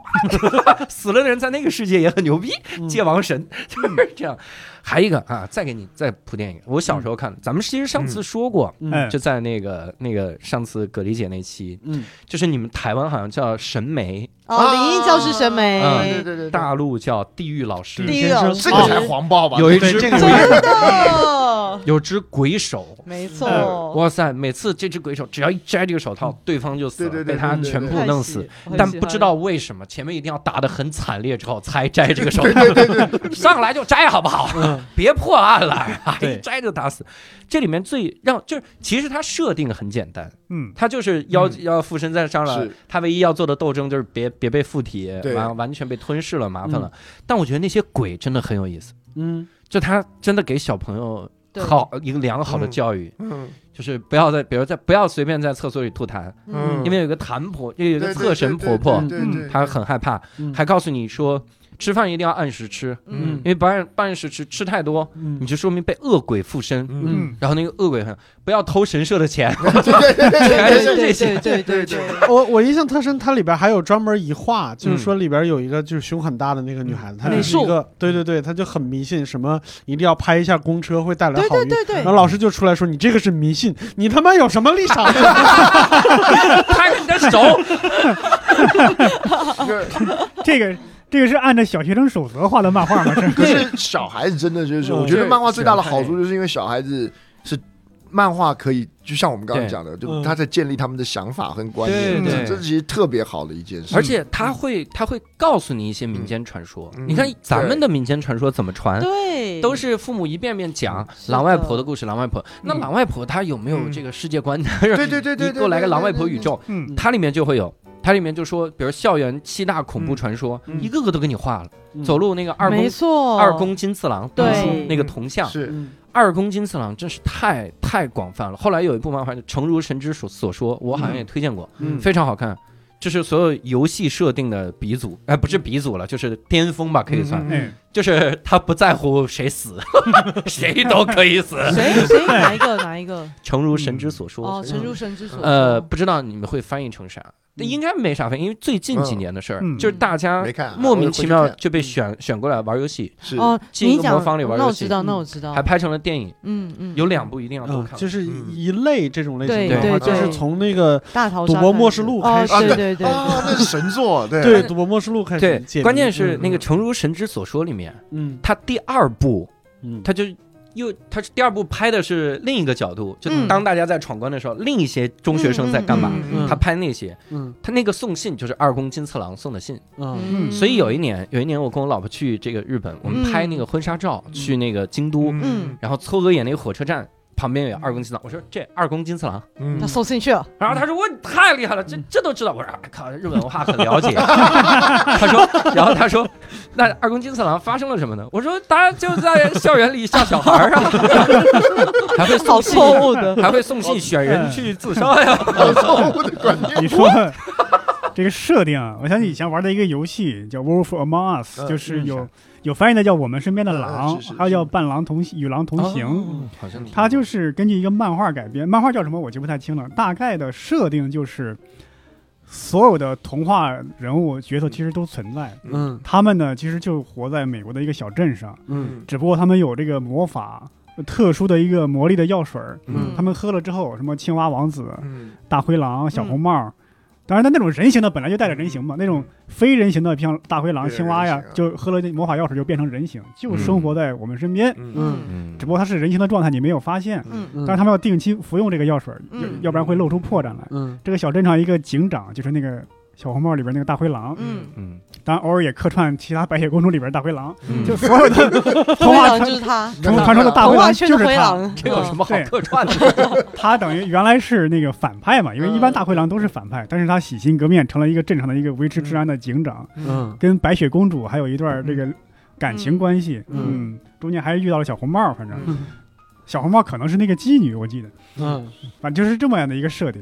A: 死了的人在那个世界也很牛逼，嗯界王神就是这样。还一个啊，再给你再铺垫一个，我小时候看的，咱们其实上次说过，
C: 嗯
A: 就在那个那个上次葛丽姐那期，
C: 嗯
A: 就是你们台湾好像叫神媒，
E: 哦，灵异教师审
A: 啊
E: 美哦
D: 对，对对，
A: 大陆叫地狱老师，
E: 地狱老师
D: 这个才黄暴吧？
A: 有一
C: 对
A: 只
C: 这个
A: 鬼
E: 真哦的，
A: 有只鬼手。
E: 没错，
A: 哇塞！每次这只鬼手只要一摘这个手套，对方就死了，
D: 嗯对对对
A: 被他
D: 对对
A: 全部
E: 太
A: 弄
E: 喜
A: 死。，
E: 我很
A: 但
E: 喜
A: 不知
E: 欢
A: 道为什么前面一定要打得很惨烈之后才摘这个手
D: 对对对对，
A: 套，上来就摘好不好？
C: 嗯
A: 别破案了，啊
C: 对
A: 一摘就打死。这里面最让就是其实它设定很简单，
F: 嗯，
A: 它就是要要附身在上了
D: 是，
A: 它唯一要做的斗争就是别别被附体，
D: 对嗯
A: 完完全被吞噬了，麻烦了。但我觉得那些鬼真的很有意思，
C: 嗯
A: 就他真的给小朋友
E: 对
A: 好一个良好的
D: 嗯
A: 教育，
D: 嗯
A: 就是不要在比如在不要随便在厕所里吐痰，
D: 嗯
A: 因为有一个痰婆，有一个厕神婆婆，
D: 对对，
A: 她很害怕，
C: 嗯
A: 还告诉你说吃饭一定要按时吃，
E: 嗯
A: 因为不按不按时吃，吃太多你
C: 嗯
A: 就说明被恶鬼附身。
D: 嗯，
C: 嗯，
A: 然后那个恶鬼很不要偷神社的钱，
E: 对
A: 全是这
E: 对
A: 些
E: 对对对
D: 对
E: 对
D: 对，
C: 我我印象特深，它里边还有专门一画，就是说里边有一个就是胸很大的那个女
E: 嗯
C: 孩子，她就是一个，对对对，她就很迷信，什么一定要拍一下公车会带来
E: 对
C: 好
E: 对
C: 运。
E: 对对
C: 然后老师就出来说：“你这个是迷信，你他妈有什么立场？
A: 拍着你的手，
D: 嗯
F: 这个这个是按照小学生守则画的漫画吗？是
D: 可是小孩子真的就是，
C: 嗯
D: 我觉得漫画最大的
A: 对
D: 好处就是因为小孩子是漫画可以就像我们刚刚
A: 对
D: 讲的，
C: 嗯
D: 就他在建立他们的想法和观
A: 对
D: 念，
A: 对
D: 这这其实特别好的一件事。
A: 而且他会他会告诉你一些民间传说。
D: 嗯
A: 你看
D: 嗯
A: 咱们的民间传说怎么传？
E: 对，
A: 都是父母一遍遍讲
E: 是的
A: 狼外婆的故事，狼外婆。那狼外婆她有没有
F: 嗯
A: 这个世界观呢？
D: 对对对 对
A: 你
D: 对，
A: 给我来个
D: 对
A: 狼外婆宇。宙，
F: 嗯
A: 它里面就会有，它里面就说，比如校园七大恐怖传说，
F: 嗯嗯
A: 一个个都给你画了。
C: 嗯
A: 走路那个二
E: 没
A: 宫
E: 错，
A: 二宫金次郎，
E: 对
A: 嗯那个铜
D: 对
A: 像
D: 对，是
C: 嗯
A: 二宫金次郎真是太太广泛了。后来有一部漫画，就诚如神之所所说，我好像也推荐过，
C: 嗯
A: 非常好看。这是所有游戏设定的鼻祖，哎、不是鼻祖了，就是巅峰吧，可以算。
F: 嗯哎，
A: 就是他不在乎谁死， 谁都可以死。
E: 谁 谁哪一个哪一个？
A: 诚如神之所说，
E: 哦，陈如神之所
A: 呃，
E: 说，
A: 不知道你们会翻译成啥，
E: 嗯
A: 那应该没啥翻译，因为最近几年的事儿，
F: 嗯
A: 就是大家
D: 没看啊
A: 莫名其妙
D: 我回去看
A: 就被选选过来玩游戏，
D: 是
E: 哦，
A: 进一
E: 你
A: 个
E: 讲
A: 魔方里玩
E: 那
A: 游
E: 我
A: 戏
E: 知道，那我知道
A: 还，拍成了电影，
E: 嗯哦嗯，
A: 有两部一定要啊都
C: 嗯
A: 看。
C: 就是
D: 嗯
C: 一类这种类型
E: 对
C: 的漫画，
D: 对
C: 就
D: 对
C: 是从那个
E: 大逃
C: 赌
E: 杀
C: 博
E: 开
C: 默
E: 始
C: 示录
E: 哦
C: 开始
E: 对
D: 啊
E: 对对，
D: 哦，那是神作，对
C: 对《赌博默示录》开始解
A: 对，
C: 谜，
A: 关键是
C: 嗯
A: 那个《诚如神之所说》里面，
C: 嗯
A: 他第二部
C: 嗯，
A: 他就又他是第二部拍的是另一个角度，就
E: 嗯
A: 当大家在闯关的时候，另一些中学生在干嘛？
E: 嗯嗯
C: 嗯
A: 他拍那些，
C: 嗯
A: 他那个送信就是二宫金次郎送的信，
C: 嗯
E: 嗯，
A: 所以有一年，有一年我跟我老婆去这个日本，我们拍那个婚纱照，去那个京都，
E: 嗯
A: 然后搓鹅眼那个火车站旁边有二宫金次郎，我说这二宫金次郎，
D: 嗯
E: 他搜进去了，
A: 然后他说我太厉害了，这
E: 嗯
A: 这都知道，我说啊靠，日本文化很了解。 他说，然后他说，那二宫金次郎发生了什么呢？我说他就在校园里吓小孩儿啊， 还会
E: 好
A: 送信，
E: 错误的，
A: 还会送信选人去自杀呀，
D: 好错误的观念。
F: 你说 这个设定啊，我想起以前玩的一个游戏叫《Wolf Among Us
D: 嗯》，
F: 就是
A: 嗯
F: 有有翻译的叫《我们身边的狼
D: 嗯是是》，
F: 还有叫《伴狼同行与狼
E: 嗯
F: 同行》。
A: 哦，好像
F: 它就是根据一个漫画改编，漫画叫什么我记不太清了，大概的设定就是所有的童话人物角色其实都存在，
C: 嗯
F: 他们呢其实就活在美国的一个小镇上，
C: 嗯
F: 只不过他们有这个魔法。特殊的一个魔力的药水儿，
E: 嗯
F: 他们喝了之后，什么青蛙王子、
D: 嗯
F: 大灰狼、小红帽，当然，它那种人形的本来就带着人形嘛，那种非人形的，像大灰狼、
D: 对
F: 青蛙呀
D: 人形，啊
F: 就喝了那魔法药水就变成人形，就
A: 嗯
F: 生活在我们身边。
D: 嗯
E: 嗯
A: 嗯
F: 只不过它是人形的状态，你没有发现。
E: 嗯
C: 嗯，
F: 但是他们要定期服用这个药水，要
E: 嗯
F: 要不然会露出破绽来。
C: 嗯
F: 这个小镇上一个警长，就是那个小红帽里边那个大灰狼，
E: 嗯，
A: 嗯
F: 当然偶尔也客串其他白雪公主里边大灰 狼，
A: 嗯，
F: 就所有的嗯童
E: 灰
F: 话
E: 狼
F: 传
E: 就是他，
F: 童话传说的大
E: 童
F: 灰
E: 话
F: 狼
E: 圈
F: 就
E: 的
F: 是
E: 灰
F: 他。
E: 狼，
A: 这有什么好
F: 对
A: 客串的？
F: 他等于原来是那个反派嘛，因为一般大灰狼都是反
C: 嗯
F: 派，但是他洗心革面，成了一个镇上的一个维持治安的警长。
C: 嗯
F: 跟白雪公主还有一段这个感情关系，
C: 嗯
F: 嗯，中间还遇到了小红帽，反正
C: 嗯
F: 小红帽可能是那个妓女，我记得，
C: 嗯，
F: 反正就是这么样的一个设定，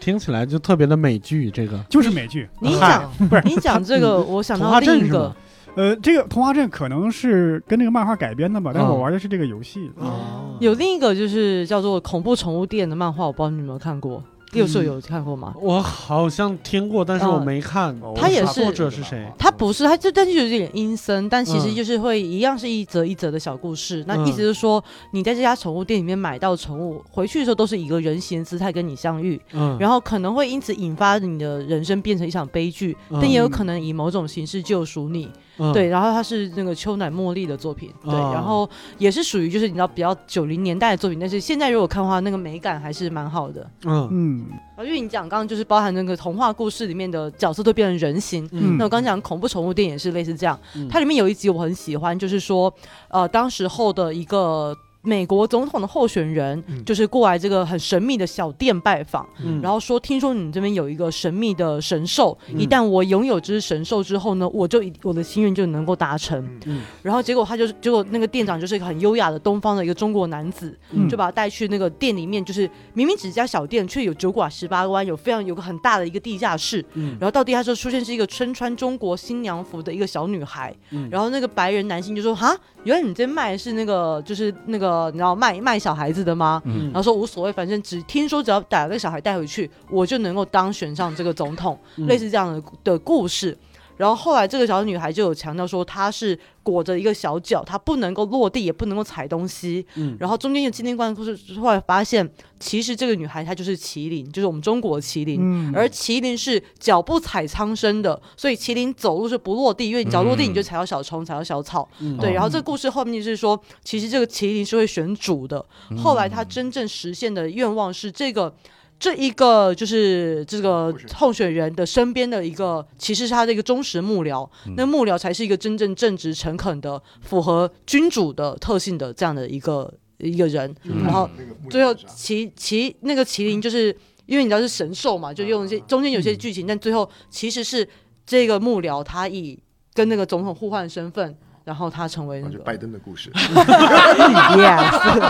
C: 听起来就特别的美剧，这个
F: 就是美剧。
E: 你
C: 嗨
E: 讲
F: 不是
E: 你讲这个，我想
C: 童
E: 到
C: 话镇
E: 另一
C: 是
E: 个
C: 吗，？
F: 呃，这个《童话镇》可能是跟那个漫画改编的吧，但是
C: 嗯
F: 我玩的是这个游戏。
C: 哦
E: 有另一个就是叫做《恐怖宠物店》的漫画，我不知道你们有没有看过，六兽有看过吗？
C: 我好像听过，但是我
E: 嗯
C: 没看。
D: 哦
E: 他也是
C: 作者是谁？
E: 它不是，它就但是有点阴森，但其实
C: 嗯
E: 就是会一样是一则一则的小故事。那
C: 嗯
E: 意思是说，你在这家宠物店里面买到宠物，回去的时候都是以一个人形姿态跟你相遇，
C: 嗯，
E: 然后可能会因此引发你的人生变成一场悲剧，
C: 嗯
E: 但也有可能以某种形式救赎你。
C: 后
E: 对，，然后它是那个秋乃茉莉的作品，对，
C: 哦
E: 然后也是属于就是你知道比较九零年代的作品，但是现在如果看的话，那个美感还是蛮好的。
C: 嗯
F: 嗯，
E: 啊，因为你讲刚刚就是包含那个童话故事里面的角色都变成人形，
C: 嗯
E: 那我刚讲恐怖宠物店也是类似这样，
C: 嗯
E: 它里面有一集我很喜欢，就是说，呃，当时候的一个美国总统的候选人，
D: 嗯
E: 就是过来这个很神秘的小店拜访，
C: 嗯
E: 然后说听说你这边有一个神秘的神兽，
C: 嗯
E: 一旦我拥有这只神兽之后呢，我就一我的心愿就能够达成。
C: 嗯
E: 然后结果他就是结果那个店长就是一个很优雅的东方的一个中国男子，
F: 嗯
E: 就把他带去那个店里面，就是明明只是家小店，却有酒馆、十八弯，有非常有个很大的一个地下室。
C: 嗯
E: 然后到地下室出现是一个身穿中国新娘服的一个小女孩，
C: 嗯
E: 然后那个白人男性就说：“哈，原来你这卖的是那个，就是那个，你知道卖卖小孩子的吗？”
A: 嗯
E: 然后说无所谓，反正只听说只要
C: 嗯
E: 把那个小孩带回去，我就能够当选上这个总统，类似这样的的故事。然后后来这个小女孩就有强调说，她是裹着一个小脚，她不能够落地，也不能够踩东西。
C: 嗯
E: 然后中间有今天关故事，后来发现其实这个女孩她就是麒麟，就是我们中国的麒麟。
F: 嗯，
E: 而麒麟是脚不踩苍生的，所以麒麟走路是不落地，因为你脚落地
A: 嗯
E: 你就踩到小虫，踩到小草。
C: 嗯
A: 哦
E: 对，然后这个故事后面就是说，其实这个麒麟是会选主的。后来他真正实现的愿望是这个。这一个就是这个
D: 候选人
E: 候选人的身边的一个，其实是他的一个忠实幕僚，
A: 嗯
E: 那幕僚才是一个真正正直、诚恳的、符合君主的特性的这样的一个一个人。
A: 嗯
E: 然后
D: 那个木
E: 最后
D: 乃伊
E: 麒麒那个麒麟，就是因为你知道是神兽嘛，就用
D: 啊
E: 一些中间有
A: 嗯
E: 些剧情，但最后其实是这个幕僚他以跟那个总统互换身份，然后他成为
D: 啊
E: 那
D: 就
E: 个
D: 拜登的故事，
E: Yes，exactly，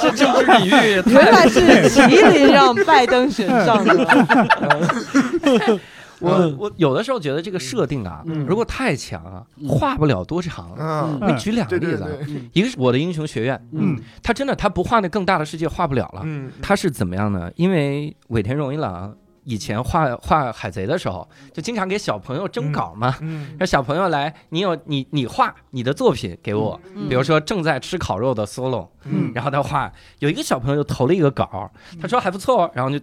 A: 这政治比喻
E: 原来是麒麟让拜登选上 的。
A: 我我有的时候觉得这个设定啊，如果太强啊，画不了多长。
D: 嗯，
A: 我举两个
D: 对
A: 例
D: 对
A: 子啊，
D: 对，
A: 一个是我的英雄学院，
C: 嗯
A: 他真的他不画那更大的世界画不了了，
D: 嗯，
A: 他是怎么样呢？因为尾田荣一郎以前画画海贼的时候，就经常给小朋友征稿嘛，
D: 嗯
A: 让小朋友来，你有你你画你的作品给我，
E: 嗯
A: 比如说正在吃烤肉的 solo，
D: 嗯
A: 然后他画有一个小朋友就投了一个稿，他说还不错，然后就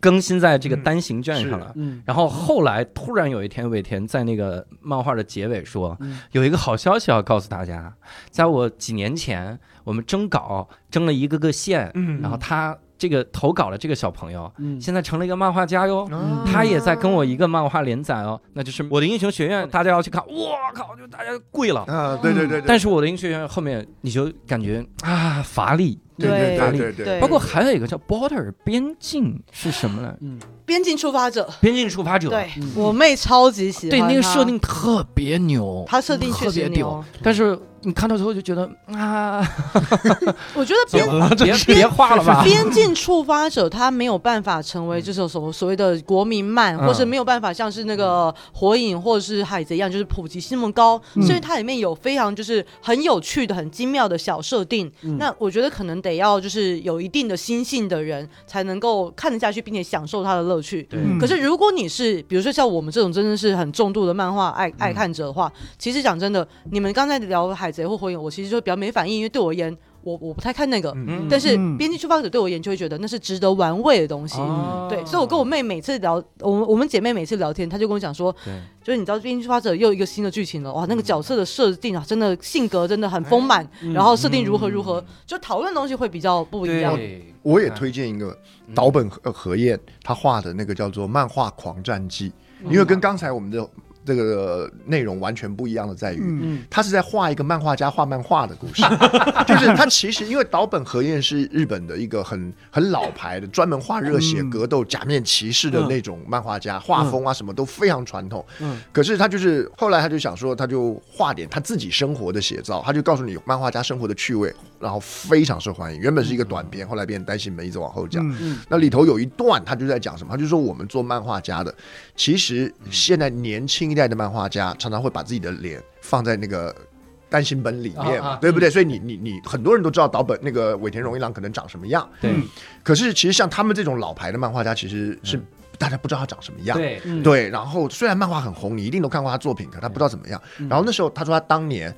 A: 更新在这个单行卷上了。
C: 嗯
A: 然后后来突然有一天，尾田在那个漫画的结尾说
C: 嗯，
A: 有一个好消息要告诉大家，在我几年前，我们征稿征了一个个县，
D: 嗯
A: 然后他这个投稿的这个小朋友，
C: 嗯哦
A: 现在成了一个漫画家哟。
D: 啊
A: 他也在跟我一个漫画连载哦，那就是我的英雄学院，大家要去看，我靠，就大家跪了。
D: 啊，对对对，对
A: 但是我的英雄学院后面你就感觉啊乏力，
D: 对对
A: 对
D: 对对对，
A: 包括还有一个叫 border 边境是什么来着？
C: 嗯
E: 边境出发者，
A: 边境触发者，
E: 对
C: 嗯
E: 我妹超级喜欢
A: 对
E: 他
A: 那个设，定特别牛，
E: 他设定确
A: 特
E: 实
A: 别
E: 牛
A: 屌。。但是你看到最后就觉得啊，
E: 我觉得边
C: 怎么了？这
A: 别别画了吧。
E: 边境触发者他没有办法成为就是什么所谓的国民漫，
A: 嗯
E: 或是没有办法像是那个火影或者是海贼一样，就是普及性那么高，
F: 嗯
E: 所以它里面有非常就是很有趣的、很精妙的小设定。
C: 嗯
E: 那我觉得可能得要就是有一定的心性的人才能够看得下去，并且享受它的乐趣。
A: 对
F: 嗯
E: 可是如果你是，比如说像我们这种真的是很重度的漫画爱爱看者的话，其实讲真的，你们刚才聊海贼或火影，我其实就比较没反应，因为对我而言，我我不太看那个。
A: 嗯
E: 但是
F: 嗯
E: 《边境出发者》对我而言就会觉得那是值得玩味的东西。
A: 哦
E: 对，所以我跟我妹每次聊，我们我们姐妹每次聊天，她就跟我讲说，
A: 对
E: 就是你知道《边境出发者》又有一个新的剧情了，哇，那个角色的设定啊，真的性格真的很丰满，
C: 嗯
E: 然后设定如何如何，就讨论的东西会比较不一样。
A: 对
D: 我也推荐一个岛嗯本和呃和彦他画的那个叫做《漫画狂战记》，因为跟刚才我们的这个内容完全不一样的在于，
F: 嗯
D: 他是在画一个漫画家画漫画的故事， 就是他其实因为岛本和彦是日本的一个很很老牌的，专门画热血
F: 嗯
D: 格斗、假面骑士的那种漫画家，画风啊什么都非常传统。
C: 嗯
D: 可是他就是后来他就想说，他就画点他自己生活的写照，他就告诉你漫画家生活的趣味，然后非常受欢迎。原本是一个短片，后来变成单行本，一直往后讲。
F: 嗯
D: 那里头有一段，他就在讲什么？他就说我们做漫画家的，其实
A: 嗯
D: 现在年轻一代的漫画家常常会把自己的脸放在那个。单行本里面
A: 啊
D: 嘛，
A: 啊
D: 对不对？所以你你你，很多人都知道岛本那个尾田荣一郎可能长什么样，
A: 对
D: 可是其实像他们这种老牌的漫画家，其实是大家不知道他长什么样。
A: 嗯对
C: 嗯
D: 对，然后虽然漫画很红，你一定都看过他作品，可他不知道怎么样。
A: 嗯
D: 然后那时候他说他当年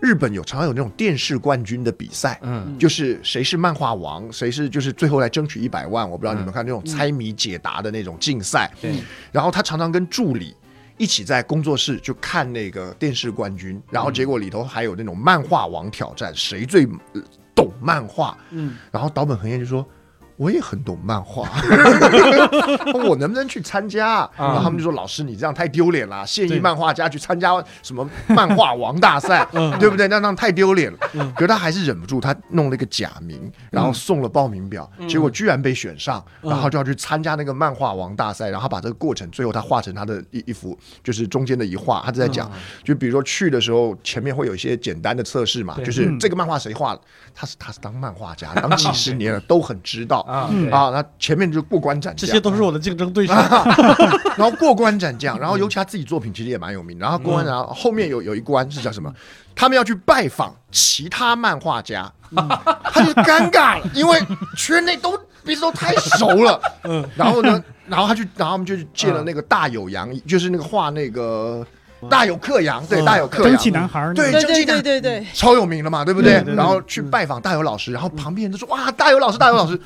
D: 日本有常常有那种电视冠军的比赛，
A: 嗯
D: 就是谁是漫画王，谁是就是最后来争取一百万，我不知道你们
A: 嗯
D: 看那种猜谜解答的那种竞赛，
A: 对
D: 然后他常常跟助理。一起在工作室就看那个电视冠军，然后结果里头还有那种漫画王挑战，谁最呃懂漫画？
C: 嗯
D: 然后岛本恒彦就说：“我也很懂 漫画，我能不能去参加？”
A: 嗯
D: 然后他们就说：“老师，你这样太丢脸了，现役
C: 对
D: 漫画家去参加什么漫画王 大赛，
C: 嗯
D: 对不对？那那太丢脸了。
C: 嗯
D: 可是他还是忍不住，他弄了一个假名，然后送了报名表，结果居然被选上，
C: 嗯
D: 然后就要去参加那个漫画王大赛。然后他把这个过程，最后他画成他的一一幅，就是中间的一画，他就在讲，
C: 嗯
D: 就比如说去的时候，前面会有一些简单的测试嘛，
A: 对
D: 就是
F: 嗯
D: 这个漫画谁画的，他是他是当漫画家，当几十年了，都很知道。
A: 啊
F: 嗯
A: 对
D: 啊，那前面就过关斩
C: 嗯这
D: 将，
C: 些都是我的竞争对手。
D: 啊 然后过关斩将，
C: 嗯
D: 然后尤其他自己作品其实也蛮有名。然后过关，然后后面有有一关是叫什么？他们要去拜访其他漫画家，
C: 嗯
D: 他就尴尬了，因为圈内都彼此都太熟了。
C: 嗯
D: 然后呢，然后他去，然后我们就去借了那个大有洋，就是那个画那个大有克洋，对，
C: 嗯
D: 大有克
F: 蒸汽
D: 洋。
F: 男孩儿那
D: 对嗯
F: 个，
E: 对
D: 就
E: 对
D: 这
E: 对
D: 样
E: 对对，
D: 超有名的嘛，对不对？
C: 对对对
D: 然后去拜访大有老师，然后旁边人都说哇，大有老师，大有老师，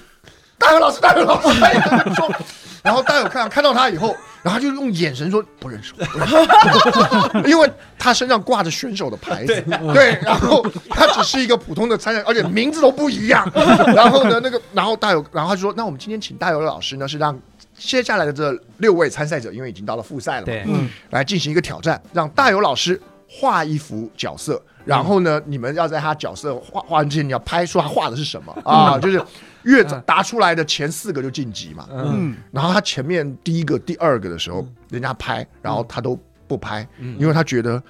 D: 大有老师，大有老师，大有老师说， 然后大有看看到他以后，然后他就用眼神说不认识我，不认识我， 因为他身上挂着选手的牌子，对，然后他只是一个普通的参赛，而且名字都不一样。然后呢，那个，然后大有，然后他就说，那我们今天请大有老师呢，是让接下来的这六位参赛者，因为已经到了复赛了嘛，
A: 对，
C: 嗯
D: 来进行一个挑战，让大友老师画一幅角色，然后呢，你们要在他角色画画完之前，你要拍出他画的是什么啊？就是越早答出来的前四个就晋级嘛。
A: 嗯
F: 嗯，
D: 然后他前面第一个、第二个的时候，人家拍，然后他都不拍，
A: 嗯
D: 因为他觉得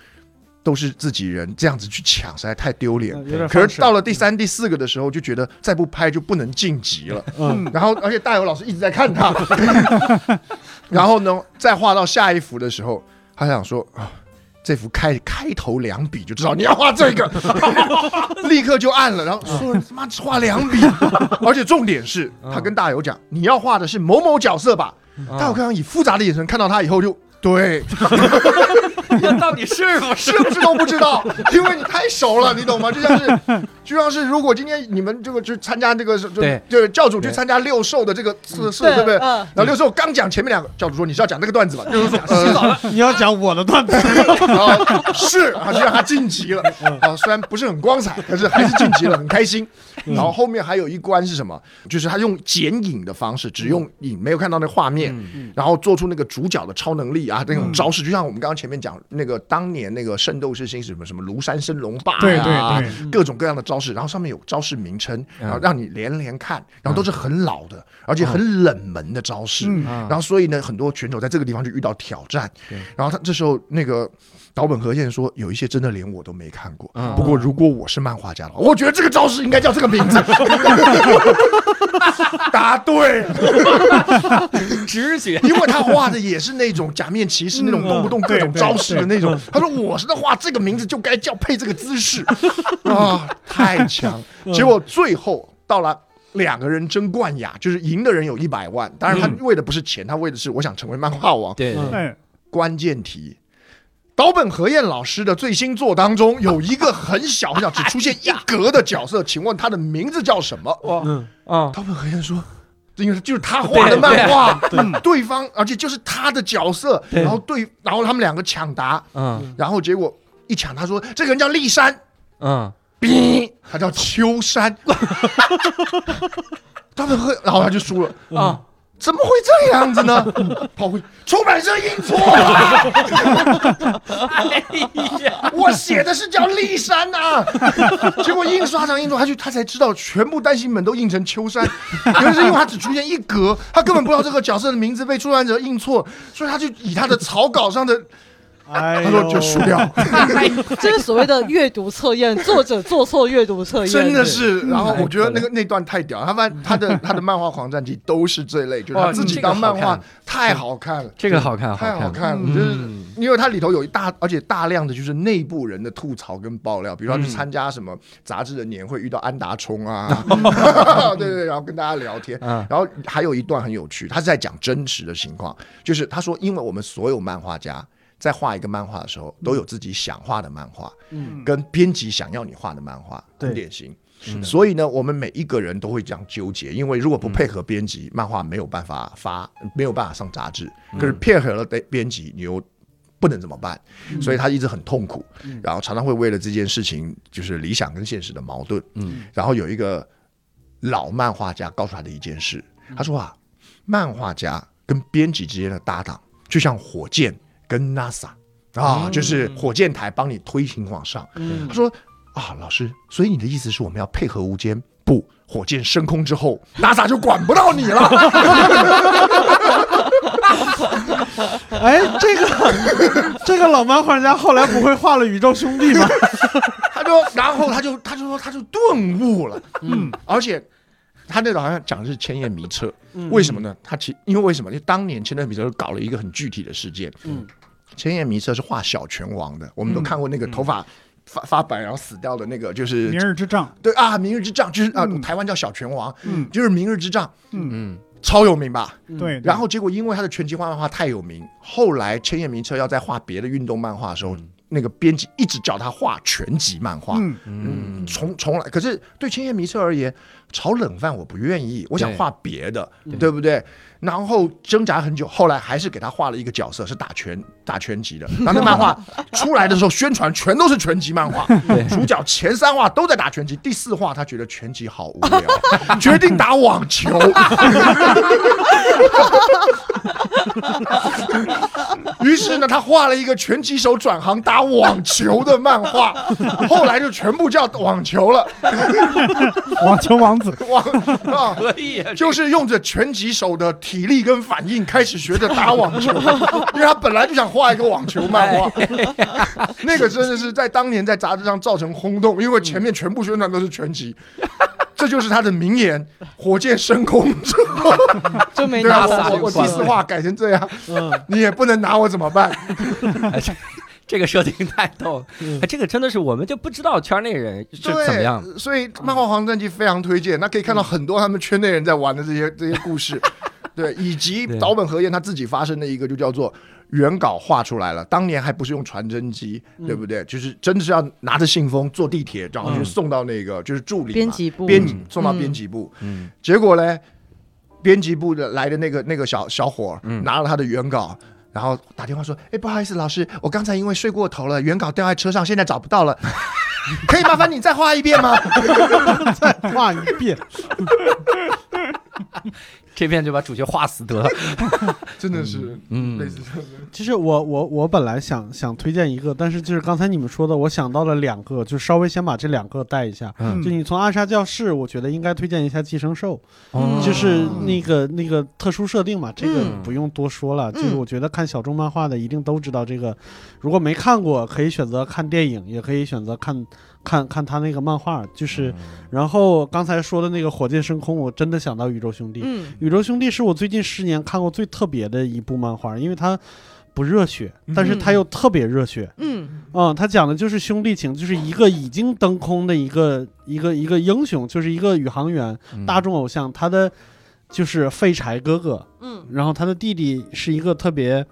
D: 都是自己人，这样子去抢实在太丢脸。
C: 有点
D: 可
C: 放
D: 是
C: 手
D: 到了第三、第四个的时候，就觉得再不拍就不能晋级了。
C: 嗯
D: 然后而且大友老师一直在看 他，然后呢，再画到下一幅的时候，他想说啊。这幅开开头两笔就知道你要画这个， 立刻就按了，然后说他妈只画两 笔，而且重点是他跟大友
C: 嗯
D: 讲，你要画的是某某角色吧？大友刚刚以复杂的眼神看到他以后就对，
A: 这到底是不
D: 是不是都不知道？因为你太熟了，你懂吗？就像是，就像是，如果今天你们这个去参加这个，就
A: 对
D: 就是教主去
A: 对
D: 参加六兽的这个是是，
E: 对
D: 对不对？
E: 嗯
D: 然后六兽刚讲前面两个，教主说你是要讲这个段子吧？就是说
C: 洗
D: 呃，
C: 澡了，你要讲我的 段子，
D: 然后是，然后就让他晋级了。
A: 嗯
D: 啊，虽然不是很光彩，可是还是晋级了，很开心。
A: 嗯
D: 然后后面还有一关是什么？就是他用剪影的方式，只用影没有看到那画面，
A: 嗯
D: 然后做出那个主角的超能力啊，那种招式，就像我们刚刚前面讲那个当年那个《圣斗士星矢》什么什么庐山升龙霸
F: 对
D: 呀、
F: 对对，
D: 各种各样的招式，然后上面有招式名称，然后让你连连看，然后都是很老的，而且很冷门的招式。
F: 嗯
A: 啊
D: 然后所以呢，很多选手在这个地方就遇到挑战
A: 对。
D: 然后他这时候那个岛本和彦说，有一些真的连我都没看过。
A: 嗯
D: 不过如果我是漫画家的话，我觉得这个招式应该叫这个名 字。 答对，
A: 直觉？
D: 因为他画的也是那种假面骑士那种动不动各种招式的那种。他说我是在画这个名字就该叫配这个姿势啊，太强！
C: 嗯
D: 结果最后到了。两个人争冠亚，就是赢的人有一百万。当然，他为的不是钱，他为的是我想成为漫画王。
A: 对，
C: 嗯
F: 哎，
D: 关键题。岛本和彦老师的最新作当中有一个很小很小，只出现一格的角色，请问他的名字叫什么？
A: 哇
C: 嗯
A: 啊，
D: 岛本和彦说。因为就是他画的漫画，嗯对方，而且就是他的角色，
A: 对
D: 然后对，然后他们两个抢答，
A: 嗯
D: 然后结果一抢，他说这个人叫立 山，
A: 嗯，
D: 哔，他叫秋山， 他们和然后他就输了
A: 哦
D: 啊。怎么会这样子呢？ 跑回出版社印错了，我写的是叫立山呐、结果印刷上印刷，他就他才知道全部单行本都印成秋山，原来是因为他只出现一格，他根本不知道这个角色的名字被出版社印错，所以他就以他的草稿上的，
C: 哎
D: 他
C: 呦，
D: 说就输 掉，了。
E: 这是所谓的阅读测验，作者做错阅读
A: 哎
E: 测验，
D: 真的是，然后我觉得那个那段太屌，他漫他的他的漫画狂战记都是这类，就是
A: 哇
D: 他自己当漫
A: 这个好
D: 画
A: 看
D: 太好看了，
A: 这个好看，嗯
D: 太好
A: 好看，
D: 看了，就是因为它里头有一大，而且大量的就是内部人的吐槽跟爆料，比
A: 嗯
D: 如说他去参加什么杂志的年会，遇到安达充 啊， 对对，对然后跟大家聊天，
A: 嗯
D: 然后还有一段很有趣，他是在讲真实的情况，就是他说，因为我们所有漫画家。在画一个漫画的时候，都有自己想画的漫画，
C: 嗯
D: 跟编辑想要你画的漫画，很
C: 对
D: 典型。
A: 嗯
D: 所以呢，我们每一个人都会这样纠结，因为如果不配合编辑，漫画没有办法发，没有办法上杂志。可是配合了编编辑，你又不能怎么办？
F: 嗯
D: 所以他一直很痛苦，然后常常会为了这件事情，就是理想跟现实的矛盾。
A: 嗯，
D: 然后有一个老漫画家告诉他的一件事，他说啊，漫画家跟编辑之间的搭档，就像火箭跟 NASA 啊，就是火箭台帮你推行往上。他说啊，老师，所以你的意思是我们要配合无间？不，火箭升空之后，NASA 就管不到你了。
C: 哎，这个这个老漫画家后来不会画了《宇宙兄弟》吗？
D: 他就，然后他就，他就说，他就顿悟了。嗯，而且他那个好像讲的是千叶弥车，
F: 嗯
D: 为什么呢？他其因为为什么？就当年千叶弥车搞了一个很具体的事件。嗯，千叶弥车是画小拳王的，我
F: 嗯
D: 们都看过那个头发发发白然后死掉的那个，就是
F: 明日之杖，
D: 对啊，明日之杖就是啊，
F: 嗯
D: 台湾叫小拳王，就是明日之杖。
F: 嗯
A: 嗯，
D: 超有名吧？
C: 嗯
F: 对，对
D: 然后结果因为他的拳击漫画太有名，后来千叶明彻要在画别的运动漫画的时候，那个编辑一直叫他画拳击漫画。
F: 嗯，
A: 嗯，
D: 从从来，可是对千叶弥彻而言，炒冷饭我不愿意，我想
A: 对
D: 画别的，
C: 对
D: 对
F: 嗯
D: 不对？然后挣扎很久，后来还是给他画了一个角色，是打拳打拳击的。然后那漫画出来的时候，宣传全都是拳 击漫画，主角前三话都在打拳击，第四话他觉得拳击好无聊，决定打网球。 于是呢，他画了一个拳击手转行打网球的漫 画，后来就全部叫网球了。
F: 网球王子，
D: 网啊，
A: 可以啊，
D: 就是用着拳击手的体力跟反应，开始学着打网 球，因为他本来就想画一个网球漫画。
E: 哎
D: 那个真的是在当年在杂志上造成轰动，因为前面全部宣传都是拳 击。这就是他的名言：“火箭升空之后，
E: 就没
D: 对啊，
E: 拿到。
D: 我我我第四话改成这样，
C: 嗯，
D: 你也不能拿我怎么办？
A: 哎这这个设定太逗了，
C: 嗯
A: 哎，这个真的是我们就不知道圈内人是
D: 对
A: 怎么样。
D: 所以《漫画黄战记》非常推荐，那可以看到很多他们圈内人在玩的这些这些故事，对，以及
A: 对
D: 岛本和彦他自己发生的一个就叫做原稿画出来了，当年还不是用传真机，对不对？就是真的是要拿着信封坐地铁，然后去
A: 嗯
D: 送到那个就是助理嘛
E: 编辑部
D: 编辑
A: 嗯
D: 送到
E: 嗯
D: 编辑部，
A: 嗯，
D: 结果呢，编辑部的来的那个那个小小伙儿、
A: 嗯
D: 拿了他的原稿，然后打电话说：“哎，不好意思，老师，我刚才因为睡过头了，原稿掉在车上，现在找不到了，可以麻烦你再画一遍吗
C: 画一遍，
A: 这边就把主角画死得 了。？”
D: 真的是
A: 嗯
D: 类似这种
C: 其实我我我本来想想推荐一个，但是就是刚才你们说的，我想到了两个，就稍微先把这两个带一下。
A: 嗯
C: 就你从暗杀教室，我觉得应该推荐一下《寄生兽》，
E: 嗯
C: 哦就是那个那个特殊设定嘛，这个
A: 哦嗯
C: 不用多说了。就是
E: 嗯
C: 我觉得看小众漫画的一定都知道这个，如果没看过，可以选择看电影，也可以选择看看看他那个漫画。
A: 嗯
C: 就是，然后刚才说的那个火箭升空，我真的想到宇宙兄弟，
E: 嗯
C: 宇宙兄弟是我最近十年看过最特别的一部漫画，因为它不热血，但是它又特别热血。
E: 嗯
C: 嗯，它讲的就是兄弟情，就是一个已经登空的一个一个一个英雄，就是一个宇航员，
A: 嗯
C: 大众偶像。他的就是废柴哥哥，
E: 嗯
C: 然后他的弟弟是一个特别。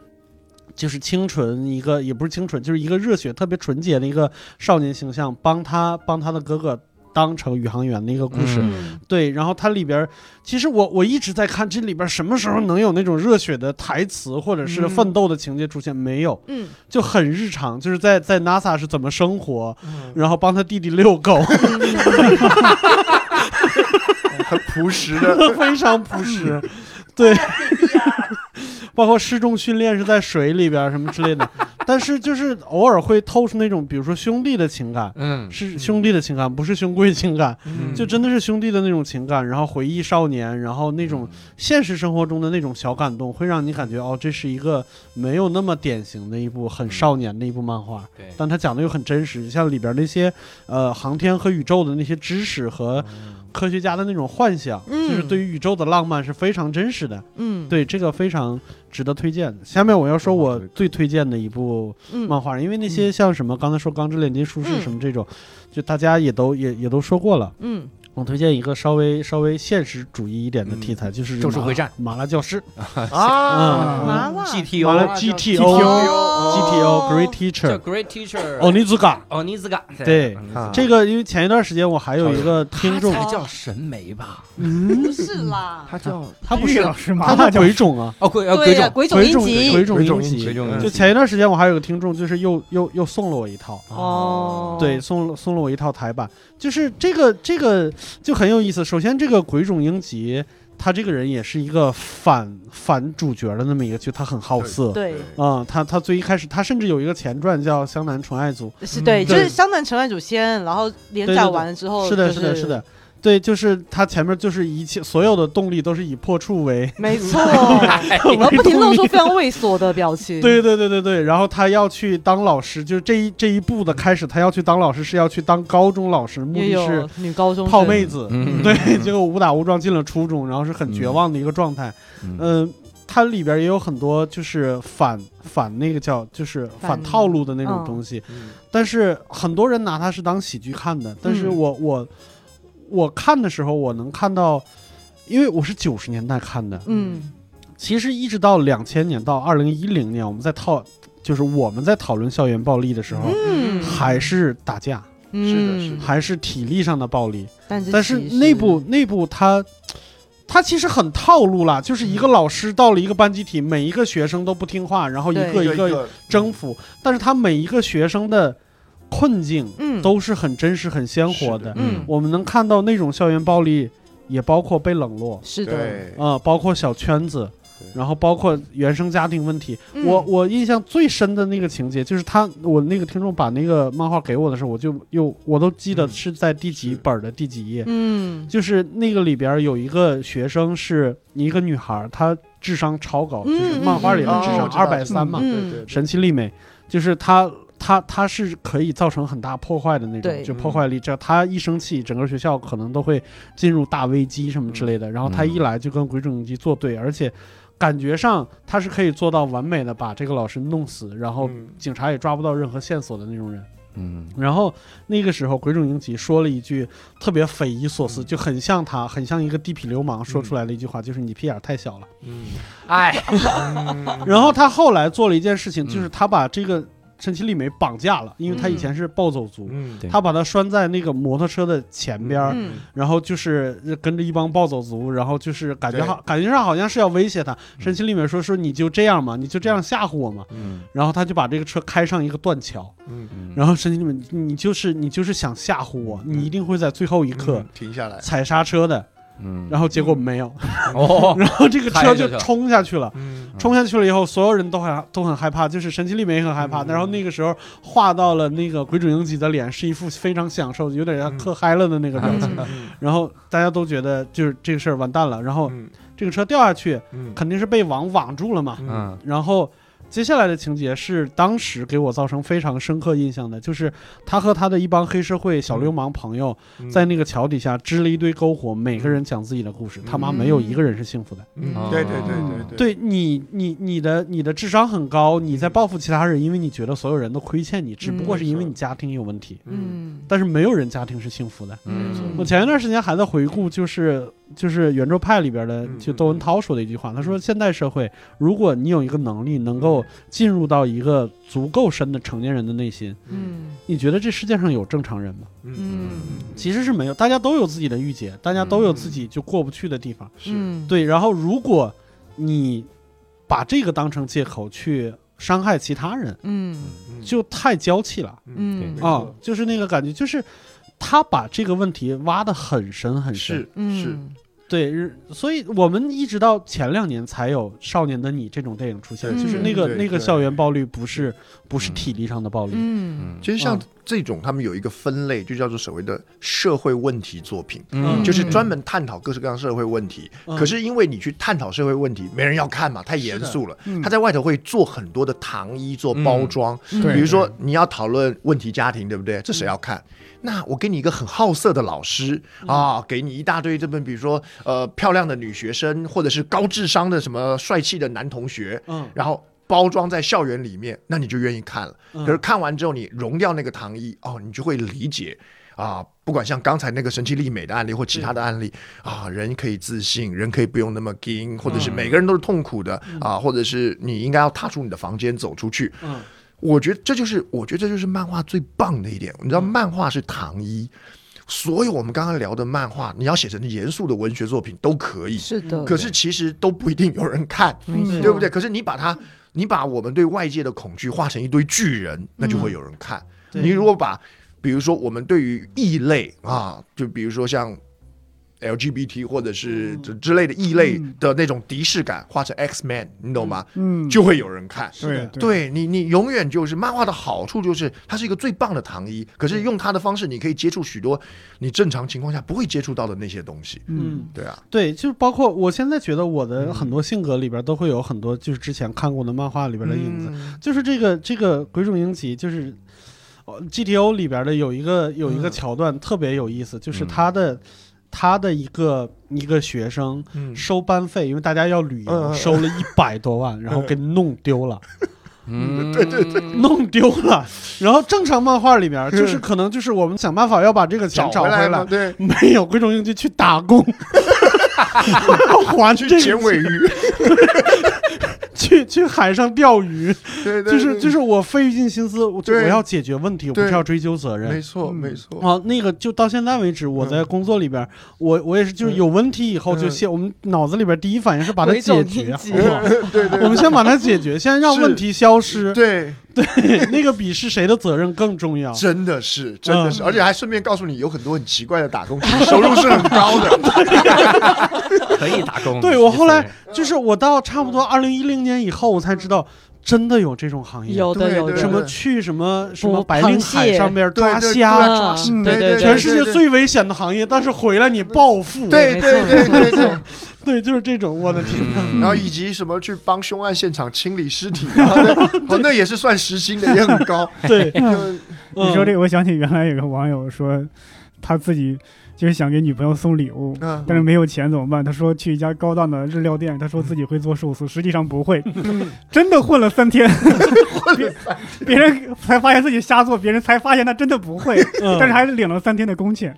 C: 就是清纯一个，也不是清纯，就是一个热血特别纯洁的一个少年形象，帮他帮他的哥哥当成宇航员的一个故事。
E: 嗯
C: 对，然后它里边儿，其实我我一直在看这里边儿什么时候能有那种热血的台词或者是
E: 嗯
C: 奋斗的情节出现，没有，
E: 嗯，
C: 就很日常，就是在在 NASA 是怎么生活，然后帮他弟弟遛狗，
D: 很朴实的。
C: 非常朴实，对，包括示众训练是在水里边儿什么之类的，但是就是偶尔会透出那种，比如说兄弟的情感。
A: 嗯，
C: 是兄弟的情感，不是兄贵情感，
F: 嗯
C: 就真的是兄弟的那种情感，然后回忆少年，然后那种现实生活中的那种小感动，会让你感觉哦，这是一个没有那么典型的一部很少年的一部漫画，
A: 对
C: 但它讲的又很真实，像里边那些呃航天和宇宙的那些知识和科学家的那种幻想，
E: 嗯
C: 就是对于宇宙的浪漫是非常真实的。
E: 嗯，
C: 对，这个非常值得推荐。下面我要说我最推荐的一部
E: 嗯，
C: 漫画，因为那些像什么刚才说《钢之炼金术士》
E: 嗯
C: 什么这种，就大家也都也也都说过了。
E: 嗯
C: 我推荐一个稍微稍微现实主义一点的题材，就是《
A: 咒术回战》
C: 麻辣教师
D: 啊，
C: 嗯
E: 麻辣
A: GTO
C: 麻辣
A: 啊
C: GTO
D: 哦
E: 哦
C: GTO Great
A: 叫
C: Teacher 哦
A: Great Teacher
C: 奥尼兹卡。
A: 奥尼兹嘎，
C: 对
A: 奥尼兹
D: 啊
A: 嘎
C: 这个因为前一段时间我还有一个听众，
A: 他才叫神眉吧？
E: 不是
F: 嗯
E: 啦，
A: 他叫
C: 嗯他不
F: 玉
C: 是
F: 老师麻辣
C: 他是
F: 教
C: 鬼
F: 师，
C: 种啊，
A: 哦鬼呃鬼
E: 对呀，
A: 冢，
E: 鬼冢
C: 鬼
E: 英
C: 种鬼
E: 吉，
C: 种
D: 鬼冢
C: 英
D: 英
C: 吉
D: 吉。
A: 冢
C: 就前一段时间我还有个听众，就是又又又送了我一套，
E: 哦，
C: 对，，送了送了我一套台版，就是这个这个就很有意思。首先，这个鬼冢英吉，他这个人也是一个反反主角的那么一个，就他很好色。
E: 对，
C: 啊、他他最一开始，他甚至有一个前传叫《湘南纯爱组
E: 是对，
C: 嗯
E: 就是
C: 对
E: 湘南城爱主先，然后连
C: 对
E: 载
C: 对对
E: 完了之》后，
C: 是的，
E: 就是
C: 的，是，的，对，就是他前面就是一切所有的动力都是以破处为，
E: 没错，
A: 哎
E: 然后不停露出非常猥琐的表情，
C: 对对对对对，然后他要去当老师，就是这一这一步的开始，他要去当老师是要去当高中老师，目
E: 也
C: 的是
E: 有女高中生
C: 泡妹子，
A: 嗯
C: 对， 结果误打误撞进了初中，然后是很绝
A: 嗯
C: 望的一个状态。
A: 嗯
C: 嗯，它里边也有很多就是反反那个叫就是反
E: 反
C: 套路的那种
E: 嗯
C: 东西，
D: 嗯
C: 但是很多人拿它是当喜剧看的，但是
E: 嗯
C: 我我我看的时候，我能看到因为我是九十年代看的，
E: 嗯
C: 其实一直到两千年到二零一零年，我们在讨就是我们在讨论校园暴力的时候，
E: 嗯，
C: 还是打架，
D: 是的是的
E: 嗯
C: 还是体力上的暴力，
E: 但是
C: 但是
E: 其实啊
C: 内部内部他。他其实很套路啦，就是
E: 嗯
C: 一个老师到了一个班集体，每一个学生都不听话，然后一
E: 对
C: 个
D: 一
C: 一个
D: 个
C: 征服。但是他每一个学生的困境
E: 嗯
C: 都是很真实、很鲜活
D: 是
C: 的
D: 的。
E: 嗯
C: 我们能看到那种校园暴力，也包括被冷落
E: 是的，
D: 对，
C: 啊、包括小圈子
D: 对，
C: 然后包括原生家庭问题。
E: 嗯
C: 我我印象最深的那个情节，就是他我那个听众把那个漫画给我的时候，我就又我都记得
D: 嗯
C: 是在第几
D: 是
C: 本的第几页，
E: 嗯
C: 就是那个里边有一个学生是一个女孩，她智商超高，
E: 嗯
C: 就是漫画里的
D: 嗯
C: 智
D: 嗯
C: 商
D: 哦
C: 二百三
F: 嗯
C: 嘛，
D: 对
E: 嗯
D: 对
C: 神奇丽美，就是她她她是可以造成很大破坏的那种，
E: 对
C: 就破坏力，这她一生气，整个学校可能都会进入大危机什么之
E: 嗯
C: 类的。然后她一来就跟鬼冢英机作对，而且感觉上她是可以做到完美的把这个老师弄死，然后
B: 嗯
C: 警察也抓不到任何线索的那种人。
A: 嗯
C: 然后那个时候，鬼冢英吉说了一句特别匪夷所思，就很像他，很像一个地痞流氓说出来的一句话，就是你屁眼儿太小了。
B: 嗯，
A: 哎，
C: 然后他后来做了一件事情，
A: 嗯
C: 就是他把这个神奇丽美绑架了，因为他以前是暴走族，
B: 嗯
A: 对
C: 他把他拴在那个摩托车的前边儿，
E: 嗯
C: 然后就是跟着一帮暴走族，然后就是感觉
D: 对
C: 好，感觉上好像是要威胁他。神奇丽美说说你就这样嘛，你就这样吓唬我嘛。
A: 嗯
C: 然后他就把这个车开上一个断桥，
B: 嗯，
A: 嗯
C: 然后神奇丽美，你你就是你就是想吓唬我，你一定会在最后一刻
D: 嗯停下来，
C: 踩刹车的，
A: 嗯，
C: 然后结果没有，
A: 哦，
C: 然后这个车
A: 嗨就
C: 就是冲下去了。
B: 嗯
C: 冲下去了以后，所有人都很都很害怕，就是神奇丽美也很害怕。
B: 嗯
C: 然后那个时候画到了那个鬼冢英吉的脸，是一副非常享受，有点像嗑嗨了的那个表情。
E: 嗯
C: 然后大家都觉得就是这个事儿完蛋了。然后
B: 嗯
C: 这个车掉下去，
B: 嗯
C: 肯定是被网网住了嘛。
B: 嗯
A: 嗯
C: 然后接下来的情节是当时给我造成非常深刻印象的，就是他和他的一帮黑社会小流氓朋友
D: 嗯
C: 在那个桥底下支了一堆篝火，每个人讲自己的故事，他妈没有一个人是幸福的。
E: 嗯
A: 啊
D: 对对对对，
C: 嗯对你，你你的你的智商很高，你在报复其他人，因为你觉得所有人都亏欠你，只不过是因为你家庭有问题。
D: 嗯，
E: 嗯
C: 但是没有人家庭是幸福的。
A: 嗯
C: 我前一段时间还在回顾，就是就是圆桌派里边的，
B: 嗯
C: 就窦文涛说的一句话，他说现代社会，如果你有一个能力能够进入到一个足够深的成年人的内心，
E: 嗯
C: 你觉得这世界上有正常人吗？
E: 嗯
C: 其实是没有，大家都有自己的郁结，大家都有自己就过不去的地方。
D: 是，
E: 嗯，
C: 对，然后如果你把这个当成借口去伤害其他人，
E: 嗯
C: 就太娇气了
E: 嗯
A: 没
C: 啊、就是那个感觉，就是他把这个问题挖得很深很深。
D: 是是，
E: 嗯
C: 对，日所以我们一直到前两年才有《少年的你》这种电影出现，
E: 对
C: 就是
E: 对
C: 那个
D: 对
C: 那个
D: 对
C: 校园暴力不是不是
A: 嗯
C: 体力上的暴力，
E: 嗯
D: 其实像
C: 嗯
D: 这种，他们有一个分类，就叫做所谓的社会问题作品，
A: 嗯
D: 就是专门探讨各式各样社会问题。
C: 嗯
D: 可是因为你去探讨社会问题，没人要看嘛，太严肃了。
F: 嗯
D: 他在外头会做很多的糖衣做包装，
E: 嗯
F: 对
D: 比如说你要讨论问题家庭，对不对？这谁要看？那我给你一个很好色的老师啊，给你一大堆这么，比如说呃漂亮的女学生，或者是高智商的什么帅气的男同学，
C: 嗯
D: 然后包装在校园里面，那你就愿意看了。
C: 嗯
D: 可是看完之后，你融掉那个糖衣哦，你就会理解啊，不管像刚才那个神奇丽美的案例或其他的案例啊，人可以自信，人可以不用那么硬，或者是
A: 嗯
D: 每个人都是痛苦的、啊，或者是你应该要踏出你的房间走出去。
C: 嗯
D: 我觉得这就是，我觉得这就是漫画最棒的一点。你知道，漫画是糖衣。所有我们刚刚聊的漫画，你要写成严肃的文学作品都可以，
E: 是的，
D: 可是其实都不一定有人看。
E: 没
F: 嗯
E: 错
D: 对不对？？可是你把它，你把我们对外界的恐惧化成一堆巨
F: 嗯
D: 人，那就会有人看。
C: 对
D: 你如果把，比如说我们对于异类啊，就比如说像 LGBT 或者是
C: 嗯
D: 之之类的异类
F: 嗯
D: 的那种敌视感，化成 X Man，你懂吗？
F: 嗯，
D: 就会有人看。
C: 是
F: 对
C: 的
D: 对你，你永远就是漫画的好处就是它是一个最棒的糖衣，可是用它的方式，你可以接触许多你正常情况下不会接触到的那些东西。
F: 嗯
C: 嗯
D: 对啊，
C: 对，就是包括我现在觉得我
D: 嗯
C: 的很多性格里边都会有很多就是之前看过的漫画里边的影
D: 嗯
C: 子，就是这个这个鬼冢英吉就是。呃 GTO 里边的有一个有
D: 嗯
C: 一个桥段特别有意思，就是
A: 嗯
C: 他的他的一个一个学生
D: 嗯
C: 收班费，因为大家要旅
D: 嗯嗯
C: 游，
D: 嗯
C: 收了一百多万，然后给弄丢了，
A: 嗯，对对对，
C: 弄丢了。 然后正常漫画里边就是可能就是我们想办法要把这个钱
D: 找
C: 嗯找回
D: 回来嘛，
C: 来，
D: 对，
C: 没有鬼冢英吉去打工，划去这
D: 剪
C: 个
D: 尾鱼，
C: 去去海上钓鱼，
D: 对对，，
C: 就是就是是我费尽心思，我
D: 对
C: 我要解决问题，我不
D: 对
C: 是要追究责任
D: 没。
A: 嗯
D: 错没错，
C: 啊，那个就到现在为止，我在工作里边，我我也是，就是有问题以后就
D: 嗯
C: 先，我们脑子里边第一反应是把它
E: 有一种
C: 解决，
E: 应
C: 好
E: 激
C: 不好？
D: 对对
C: 我们先把它解决，先让
D: 是
C: 问题消失。
D: 对，
C: 那个比是谁的责任更重要。
D: 真的是真
C: 嗯
D: 的是，而且还顺便告诉你，有很多很奇怪的打工，其实收入是很 高的，
A: 可以打工。
C: 对我后来
A: 其实
D: 嗯
C: 就是我到差不多二零一零年以后，我才知道真的有这种行业，
E: 有的
D: 对
E: 有的
D: 对
C: 什么
D: 对
C: 去什么什么
E: 捕
C: 白令
E: 螃
C: 海
E: 蟹
C: 上边抓
D: 对对
C: 虾，
E: 嗯
D: 抓嗯
E: 对
D: 对
E: 对，
D: 对
C: 全世界
D: 对嗯
C: 最危险的行业，但是回来你暴富。
D: 对对对对对，
C: 对，就是这种，我的天哪！
A: 嗯
D: 然后以及什么去帮凶案现场清理尸体，然后那哦那也是算时薪的，也很 高，
C: 对，
D: 就
F: 你说这
C: 个，
F: 个，我想起原来有个网友说，他自己就是想给女朋友送礼物，
D: 嗯
F: 但是没有钱怎么办？他说去一家高档的日料店，他说自己会做寿司，实际上不会，
D: 嗯
F: 真的混了三 天，别别人才发现自己瞎做，别人才发现他真的不会，
C: 嗯
F: 但是还是领了三天的工钱。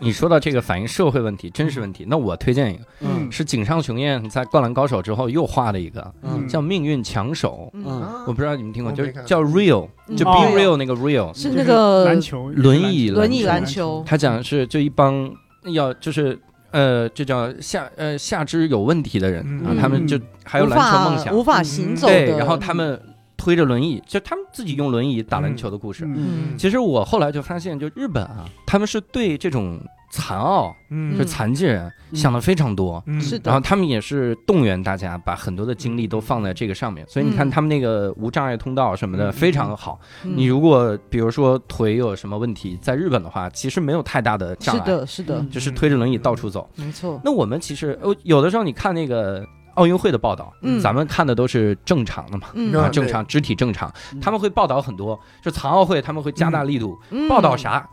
A: 你说到这个反映社会问题、真实问题，那我推荐一个，
C: 嗯
A: 是井上雄彦在《灌篮高手》之后又画的一个，
C: 嗯
A: 叫《命运强手》，
E: 嗯，
D: 啊
A: 我不知道你们听过，
D: 我
A: 就是
D: 没看
A: 叫 Real，
E: 嗯
A: 就 Be
F: 哦
A: Real 那个 Real，
E: 是
F: 就
E: 那个
F: 篮球
A: 轮椅
E: 轮椅篮
F: 篮
E: 球，
A: 他讲的是就一帮要就是呃，这叫下呃下肢有问题的人啊，
E: 嗯
A: 他们就还有
E: 无
A: 篮球
E: 法
A: 梦想，嗯
E: 无法行走
A: 对，
E: 的，
A: 然后他们推着轮椅，就他们自己用轮椅打篮球的故事。
F: 嗯
E: 嗯
A: 其实我后来就发现，就日本啊，他们是对这种残奥、
E: 嗯
A: 就残疾人
C: 嗯
A: 想的非常多。
E: 是的，
A: 然后他们也是动员大家把很多的精力都放在这个上面，所以你看
E: 嗯
A: 他们那个无障碍通道什么的非常的好。
E: 嗯
A: 你如果比如说腿有什么问题，在日本的话，其实没有太大的障
E: 是
A: 碍，
E: 的，是嗯的，
A: 就是推着轮椅到处走。
E: 没错，
A: 那我们其实呃有的时候你看那个奥运会的报道，
E: 嗯
A: 咱们看的都是正常的嘛，啊，
D: 嗯
A: 正常肢体正常，他们会报道很多，就残奥会他们会加大力度、
E: 嗯
A: 报道？啥，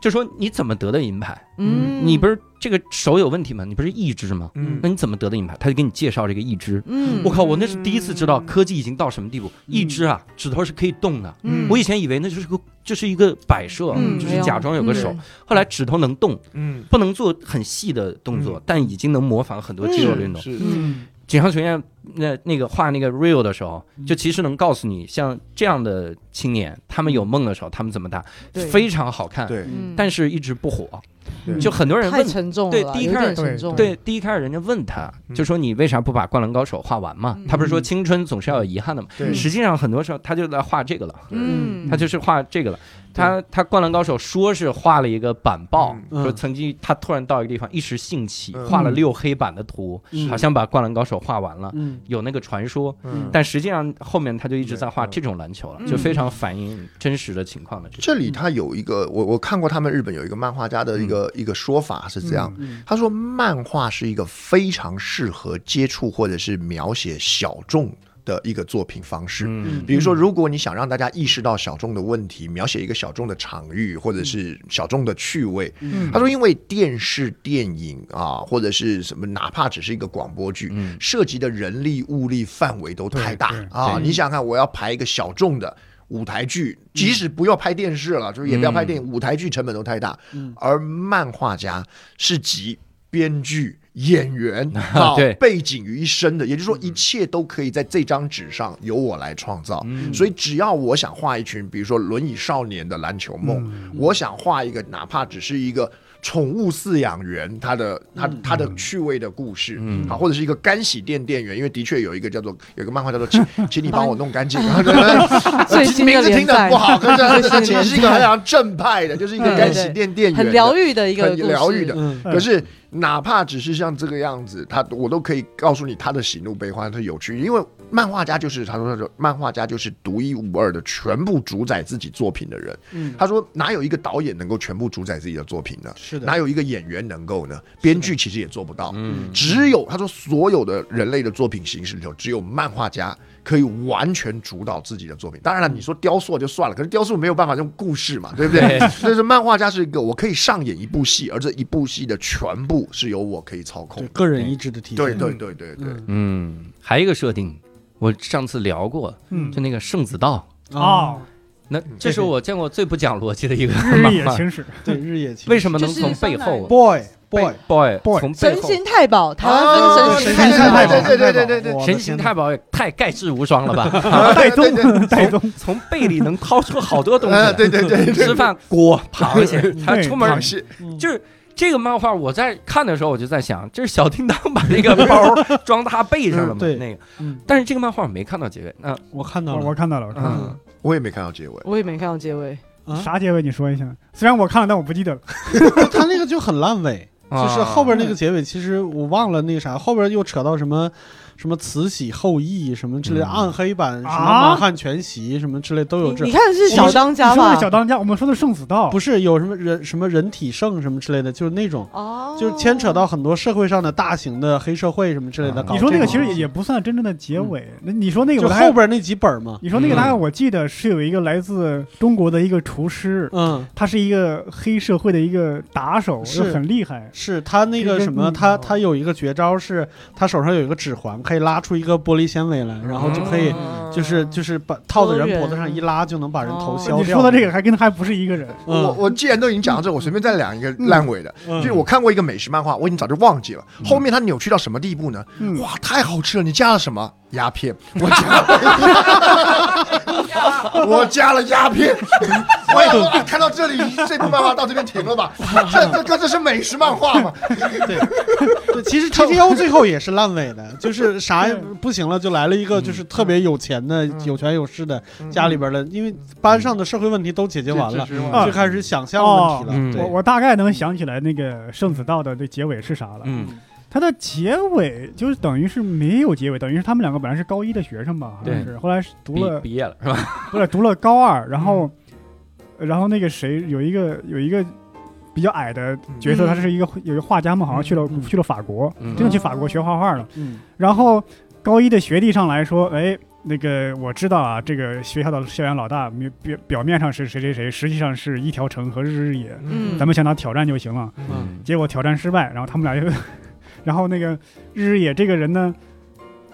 A: 就说你怎么得的银牌，
E: 嗯，
A: 你不是这个手有问题吗？你不是义肢吗？
C: 嗯
A: 那你怎么得的银牌？他就给你介绍这个义肢。
E: 嗯，
A: 我靠！我那是第一次知道科技已经到什么地步，义肢啊，指头是可以动的。
E: 嗯
A: 我以前以为那就是个，这是一个摆设，啊
E: 嗯
A: 就是假装有个手
E: 嗯。
A: 后来指头能动，
D: 嗯，
A: 不能做很细的动作，但已经能模仿很多肌肉的运动。
D: 是
E: 嗯
A: 井上学院那那个画那个 real 的时候，就其实能告诉你，像这样的青年，他们有梦的时候，他们怎么打，
E: 嗯对
A: 非常好看，
D: 对
E: 嗯
A: 但是一直不火。
D: 对
A: 就很多人
E: 太
A: 问，
E: 沉重了，
A: 对第一
E: 有
A: 开
E: 点
A: 始
E: 沉重，
A: 对，第一开始人家问他，
D: 嗯
A: 就说你为啥不把《灌篮高手》画完嘛
E: 嗯？
A: 他不是说青春总是要有遗憾的嘛？
D: 对嗯
A: 实际上很多时候他就在画这个了，
E: 嗯，
A: 他就是画这个了。他他《灌篮高手》说是画了一个板报，
C: 嗯
A: 说曾经他突然到一个地方一时兴起，
D: 嗯
A: 画了六黑板的图，
C: 嗯
A: 好像把《灌篮高手》画完了。
C: 嗯
A: 有那个传说，
D: 嗯
A: 但实际上后面他就一直在画
D: 对
A: 这种篮球了，
E: 嗯
A: 就非常反映真实的情况的这种。
D: 这里他有一个，我我看过他们日本有一个漫画家的一个、
A: 嗯
D: 一个说法是这样，
C: 嗯
D: 他说漫画是一个非常适合接触或者是描写小众的一个作品方式。
A: 嗯
D: 比如说，如果你想让大家意识到小众的问题，描写一个小众的场域或者是小众的趣味，
C: 嗯
D: 他说，因为电视、电影啊，或者是什么，哪怕只是一个广播剧，
A: 嗯
D: 涉及的人力、物力范围都太大
F: 对对
D: 啊！
A: 对
D: 你想想看，我要排一个小众的舞台剧，即使不要拍电视了，就是也不要拍电影，舞台剧成本都太大。
C: 嗯
D: 而漫画家是集编剧。演员啊
A: 对，
D: 背景于一身的，也就是说，一切都可以在这张纸上由我来创造。
A: 嗯
D: 所以，只要我想画一群，比如说轮椅少年的篮球梦，我想画一个，哪怕只是一个宠物饲养员，他的他他的趣味的故事，
A: 嗯
D: 好，或者是一个干洗店店员，因为的确有一个叫做有一个漫画叫做请请你帮我弄干净，然后对对
E: 最新的
D: 名字听
E: 连
D: 着
E: 载
D: 不，好，可是它
E: 最
D: 其
E: 新的
D: 实是一个非常正派的，就是一个
E: 嗯
D: 干洗店店员，
E: 很疗愈的一个
D: 很疗愈的
C: 嗯
D: 可是哪怕只是像这个样子，他我都可以告诉你他的喜怒悲欢是有趣，因为漫画家就是他说他说漫画家就是独一无二的，全部主宰自己作品的人。
C: 嗯，
D: 他说哪有一个导演能够全部主宰自己的作品呢？
C: 是
D: 哪
C: 的，
D: 有一个演员能够呢？编剧其实也做不到。
A: 嗯
D: 只有他说，所有的人类的作品形式里头，只有漫画家可以完全主导自己的作品。当然了，你说雕塑就算了，可是雕塑没有办法用故事嘛，对不对？所以说，漫画家是一个我可以上演一部戏，而这一部戏的全部是由我可以操控
C: 对
D: 的。
C: 个人意志的体现。
D: 对对对对对，
C: 嗯
A: 嗯，还有一个设定，我上次聊过，
F: 嗯
A: 就那个圣子道。
C: 啊
F: 哦，，
A: 那
C: 嗯
A: 这是我见过最不讲逻辑的一个
F: 日
A: 漫
F: 野
A: 画，
F: 青史，
C: 对日野青
A: 为什么
E: 就
A: 能
E: 是
A: 从背
E: 相当于
A: 后？
C: boy boy
A: boy
F: boy，
A: 从背
E: 神
A: 后。
E: 行太保，台湾
D: 啊
E: 分
C: 神
E: 神太
C: 行太
E: 保。
C: 保，
D: 对对对对对对
C: 我的
A: 神行
C: 天
A: 太保也太盖世无双了吧？
F: 带动
D: 啊对对对
F: 带动，
A: 从背里能掏出好多
C: 哎
A: 东西
D: 啊，
A: 来。
D: 对对对对，
A: 吃饭锅、螃蟹，他出门
D: 螃蟹，
C: 嗯
A: 就是这个漫画，我在看的时候我就在想，这是小叮当把那个包 装到他背上了吗？
C: 嗯对
A: 那个
C: 嗯，
A: 但是这个漫画我没看到结尾。那
C: 我看到
F: 我我
C: 了，
F: 看到了，我看到了。
A: 嗯，
D: 我也没看到结尾。
E: 我也没看到结尾，
C: 啊
F: 啥结尾？你说一下。虽然我看了，但我不记得了。
C: 他那个就很烂尾，就是
A: 啊
C: 后边那个结尾，其实我忘了那个啥，后边又扯到什么什么慈禧后裔什么之类的，
A: 嗯
C: 暗黑版什么
F: 啊
C: 满汉全席什么之类都有
E: 你
C: 这
E: 你。看的是小当家
F: 你说
E: 吧
F: 的？小当家，我们说的圣子道，
C: 不是有什么人什么人体圣什么之类的，就是那种，
E: 哦，
C: 就是牵扯到很多社会上的大型的黑社会什么之类的
A: 啊。
C: 搞
F: 你说那个
C: 这
F: 其实
C: 种
F: 也也不算真正的结尾。那你说那个
C: 就
F: 我还
C: 后边那几本嘛，
F: 你说那个
A: 嗯
F: 答案，我记得是有一个来自中国的一个厨师，
C: 嗯，
F: 他是一个黑社会的一个打手，
C: 是
F: 就很厉害。
C: 是他那个什么，
F: 嗯
C: 他他有一个绝招是，他手上有一个指环，可以拉出一个玻璃纤维来，然后就可以
E: 嗯
C: 就是就是把套在人脖子上
E: 人
C: 一拉就能把人
E: 哦
C: 头削掉。
F: 你说的这个还跟他还不是一个人，
C: 嗯，
D: 我我既然都已经讲到这，我随便再讲一个烂尾的，
C: 嗯
D: 就是我看过一个美食漫画，我已经早就忘记了。后面它扭曲到什么地步呢？
F: 嗯
D: 哇，太好吃了！你加了什么？鸦 片，我加了， 我加了鸦 片。我
C: 哎
D: 也哇看到这里，这部漫画到这边停了吧？这这这这是美食漫画吗？
C: 对， 其实 TTO 最后也是烂尾的，就是啥也不行了，就来了一个就是特别有钱的、有权有势的家里边的，因为班
A: 嗯
C: 上的社会问题都解决完了，嗯
F: 啊
C: 就开始想象问题
A: 嗯
C: 了。对
F: 我我大概能想起来那个圣子道的这结尾是啥了。
A: 嗯，
F: 他的结尾就是等于是没有结尾，等于是他们两个本来是高一的学生吧，好像
A: 对
F: 是后来是读
A: 毕
F: 了
A: 毕业了是吧？
F: 不是读了高二，然后、然后那个谁有一个有一个比较矮的角色，
E: 嗯
F: 他是一个有一个画家嘛，好像去了、
C: 嗯嗯
F: 去了法国，
A: 嗯
F: 真的去法国学画画了。
C: 嗯
F: 然后高一的学弟上来说，哎，那个我知道啊，这个学校的校园老大表表表面上是谁谁谁，实际上是一条城和日日野，
E: 嗯
F: 咱们向他挑战就行了。
C: 嗯
F: 结果挑战失败，然后他们俩就， 然后那个日日野这个人呢，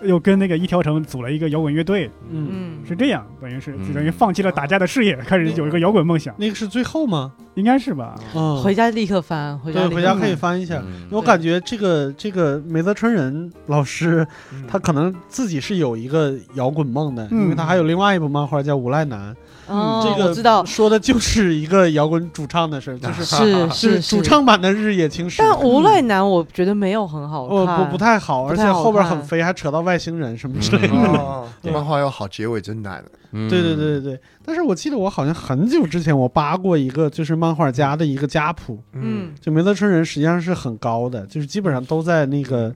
F: 又跟那个一条城组了一个摇滚乐队，
C: 嗯，
E: 嗯
F: 是这样，等于是
A: 嗯
F: 就等于放弃了打架的事业，开始有一个摇滚梦想，
C: 那个是最后吗？
F: 应该是吧？
C: 嗯，
E: 回家立刻翻，回家
C: 对，
E: 立刻
C: 回家
E: 翻
C: 可以翻一下。
A: 嗯
C: 我感觉这个这个梅泽春人老师，他可能自己是有一个摇滚梦的，
F: 嗯
C: 因为他还有另外一部漫画叫《无赖男》，
E: 哦
C: 嗯这个
E: 我知道
C: 说的就是一个摇滚主唱的事儿，就是
E: 啊是
C: 是主唱版的《日野青史》，
E: 但无赖男我觉得没有很好
C: 呃
E: 看，
C: 不不太好，而
E: 不
C: 且
E: 太好
C: 后边很
E: 看
C: 肥，还扯到外星人什么之类的。
D: 哦
C: 对
D: 漫画要好结尾真难。
A: 嗯
C: 对对对对对，但是我记得我好像很久之前我扒过一个就是漫画家的一个家谱，
E: 嗯，
C: 就梅泽春人实际上是很高的，就是基本上都在那个，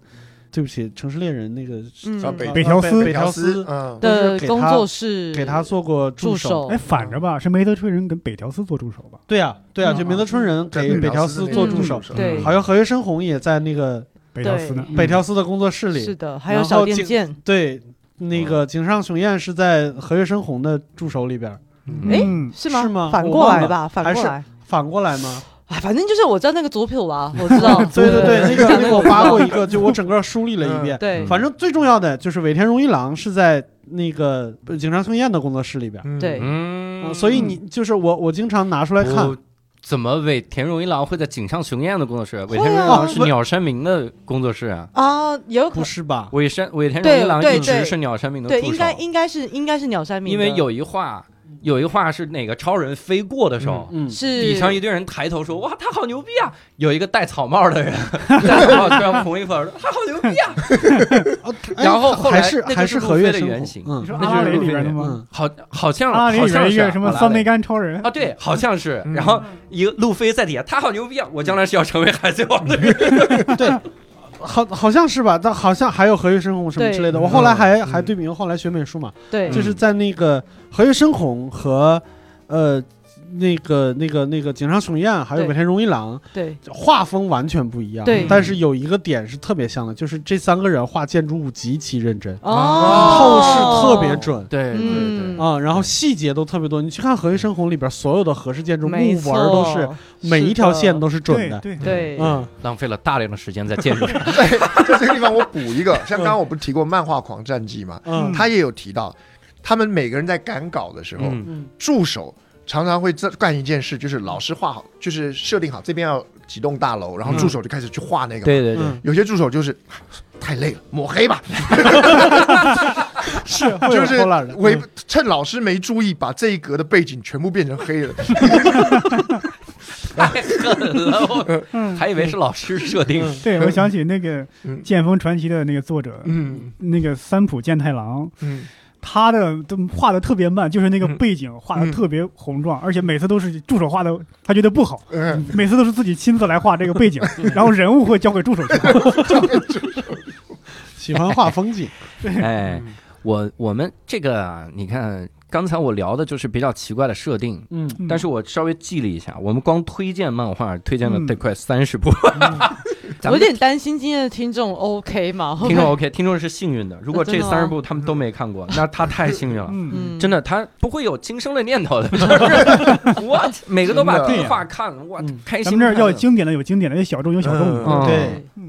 C: 对不起，《城市猎人》那个
E: 嗯
D: 啊北
F: 北条司
C: 北条
D: 司
C: 司，
D: 嗯，
C: 都是
E: 的
C: 给
E: 工
C: 他
E: 作室
C: 给他做过助
E: 助
C: 手。
A: 哦
E: 手
F: 哎，，反着吧，是梅德春人跟北条司做助手吧？
C: 对啊，对啊，就
F: 嗯
C: 梅泽春人给北条司做助手，
E: 嗯对
C: 好像合约深红也在那个
F: 北条司呢？
A: 嗯
C: 北条司的工作室里。
E: 嗯是的，还有
C: 然
E: 小
C: 后
E: 电
C: 景
E: 剑，
C: 对，那个井上雄彦是在和月生红的助手里边儿，
E: 哎
F: 嗯，
E: 是
C: 是
E: 吗
C: 吗？
E: 反
C: 我
E: 过
C: 忘
E: 来
C: 了
E: 吧，反
C: 还
E: 过
C: 是
E: 来，
C: 反过来吗？，
E: 哎反正就是我知道那个左撇吧，我知道
C: 对对 对，那个
E: 讲
C: 那
E: 那
C: 个
E: 个
C: 我
E: 知
C: 扒
E: 道
C: 过一个，就我整个梳理了一遍。
E: 对
C: 反正最重要的就是尾田荣一郎是在那个呃井上雄彦的工作室里边儿，
D: 嗯
E: 对
A: 嗯
C: 嗯所以你就是我我经常拿出来看
A: 我。怎么尾田荣一郎会在井上雄彦的工作室？尾田
E: 啊
A: 荣一郎是
C: 我
A: 鸟山明的工作室啊。
E: 啊，有可
C: 不是吧？
A: 尾山尾田荣
E: 对
A: 一郎
E: 对
A: 一直
E: 对
A: 是鸟山明的
E: 对，
A: 助
E: 应
A: 手
E: 该，应该是应该是鸟山明
A: 因
E: 的，
A: 为有一话，有一话是哪个超人飞过的时候，
C: 嗯，
E: 是
A: 底上一堆人抬头说：“哇，他好牛逼啊！”有一个戴草帽的人， 戴草帽突然红一会儿说：“他好牛逼啊
C: 哦哎
A: 然后后来
C: 还是
A: 那就
C: 还
A: 是
C: 和月
A: 路飞的
C: 生
A: 原
C: 红
A: 型
F: 你
C: 嗯
F: 说
A: 那
F: 阿拉
A: 就是
F: 蕾
A: 路
F: 里
A: 飞
F: 边的
A: 人
F: 吗？
C: 嗯！”
A: 好，好像
F: 阿拉蕾
A: 好
F: 里边
A: 像
F: 一
A: 是
F: 个
A: 啊
F: 什么
A: 阿拉
F: 酸梅
A: 蕾
F: 干超人
A: 啊，对，好像是。然后一个路飞在底下，他好牛逼啊！我将来是要成为海贼王的人。
C: 对，好好像是吧？但好像还有和月深红什么之类的。
E: 对
C: 我后来还
D: 嗯
C: 还对比，我后来学美术嘛，
E: 对
C: 就是在那个和月深红和呃那个那个那个井上雄彦还有
E: 对
C: 尾田荣一郎
E: 对
C: 画风完全不一样，
E: 对
C: 但是有一个点是特别像的，就是这三个人画建筑物极其认真，后
E: 哦，
C: 世特别准。
A: 对
E: 嗯，
C: 啊、然后细节都特别多。你去看《和谐生活》里边所有的和式建筑
E: 没
C: 木
E: 错
C: 纹儿都是每一条线都是准
F: 对
C: 的。
F: 对，
E: 对，
C: 嗯，
A: 浪费了大量的时间在建筑上。
D: 在这个地方我补一个，像刚刚我不是提过《漫画狂战记》吗？
C: 嗯
D: 他也有提到，他们每个人在赶稿的时候，
A: 嗯
C: 嗯
D: 助手常常会这干一件事，就是老师画好，就是设定好这边要几栋大楼，然后助手就开始去画那个。
A: 对对对，
C: 嗯
D: 有些助手就是唉太累了，抹黑吧，
C: 是会有
D: 就
C: 偷懒
D: 是
C: 的
D: 为
C: 嗯
D: 趁老师没注意，把这一格的背景全部变成黑 了。
A: 太狠了，我
F: 嗯，
A: 还以为是老师设定。
F: 对，我想起那个
D: 嗯
F: 《剑锋传奇》的那个作者，
D: 嗯
F: 那个三浦健太郎，
D: 嗯，
F: 他的都画的特别慢，就是那个
D: 嗯
F: 背景画的
D: 嗯
F: 特别宏壮，而且每次都是助手画的，他觉得不好，
D: 嗯，
F: 每次都是自己亲自来画这个 背景，然后人物会交给助手去画。
C: 喜欢画风景，
A: 哎，我我们这个啊，你看刚才我聊的就是比较奇怪的设定，
C: 嗯，
F: 嗯
A: 但是我稍微记了一下，我们光推荐漫画推荐了
F: 嗯
A: 得快三十部，咱
E: 我有
A: 们
E: 点担心今天的听众 OK 吗？会不会
A: 听众 OK，听众是幸运的。如果
E: 啊真
A: 这
E: 的吗
A: 三十部他们都没看过，那他太幸运了。
F: 嗯，
E: 嗯，
A: 真的，他不会有轻生的念头 的。就是我每个都把
D: 真的
A: 动画看了，我
C: 嗯
A: 开
F: 咱
A: 心
F: 们
A: 看
F: 这儿
A: 了。
F: 要经典的有经典的，有小众有小众的。
A: 嗯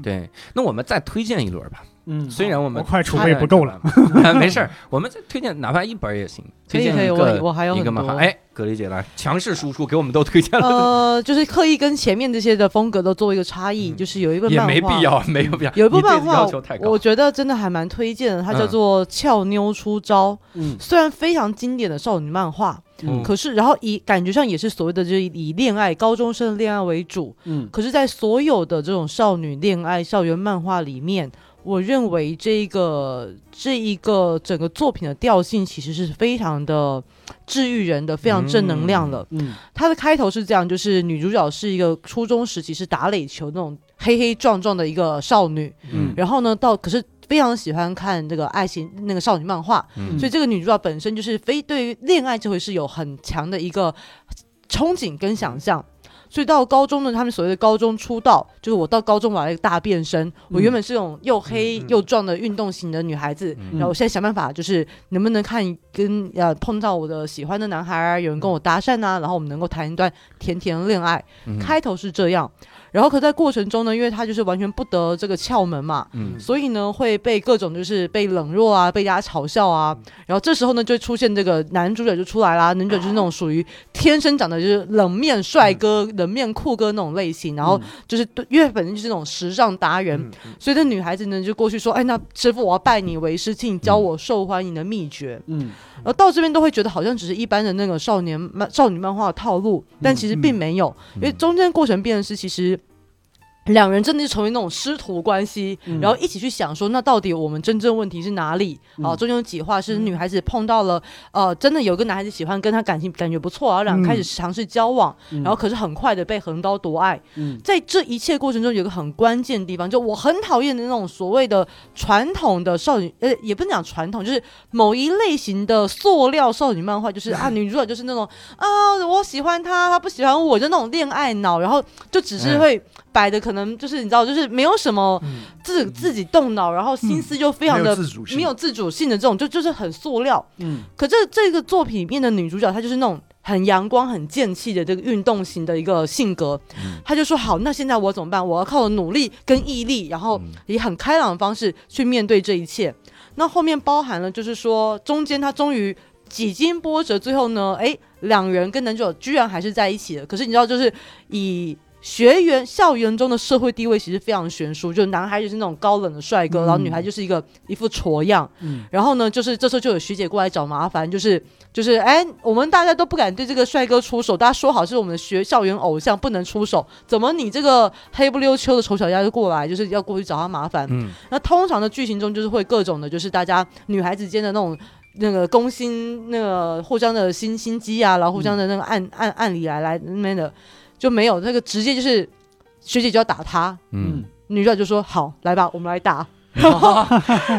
C: 对，
A: 对，那我们再推荐一轮吧。
C: 嗯，
A: 虽然我们
F: 我快储备不够了，
A: 哎没事儿，我们再推荐哪怕一本儿也行。
E: 可
A: 推
E: 以
A: 荐
E: 可以，
A: 一
E: 我
A: 个
E: 我还有
A: 一
E: 很
A: 个漫画。
E: 多。
A: 哎，葛丽姐来强势输出，给我们都推荐了，
E: 呃，就是刻意跟前面这些的风格都做一个差异，
A: 嗯
E: 就是有一本
A: 也
E: 漫画
A: 没必要，没有必要。
E: 有一部
A: 你对
E: 漫画
A: 要求太，高
E: 我，觉得真的还蛮推荐的，它叫
A: 嗯
E: 做《俏妞出招》，
C: 嗯
E: 虽然非常经典的少女漫画，
A: 嗯
E: 可是然后以感觉上也是所谓的就是以恋爱高中生的恋爱为主，
C: 嗯
E: 可是，在所有的这种少女恋爱校园漫画里面，我认为这一个这一个整个作品的调性其实是非常的治愈人的，非常正能量了。
C: 嗯
E: 它的开头是这样，就是女主角是一个初中时期是打垒球那种黑黑壮壮的一个少女，
C: 嗯
E: 然后呢，到可是非常喜欢看这个爱情那个少女漫画，
A: 嗯
E: 所以这个女主角本身就是非对于恋爱这回是有很强的一个憧憬跟想象。所以到高中呢，他们所谓的高中出道，就是我到高中玩了一个大变身。我原本是那种又黑
D: 嗯嗯
E: 又壮的运动型的女孩子，
A: 嗯
E: 然后我现在想办法，就是能不能看跟呃碰到我的喜欢的男孩啊，有人跟我搭讪啊，然后我们能够谈一段甜甜的恋爱。
A: 嗯
E: 开头是这样，然后可在过程中呢，因为他就是完全不得这个窍门嘛，
A: 嗯
E: 所以呢会被各种就是被冷落啊，被大家嘲笑啊。然后这时候呢就会出现这个男主角就出来啦，男主角就是那种属于天生长得就是冷面帅哥、冷面酷哥那种类型，然后就是对，因为本身就是那种时尚达人，
D: 嗯嗯
E: 所以这女孩子呢就过去说：“哎，那师傅，我要拜你为师，请你教我受欢迎的秘诀。
C: 嗯
E: 然后到这边都会觉得好像只是一般的那个少年漫少女漫画的套路，
C: 嗯
E: 但其实并没有，因为中间过程变的是其实。两人真的是成为那种师徒关系，
C: 嗯
E: 然后一起去想说，那到底我们真正问题是哪里？
C: 嗯
E: 啊，中间有几话是女孩子碰到了，呃，真的有个男孩子喜欢，跟她感情感觉不错，然后两
F: 嗯
E: 人开始尝试交往，
C: 嗯
E: 然后可是很快的被横刀夺爱，
C: 嗯
E: 在这一切过程中，有一个很关键的地方，就我很讨厌的那种所谓的传统的少女，呃，也不能讲传统，就是某一类型的塑料少女漫画， 就是啊，女主角就是那种啊，我喜欢他，他不喜欢我，就那种恋爱脑，然后就只是会摆的，可能就是你知道，就是没有什么
D: 嗯
E: 自自己动脑，然后心思就非
D: 没
E: 常
D: 有
E: 的
D: 自主
E: 嗯
D: 性，
E: 没有自主性的这种，就就是很塑料。
C: 嗯
E: 可这这个作品里面的女主角，她就是那种很阳光、很剑气的这个运动型的一个性格，
D: 嗯
E: 她就说好，那现在我怎么办？我要靠我努力跟毅力，然后以很开朗的方式去面对这一切。那后面包含了，就是说中间她终于几经波折，最后呢，哎，两人跟男主角居然还是在一起了。可是你知道，就是以。学员校园中的社会地位其实非常悬殊，就男孩就是那种高冷的帅哥，然后女孩就是一个一副挫样，
C: 嗯
E: 然后呢，就是这时候就有学姐过来找麻烦，就是就是哎，我们大家都不敢对这个帅哥出手，大家说好是我们的学校园偶像，不能出手，怎么你这个黑不溜秋的丑小鸭就过来，就是要过去找他麻烦？
A: 嗯
E: 那通常的剧情中就是会各种的，就是大家女孩子间的那种。那个攻心，那个互相的心心机啊，然后互相的那个暗、暗暗里来来那边的，就没有那个直接就是学姐就要打他，
A: 嗯，
E: 女主角就说：“好，来吧，我们来打。” 然后，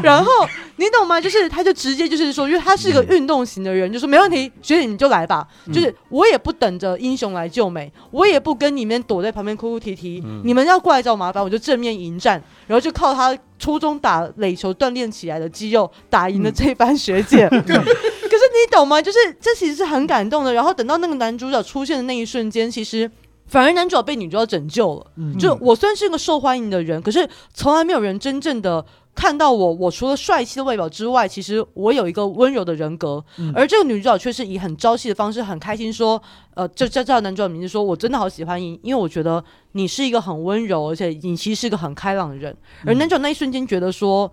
E: 然后你懂吗？就是他就直接就是说，因为他是个运动型的人，就说没问题，学姐你就来吧。就是我也不等着英雄来救美，我也不跟你们躲在旁边哭哭啼啼。你们要过来找麻烦，我就正面迎战，然后就靠他初中打垒球锻炼起来的肌肉打赢了这班学姐。可是你懂吗？就是这其实是很感动的。然后等到那个男主角出现的那一瞬间，其实反而男主角被女主角拯救了。
C: 嗯
E: 就我虽然是个受欢迎的人，可是从来没有人真正的看到我，我除了帅气的外表之外，其实我有一个温柔的人格。
C: 嗯
E: 而这个女主角却是以很朝气的方式，很开心说，呃，就叫叫男主角名字说，我真的好喜欢你，因为我觉得你是一个很温柔，而且你其实是个很开朗的人。而男主角那一瞬间觉得说，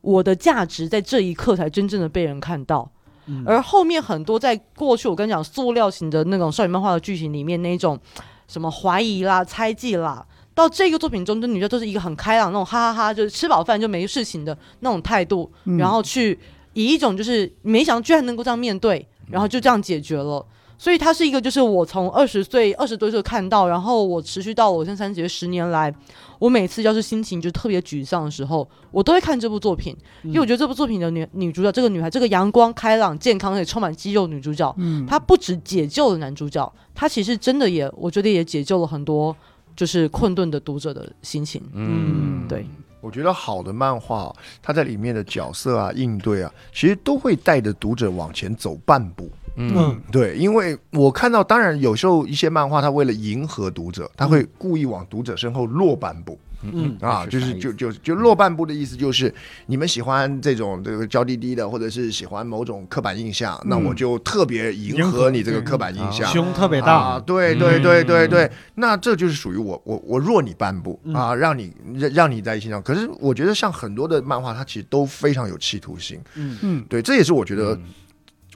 E: 我的价值在这一刻才真正的被人看到。
C: 嗯
E: 而后面很多在过去我跟你讲塑料型的那种少女漫画的剧情里面，那种什么怀疑啦、猜忌啦，到这个作品中，这女的都是一个很开朗那种，哈哈哈，就是吃饱饭就没事情的那种态度，
F: 嗯
E: 然后去以一种就是没想到居然能够这样面对，然后就这样解决了。所以它是一个，就是我从二十岁、二十多岁看到，然后我持续到我现在三十几岁，十年来，我每次要是心情就特别沮丧的时候，我都会看这部作品，因为我觉得这部作品的女女主角，这个女孩，这个阳光、开朗、健康而且充满肌肉的女主角，
F: 嗯，
E: 她不止解救了男主角，她其实真的也，我觉得也解救了很多就是困顿的读者的心情。
A: 嗯，
E: 对，
D: 我觉得好的漫画，它在里面的角色啊、应对啊，其实都会带着读者往前走半步。
A: 嗯，
D: 对，因为我看到，当然有时候一些漫画，它为了迎合读者，它会故意往读者身后落半步。
C: 嗯
D: 啊，
A: 这
D: 就是
A: 啥
D: 是
A: 意
D: 就
A: 思
D: 就就落半步的意思就是，你们喜欢这种这个娇滴滴的，或者是喜欢某种刻板印象，那我就特别迎
F: 迎
D: 合
F: 合
D: 你这个
F: 对
D: 刻板印象。
C: 胸特别
D: 啊，
C: 大，
D: 对对对对对，那这就是属于我我我弱你半步
C: 嗯
D: 啊，让你让让你在欣赏。可是我觉得像很多的漫画，它其实都非常有企图心，
C: 嗯
F: 嗯，
D: 对，这也是我觉得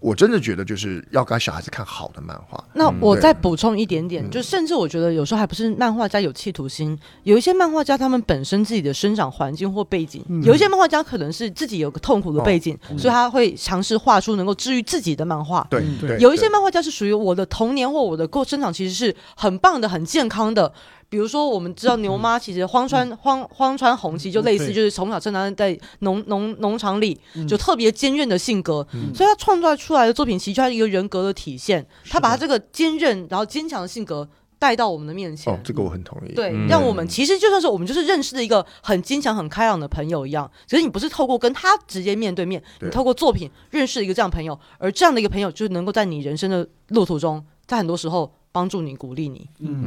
D: 我真的觉得就是要给小孩子看好的漫画，
E: 那
A: 嗯
E: 我
D: 对
E: 再补充一点点，
D: 嗯
E: 就甚至我觉得有时候还不是漫画家有企图心，有一些漫画家他们本身自己的生长环境或背景，
F: 嗯
E: 有一些漫画家可能是自己有个痛苦的背景，
D: 嗯
E: 所以他会尝试画出能够治愈自己的漫画。
D: 对
C: 嗯
D: 对，
E: 有一些
D: 对
E: 漫画家是属于我的童年或我的过生长，其实是很棒的、很健康的。比如说，我们知道牛妈其实荒川、荒荒川弘其实就类似，
C: 嗯对
E: 就是从小生长在农农农场里，
C: 嗯
E: 就特别坚韧的性格，
D: 嗯
E: 所以他创造出来的作品其实就是一个人格的体现。
C: 是的
E: 他把他这个坚韧然后坚强的性格带到我们的面前。
D: 哦，这个我很同意，
E: 对
A: 嗯，
E: 让我们其实就算是我们就是认识的一个很坚强、很开朗的朋友一样，只是你不是透过跟他直接面对面，
D: 对
E: 你透过作品认识一个这样的朋友，而这样的一个朋友就是能够在你人生的路途中，在很多时候帮助你、鼓励你。
C: 嗯，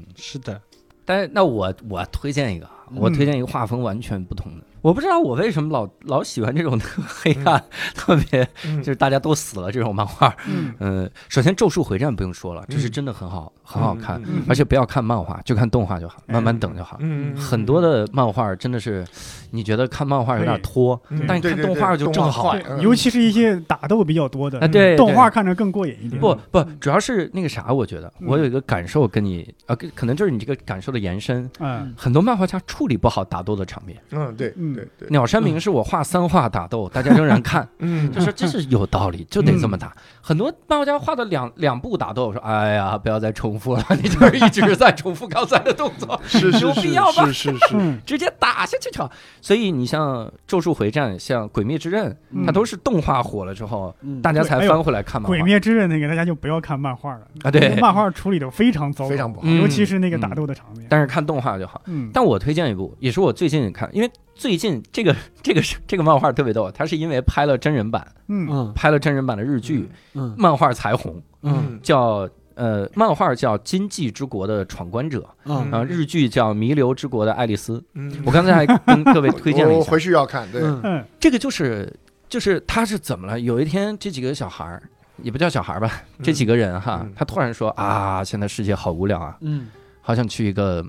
A: 嗯，
C: 是的，
A: 但是那我我推荐一个啊，
C: 嗯
A: 我推荐一个画风完全不同的。我不知道我为什么老老喜欢这种特黑暗、特别就是大家都死了这种漫画。
C: 嗯
A: 嗯，首先《咒术回战》不用说了，这是真的很好，很好看，
F: 嗯
A: 而且不要看漫画，就看动画就好，
F: 哎
A: 慢慢等就好。
D: 嗯
A: 很多的漫画真的是，你觉得看漫画有点拖，
F: 嗯
A: 但你看动画就正好。
F: 对尤其是一些打斗比较多的
A: 啊，对
F: 动画
A: 对
F: 看着更过瘾一点。
A: 不不，主要是那个啥，我觉得
F: 嗯
A: 我有一个感受跟你啊，跟可能就是你这个感受的延伸。
F: 嗯，
A: 很多漫画家处理不好打斗的场面，
D: 嗯，对
F: 嗯
D: 对对，
A: 鸟山明是我画三画打斗，大家仍然 看，
D: 嗯
A: 就说这是有道理，就得这么打。
F: 嗯
A: 很多漫画家画的两两部打斗，说哎呀，不要再重复了，你就是一直在重复刚才的动作，
D: 是是
A: 有
D: 是
A: 必要吗
D: 是是是，
F: 嗯
A: 直接打下去场。所以你像《咒术回战》、像《鬼灭之刃》，
F: 嗯
A: 它都是动画火了之后，
C: 嗯
A: 大家才
F: 对哎呦
A: 翻回来看
F: 《
A: 漫画。
F: 鬼灭之刃》那个大家就不要看漫画了，
A: 啊，对，
F: 漫画处理的非常糟糕，
D: 非常不好。
A: 嗯
F: 尤其是那个打斗的场面。
A: 但是看动画就好。
F: 嗯，
A: 但我推荐一部，也是我最近看，因为最近这个 这个是这个漫画特别逗，它是因为拍了真人版，
F: 嗯
C: 嗯
A: 拍了真人版的日剧，
C: 嗯
A: 漫画才红，
C: 嗯
A: 叫呃，漫画叫《经济之国的闯关者》，
C: 嗯
A: 然后日剧叫《弥留之国的爱丽 丝》。
D: 嗯
A: 我刚才还跟各位推荐了一
D: 我
A: 下
D: 回，去要看，对，
C: 嗯
F: 嗯
A: 这个就是就是他是怎么了？有一天这几个小孩儿。也不叫小孩儿吧，这几个人哈，
D: 嗯
A: 他突然说啊，现在世界好无聊啊，
C: 嗯
A: 好想去一个，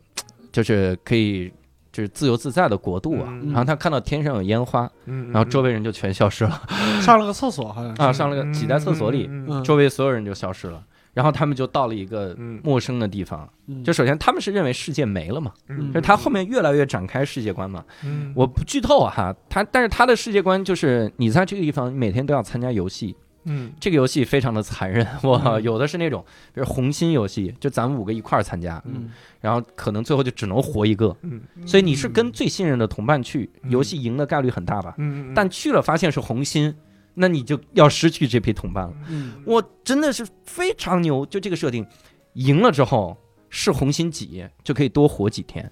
A: 就是可以就是自由自在的国度啊。
D: 嗯
A: 然后他看到天上有烟花，
D: 嗯
A: 然后周围人就全消失了、
C: 上了个厕所好像是
A: 啊，上了个挤在厕所里，
D: 嗯
C: 嗯
A: 周围所有人就消失了。然后他们就到了一个
D: 嗯
A: 陌生的地方，
C: 嗯
A: 就首先他们是认为世界没了嘛，
D: 嗯
A: 就是他后面越来越展开世界观嘛。
D: 嗯
A: 我不剧透啊哈，他但是他的世界观就是你在这个地方每天都要参加游戏，
D: 嗯
A: 这个游戏非常的残忍，我有的是那种，比如红心游戏，就咱们五个一块儿参加，
C: 嗯
A: 然后可能最后就只能活一个，
D: 嗯
A: 所以你是跟最信任的同伴去，
D: 嗯
A: 游戏赢的概率很大吧？
D: 嗯
A: 但去了发现是红心，那你就要失去这批同伴了。
C: 嗯
A: 我真的是非常牛，就这个设定，赢了之后是红心
D: 嗯
A: 几就可以多活几天，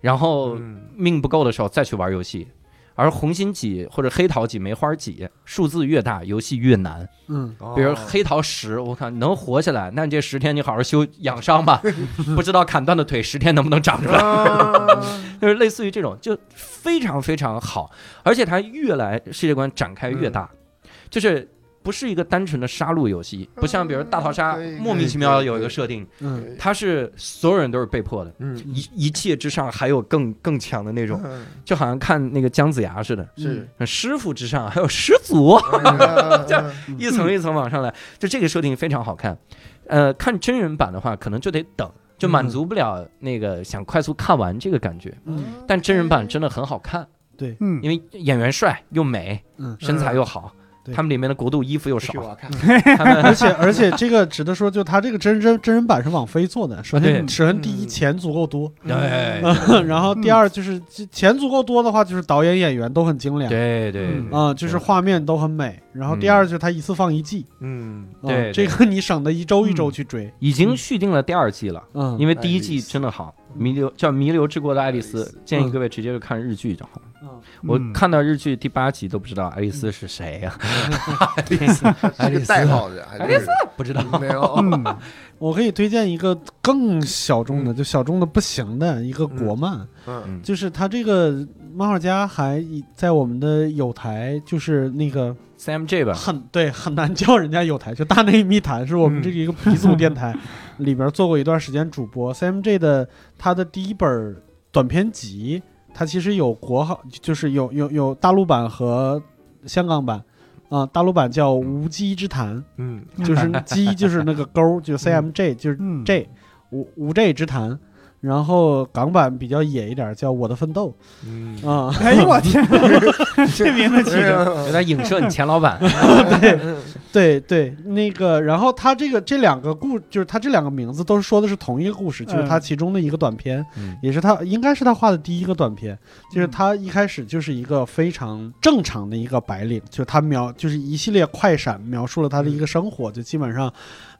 A: 然后命不够的时候再去玩游戏。而红心几或者黑桃几、梅花几，数字越大，游戏越难。
C: 嗯，
D: 哦
A: 比如黑桃十，我看能活下来，那你这十天你好好休养伤吧，不知道砍断的腿十天能不能长出来，
D: 啊
A: 就是类似于这种，就非常非常好，而且它越来世界观展开越大，就是。不是一个单纯的杀戮游戏，不像比如大逃杀
D: 可以可以
A: 莫名其妙有一个设定，
C: 嗯
A: 它是所有人都是被迫的，
D: 嗯
A: 一一切之上还有更更强的那种，
D: 嗯
A: 就好像看那个姜子牙似的，
D: 是嗯
A: 师傅之上还有师祖，
D: 这样
A: 一层一层往上来，就这个设定非常好看。呃，看真人版的话，可能就得等，就满足不了那个想快速看完这个感觉。
C: 嗯
A: 但真人版真的很好看，
F: 嗯，
A: 因为演员帅又美，
C: 嗯，
A: 身材又好，
C: 对
A: 他们里面的国度衣服又少，
D: 看，
A: 他们
C: 而且而且这个值得说，就它这个真真真人版是网飞做的，首
A: 啊对
C: 先首先第一
D: 嗯
C: 钱足够 多，
A: 对
C: 然后第二就是这钱足够多的话，就是导演演员都很精良，
A: 对对嗯
F: 嗯
C: 啊，就是画面都很美。然后第二就是它一次放一季，
D: 嗯，
C: 啊
A: 对对
C: 这个你省得一周一周去追，
A: 已经续订了第二季了。
C: 嗯，
A: 因
C: 为
A: 为第一季真的好，《弥留叫《弥留之国的爱丽丝
D: 爱丽》，
A: 建议各位直接就看日剧就好了。
F: 嗯
A: 我看到日剧第八集都不知道爱丽丝是谁啊呀、爱丽丝，爱
D: 是
A: 丽
D: 个
A: 丝
D: 代号的，还是
A: 不知道。
D: 没有
F: 嗯，
C: 我可以推荐一个更小众
A: 嗯
C: 的，就小众的不行的一个国漫，
D: 嗯
C: 就是他这个漫画家还以在我们的有台，就是那个
A: CMJ 吧，
C: 很对很难叫人家有台，就大内密谈是我们这个一个鼻祖电台里边做过一段时间主播。CMJ 的他的第一本短篇集，它其实有国行，就是有有有大陆版和香港版。啊、大陆版叫《无稽之谈
D: 嗯》，
C: 就是鸡就是那个勾，就 CMJ，就是
F: 嗯
C: J 无无 J 之谈，然后港版比较野一点，叫《我的奋斗
D: 嗯》
C: 啊、
F: 哎呦我 天，这名字起的，
A: 有点影射你前老板。
C: 对对，那个，然后他这个这两个故，就是他这两个名字都是说的是同一个故事，就是他
F: 嗯
C: 其中的一个短片，
A: 嗯
C: 也是他应该是他画的第一个短片，就是
F: 嗯
C: 他一开始就是一个非常正常的一个白领，就是他描就是一系列快闪描述了他的
F: 嗯
C: 一个生活，就基本上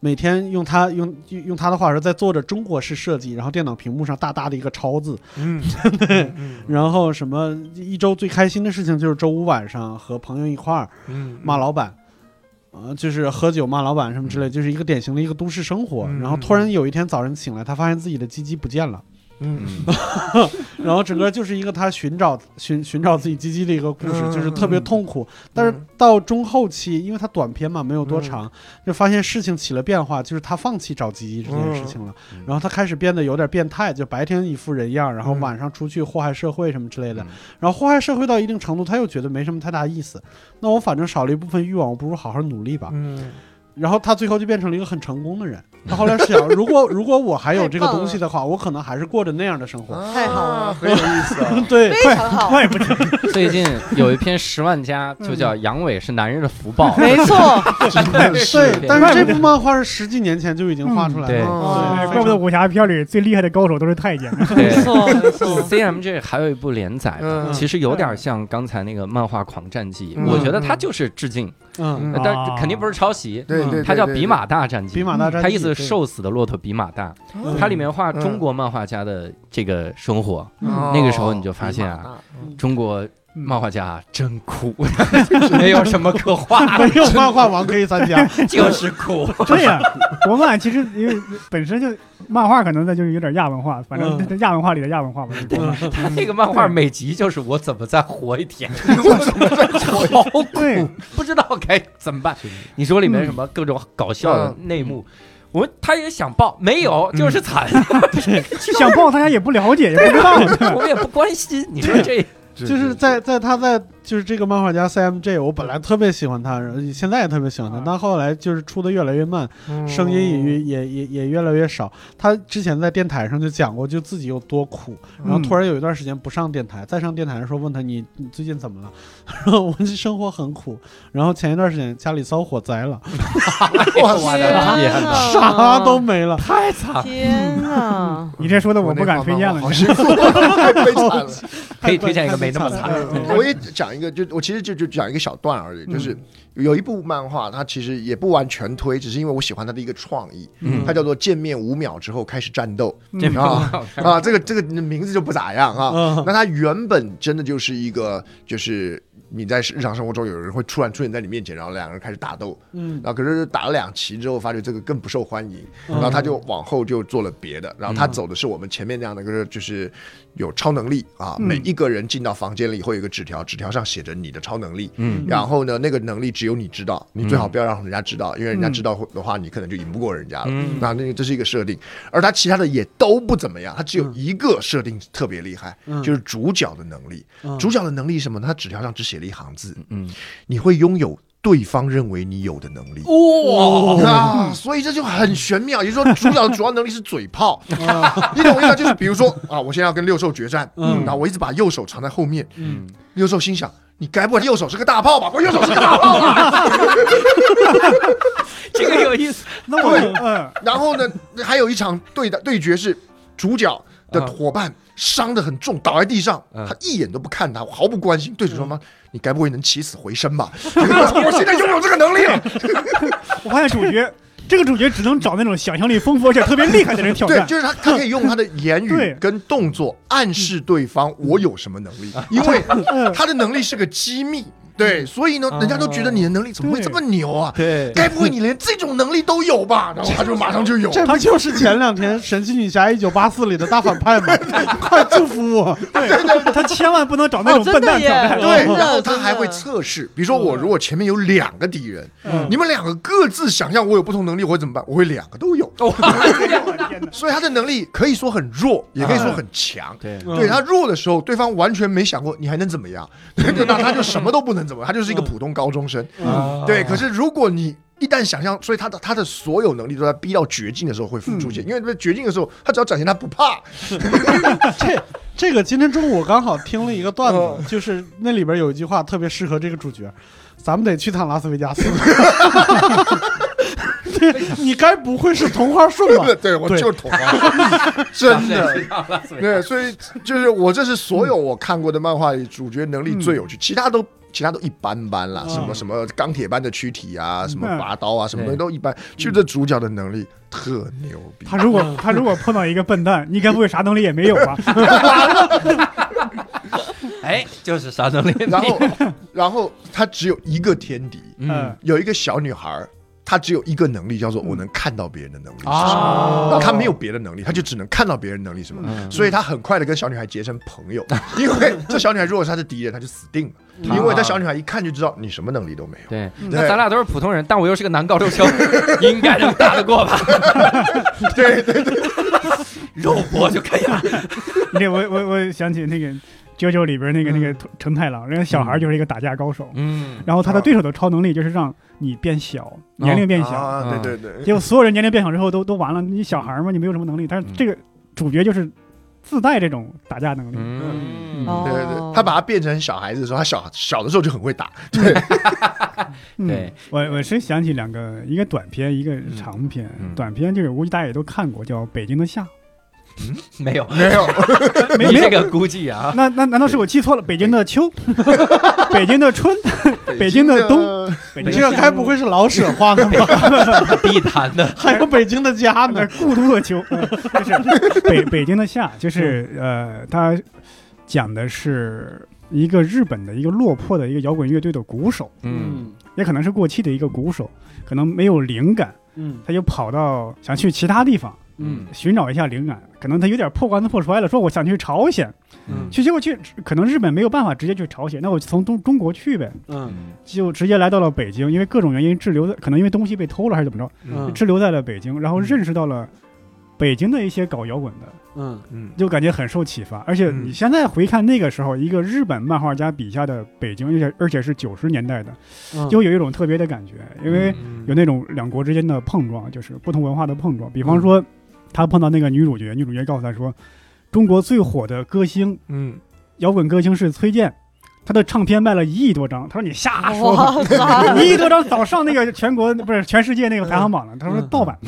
C: 每天用他用用用他的话说，在做着中国式设计，然后电脑屏幕上大大的一个超字，
D: 嗯，
C: 然后什么一周最开心的事情就是周五晚上和朋友一块儿
D: 嗯
C: 骂老板，呃，就是喝酒骂老板什么之类，就是一个典型的一个都市生活。
D: 嗯
C: 然后突然有一天早晨醒来，他发现自己的鸡鸡不见了，
D: 嗯
C: 然后整个就是一个他寻找寻寻找自己鸡鸡的一个故事，
D: 嗯
C: 就是特别痛苦。但是到中后期，因为他短篇嘛，没有多长，就发现事情起了变化，就是他放弃找鸡鸡这件事情了。
A: 嗯
C: 然后他开始变得有点变态，就白天一副人样，然后
D: 嗯
C: 晚上出去祸害社会什么之类的
A: 嗯。
C: 然后祸害社会到一定程度，他又觉得没什么太大意思。那我反正少了一部分欲望，我不如好好努力吧。
D: 嗯，
C: 然后他最后就变成了一个很成功的人。他后来想，如果如果我还有这个东西的话，我可能还是过着那样的生活。，
D: 啊
E: 太好了
D: 很有意思 啊
C: 对，
E: 非常好，
F: 怪不得
A: 最近有一篇十万加，就叫《阳痿是男人的福报》。
E: 没 错，
C: 对，但是这部漫画是十几年前就已经画出 来
A: 嗯对
C: 了。
F: 哎
D: 哦
F: 怪不得武侠片里最厉害的高手都是太监。
A: 对
E: 没错，没 错，
A: CMJ 还有一部连载的，
D: 嗯
A: 其实有点像刚才那个漫画《狂战记》，
D: 嗯
A: 我觉得它就是致敬，
C: 嗯，
D: 嗯
A: 但肯定不是抄袭。
D: 对对，
A: 它叫《比马大战记
C: 比》，马大战记，
A: 它嗯意思
C: 对
A: 是瘦死的骆驼比马大。
C: 嗯
A: 它里面画中国漫画家的这个生活，
D: 那
A: 那个时候你就发现
D: 哦
A: 啊，中国
F: 嗯
A: 漫画家啊真苦， 没有什么可画
C: 没
A: 的，
C: 有 漫画王可以参加。
A: 就是苦。
F: 对呀，国漫其实因为本身就漫画可能那就是有点亚文化，反正
C: 嗯
F: 这亚文化里的亚文化
A: 嗯
F: 吧。
A: 他那个漫画每集就是我怎么再活一天，好
F: 对
A: 苦，不知道该怎么办。你说里面什么各种搞笑的内幕，我他也想报，没有就是惨，
F: 想报大家也不了解，也不知道。
A: 我们也不关心。你说这
C: 就是在在他在就是这个漫画家 CMJ，我本来特别喜欢他，然后现在也特别喜欢
A: 嗯
C: 他
F: 啊，
C: 但后来就是出的越来越慢，声音也越也也也越来越少。他之前在电台上就讲过，就自己有多苦，然后
A: 嗯
C: 突然有一段时间不上电台，再上电台的时候问他你你最近怎么了？ 然后我这生活很苦，然后前一段时间家里遭火灾了，
A: 哇我的
E: 天
A: 天哪，
E: 哪，
C: 啥
A: 啊
C: 都没了。
A: 太惨了！
E: 天哪，
F: 你这说的我不敢推荐了
D: 好。辛苦，太悲惨了。嗯
A: 可以推荐一个没那么惨
C: 太
A: 的
C: 惨了
D: 我也讲讲一个，就我其实就就讲一个小段而已，就是有一部漫画，它其实也不完全推，只是因为我喜欢它的一个创意，
A: 嗯
D: 它叫做“见面五秒之后开始战斗
A: 这
F: 嗯
A: 蛮 好看”
D: 啊，这个这个名字就不咋样啊。
C: 啊，
D: 那它原本真的就是一个，就是你在日常生活中有人会突然出现在你面前，然后两个人开始打斗，
C: 嗯，
D: 然后可是打了两期之后，发觉这个更不受欢迎，
C: 嗯
D: 然后他就往后就做了别的，然后他走的是我们前面那样的，就是就是有超能力啊，
F: 嗯
D: 每一个人进到房间里以后有一个纸条，纸条上写着你的超能力。
A: 嗯
D: 然后呢，那个能力只有你知道，你最好不要让人家知道，因为人家知道的话，你可能就赢不过人家了。
A: 嗯
D: 那那个这是一个设定，而他其他的也都不怎么样，他只有
C: 嗯
D: 一个设定特别厉害，
C: 嗯
D: 就是主角的能力。
C: 嗯
D: 主角的能力是什么呢？他纸条上只写了一行字：
A: 嗯，
D: 你会拥有对方认为你有的能力。
E: 哇，
D: 啊，所以这就很玄妙。也就是说，主 角的主要能力是嘴炮，
C: 啊
D: 你懂我意思吧？就是比如说啊，我现在要跟六兽决战，
C: 嗯
D: 嗯，那我一直把右手藏在后面，
A: 嗯
D: 嗯，六兽心想。你该不会右手是个大炮吧？我右手是个大炮吧？
A: 这个有意思，
F: 那我嗯
D: 然后呢，还有一场对的对决是主角的
A: 啊
D: 伙伴伤得很重，倒在地上，
A: 嗯
D: 他一眼都不看他，毫不关心，对着说妈，你该不会能起死回生吧？ 我现在拥有这个能力了，
F: 我发现主角这个主角只能找那种想象力丰富而且特别厉害的人挑
D: 对，
F: 战。
D: 就是他，他可以用他的言
F: 对
D: 语跟动作暗示对方我有什么能力，因为他的能力是个机密，对，所以呢，人家都觉得你的能力怎么会这么牛啊？
C: 对，
D: 该不会你连这种能力都有吧？然后他就马上就有。
C: 这不就是前两天《神奇女侠一九八四》里的大反派吗？快祝福我！
F: 对，他千万不能找那种
E: 哦真的
F: 笨蛋挑
E: 耶
F: 战。
D: 对，
E: 哦
D: 然后
E: 真
D: 他
E: 的
D: 还会测试，比如说我如果前面有两个敌人，
F: 嗯
D: 你们两个各自想象我有不同能力，我会怎么办？我会两个都有，
F: 我的天哪！
D: 所以他的能力可以说很弱，也可以说很强。
A: 对，
F: 嗯
D: 对他弱的时候，对方完全没想过你还能怎么样， 对，那他就什么都不能怎么，他就是一个普通高中生。
F: 嗯
A: 啊
D: 对，可是如果你一旦想象，所以他的他的所有能力都在逼到绝境的时候会付出去，因为在绝境的时候，他只要展现他不怕，
C: 这这个今天中午我刚好听了一个段子，就是那里边有一句话特别适合这个主角，咱们得去趟拉斯维加斯。 对，你该不会是同花顺吧？
D: 对我
C: 对
D: 就是捅啊， 真的。
A: 对，
D: 对，所以就是我这是所有我看过的漫画里主角能力最有趣，其他都其他都一般般啦，
C: 嗯
D: 什么什么钢铁般的躯体啊，什么拔刀啊，什么东西
A: 对
D: 都一般，就这主角的能力特牛逼。
F: 他如果他如果碰到一个笨蛋，你该不会啥能力也没有吧？
A: 哎，就是啥能力，
D: 然后， 然后他只有一个天敌，
A: 嗯
F: 嗯，
D: 有一个小女孩儿，她只有一个能力，叫做我能看到别人的能力是什么。
C: 啊
D: 那她没有别的能力，她就只能看到别人能力什么，
A: 嗯
D: 所以她很快的跟小女孩结成朋友，因为这小女孩如果是她的敌人，她就死定了，
A: 啊
D: 因为这小女孩一看就知道你什么能力都没有。
A: 对，那
D: 对
A: 咱俩都是普通人，但我又是个男高中生，应该能打得过吧？
D: 对
A: 肉搏就可以了。
F: 你这我我我想起那个《JoJo 里边那个那个承太郎，人家小孩就是一个打架高手，
A: 嗯，
F: 然后他的对手的超能力就是让你变
A: 哦
F: 小，年龄变小，
D: 啊，
A: 嗯
D: 对对
F: 结
D: 对，
F: 果所有人年龄变小之后都都完了，你小孩嘛，你没有什么能力，但
A: 嗯
F: 是这个主角就是自带这种打架能力，
A: 嗯，
E: 哦
D: 对对对，他把他变成小孩子的时候，他小小的时候就很会打，
F: 嗯
A: 对，
F: 我我是想起两个，一个短片，一个长片。
A: 嗯
F: 短片就是我估计大家也都看过，叫《北京的夏
A: 没有，
D: 没有，
A: 你
F: 没没
A: 这
F: 有
A: 个估计啊，
F: 那那难道是我记错了？北京 的秋，北京的春，北京的冬， 北
C: 你
F: 京
C: 这
F: 的
C: 该不会是老舍画的吧？
A: 必谈的。
C: 还有北京的家
F: 那
C: 呢？
F: 故都的秋，嗯 就是北北京的夏，就是呃，他讲的是一个日本的一个落魄的一个摇滚乐队的鼓手，
A: 嗯，
F: 也可能是过气的一个鼓手，可能没有灵感，
C: 嗯
F: 他就跑到想去其他地方。
A: 嗯
F: 寻找一下灵感，可能他有点破罐子破摔了，说我想去朝鲜，
A: 嗯
F: 去结果去可能日本没有办法直接去朝鲜，那我就从中中国去呗，
C: 嗯
F: 就直接来到了北京，因为各种原因滞留在，可能因为东西被偷了还是怎么着，
C: 嗯
F: 滞留在了北京，然后
A: 嗯
F: 认识到了北京的一些搞摇滚的，
C: 嗯
D: 嗯
F: 就感觉很受启发。而且
D: 嗯
F: 你现在回看那个时候，一个日本漫画家笔下的北京，而且而且是九十年代的，
C: 嗯，
F: 就有一种特别的感觉，因为。
A: 嗯
F: 有那种两国之间的碰撞，就是不同文化的碰撞。比方说，他碰到那个女主角，女主角告诉他说，中国最火的歌星，
D: 嗯
F: 摇滚歌星是崔健，他的唱片卖了一亿多张，他说你瞎 说吧，
E: 哇 塞，
F: 一亿多张早上那个全国不是全世界那个排行榜了，他说
C: 嗯
F: 盗版，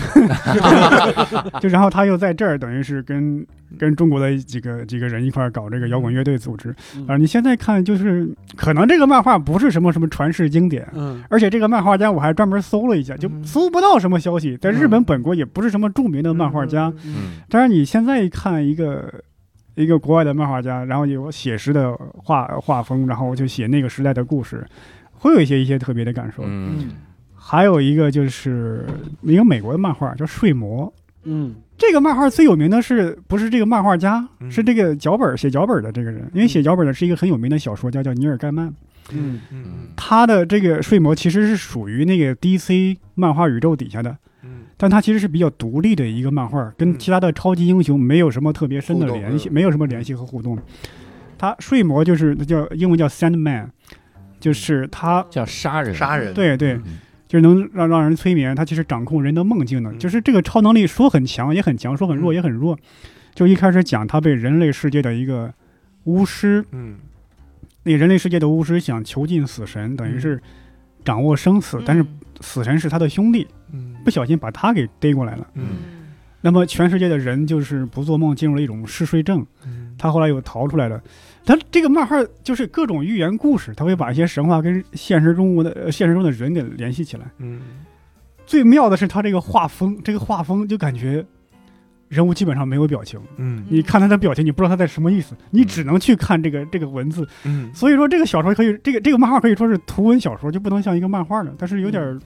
F: 就然后他又在这儿等于是
C: 嗯
F: 跟跟中国的几个几个人一块儿搞这个摇滚乐队组织
C: 嗯
F: 啊，你现在看就是可能这个漫画不是什么什么传世经典。
C: 嗯
F: 而且这个漫画家我还专门搜了一下，就
C: 嗯
F: 搜不到什么消息，在日本本国也不是什么著名的漫画家，
A: 嗯
F: 但是你现在一看一个一个国外的漫画家，然后有写实的画画风，然后就写那个时代的故事，会有一些一些特别的感受。
A: 嗯
F: 还有一个就是一个美国的漫画叫《睡魔》，
C: 嗯
F: 这个漫画最有名的是不是这个漫画家，
A: 嗯
F: 是这个脚本写脚本的这个人，因为写脚本的是一个很有名的小说家叫尼尔盖曼，
C: 嗯
A: 嗯
F: 他的这个《睡魔》其实是属于那个 DC 漫画宇宙底下的。
C: 嗯
F: 但它其实是比较独立的一个漫画，跟
C: 嗯
F: 其他的超级英雄没有什么特别深的
D: 互动
F: 联系，
D: 嗯
F: 没有什么联系和互动。它睡魔就是它叫英文叫 Sandman，就是它，
A: 叫杀人
D: 杀人，
F: 对对
A: 嗯，
F: 就是能让让人催眠，它其实掌控人的梦境的，
C: 嗯
F: 就是这个超能力说很强也很强，说很弱也很弱。就一开始讲他被人类世界的一个巫师，
C: 嗯
F: 那个人类世界的巫师想囚禁死神，等于
C: 嗯
F: 是掌握生死，但是死神是他的兄弟，
C: 嗯
F: 不小心把他给逮过来了。
C: 嗯
E: 嗯
F: 那么全世界的人就是不做梦进入了一种嗜睡症，
C: 嗯
F: 他后来又逃出来了。他这个漫画就是各种寓言故事，他会把一些神话跟现实中国的、呃、现实中的人给联系起来。
C: 嗯
F: 最妙的是他这个画风，这个画风就感觉人物基本上没有表情，
C: 嗯
F: 你看他的表情，你不知道他在什么意思，你只能去看这个这个文字。
C: 嗯，
F: 所以说这个小说可以，这个这个漫画可以说是图文小说，就不能像一个漫画了，但是有点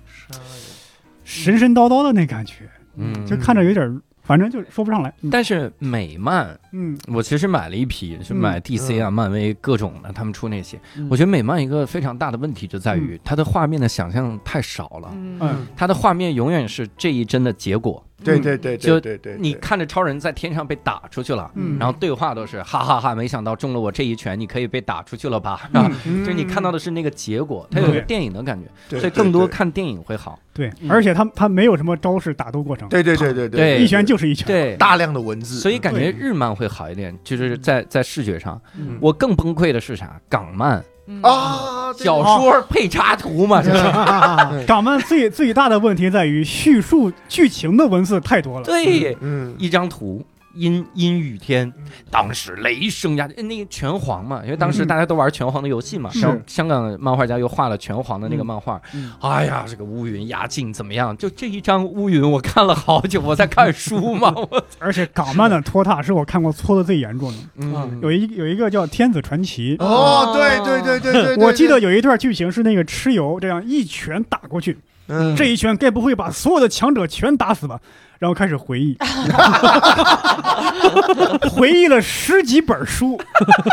F: 神神叨叨的那感觉，
A: 嗯，
F: 就看着有点，反正就说不上来。嗯
A: 但是美漫，
F: 嗯。
A: 我其实买了一批，就买 DC 啊、漫威各种的，他们出那些。我觉得美漫一个非常大的问题就在于它的画面的想象太少了，
F: 嗯
E: 嗯，
A: 它的画面永远是这一帧的结果。
D: 对对对
A: 就
D: 对对对，
A: 你
D: 对
A: 看着超人在天上被打出去了。
F: 嗯
A: 然后对话都是 哈哈哈没想到中了我这一拳，你可以被打出去了吧？
F: 嗯
A: 啊， 就是你看到的是那个结果，它有个电影的感觉，
D: 嗯对
A: 所以
D: 对
A: 更多
D: 对
A: 看电影会好。
F: 对，
C: 嗯
F: 而且他他没有什么招式打斗过程，
D: 对对对对
A: 对
F: 一拳就是一拳。，
A: 对，
D: 大量的文字，嗯
A: 所以感觉
F: 对
A: 日漫会好一点，就是在在视觉上。
C: 嗯
A: 我更崩溃的是啥？港漫
E: 嗯，
D: 啊，对
A: 小说配插图嘛，这
D: 嗯
A: 是
F: 港漫最 最大的问题在于叙述剧情的文字太多了。
A: 对，
D: 嗯，
A: 一张图。阴阴雨天，当时雷声呀，那个拳皇嘛，因为
D: 嗯
A: 当时大家都玩拳皇的游戏嘛，
F: 嗯
A: 香
F: 是
A: 香港漫画家又画了拳皇的那个
C: 嗯
A: 漫画，
C: 嗯
A: 哎呀，这个乌云压境怎么样？就这一张乌云，我看了好久，我在看书 嘛，我
F: 而且港漫的拖沓是我看过搓的最严重的。
A: 嗯
F: 有一有一个叫《天子传奇》，
D: 哦，对对对对对对，
F: 我记得有一段剧情是那个蚩尤这样一拳打过去，
D: 嗯
F: 这一拳该不会把所有的强者全打死吧？然后开始回忆，回忆了十几本书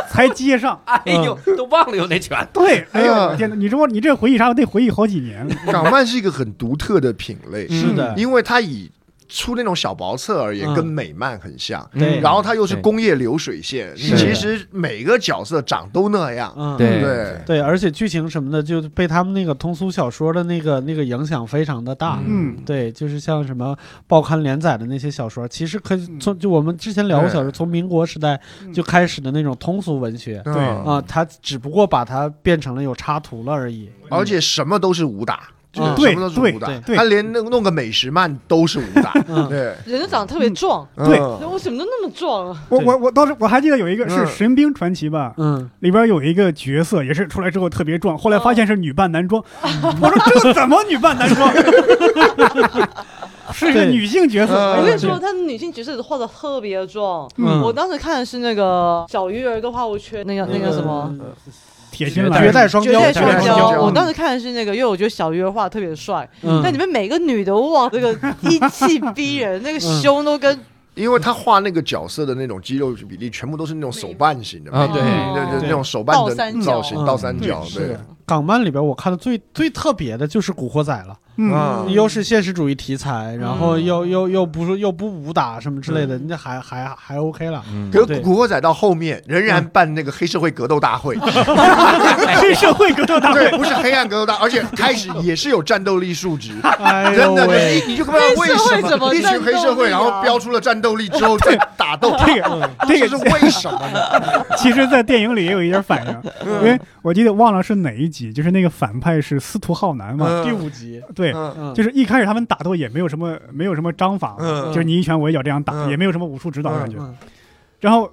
F: 才接上。
A: 哎呦，都忘了有那拳。
F: 对，哎呦
D: 哎呀
F: 我的天哪！你说你这回忆啥？我得回忆好几年。
D: 港漫是一个很独特嗯的品类，
A: 嗯
C: 是的，
D: 因为它以出那种小薄册而言，
C: 嗯
D: 跟美漫很像。
C: 对
D: 然后它又是
A: 对
D: 工业流水线，你
C: 是
D: 其实每个角色长都那样，
C: 嗯
A: 对
D: 对
C: 对，而且剧情什么的就被他们那个通俗小说的那个那个影响非常的大。
F: 嗯，
C: 对，就是像什么报刊连载的那些小说，其实可
D: 嗯
C: 以从就我们之前聊过小说，从民国时代就开始的那种通俗文学
F: 对
D: 嗯
C: 啊，它只不过把它变成了有插图了而已。
D: 而且什么都是武打，就是
C: 嗯
D: 什么都是武
C: 对
D: 打，
C: 对
F: 对
D: 他连弄弄个美食漫都是武打，
C: 嗯
D: 对
E: 人都长得特别壮，
F: 对
D: 嗯
E: 我怎么都那么壮啊？
F: 我
C: 对
F: 我我当时我还记得有一个是
D: 嗯
F: 《神兵传奇》吧，
C: 嗯，
F: 里边有一个角色也是出来之后特别壮，后来发现是女扮男装，我说这怎么女扮男装？是一个
C: 对
F: 女性角色。
D: 嗯
E: 我
F: 哎
E: 跟
F: 呀
E: 你说，她的女性角色画的特别壮。
C: 嗯
E: 我当时看的是那个小鱼儿跟花无缺，那个那个什么
F: 铁心
C: 绝代双
E: 绝
C: 骄，
E: 代
D: 双
E: 双
D: 骄
E: 骄，我
D: 嗯
E: 当时看的是那个，因为我觉得小鱼儿画的特别帅，
C: 嗯
E: 但里面每个女的哇，那个一气逼人，那个胸都跟
D: 因为他画那个角色的那种肌肉比例，全部都是那种手办型的
A: 啊
D: 美
E: 对
D: 对对
E: 对
D: 对，那种手办
E: 倒三
D: 的
E: 角
D: 造型，
C: 嗯
D: 倒三
F: 对
D: 角，
C: 是
D: 对
C: 的，港漫里边我看的最最特别的就是《古惑仔》了，
F: 嗯，
D: 啊
C: 又是现实主义题材，然后
E: 嗯
C: 又又又不是又不武打什么之类的，
D: 嗯
C: 那还还还 OK 了。
A: 嗯
D: 可
C: 对嗯
D: 是古惑仔到后面仍然办那个黑社会格斗大 会，
F: 黑社会格斗大会
D: 对，不是黑暗格斗大，而且开始也是有战斗力数值，
C: 哎
D: 真
C: 呦
D: 的，就是
C: 喂，
D: 你你就不知道为
E: 黑
D: 什
E: 社会怎么
D: 一群黑社会，
E: 战斗力啊
D: 然后标出了战斗力之后再打斗，
F: 这个
D: 这
F: 这
D: 是
F: 个
D: 为什么 呢？
F: 其实，在电影里也有一点反应，
D: 嗯
F: 因为我记得忘了是哪一集，就是那个反派是司徒浩南嘛，
C: 第五集，
F: 对，
D: 嗯
C: 嗯，
F: 就是一开始他们打斗也没有什么没有什么章法，
D: 嗯
F: 就是你一拳我一脚这样打，
D: 嗯
F: 也没有什么武术指导的感觉。
C: 嗯
F: 然后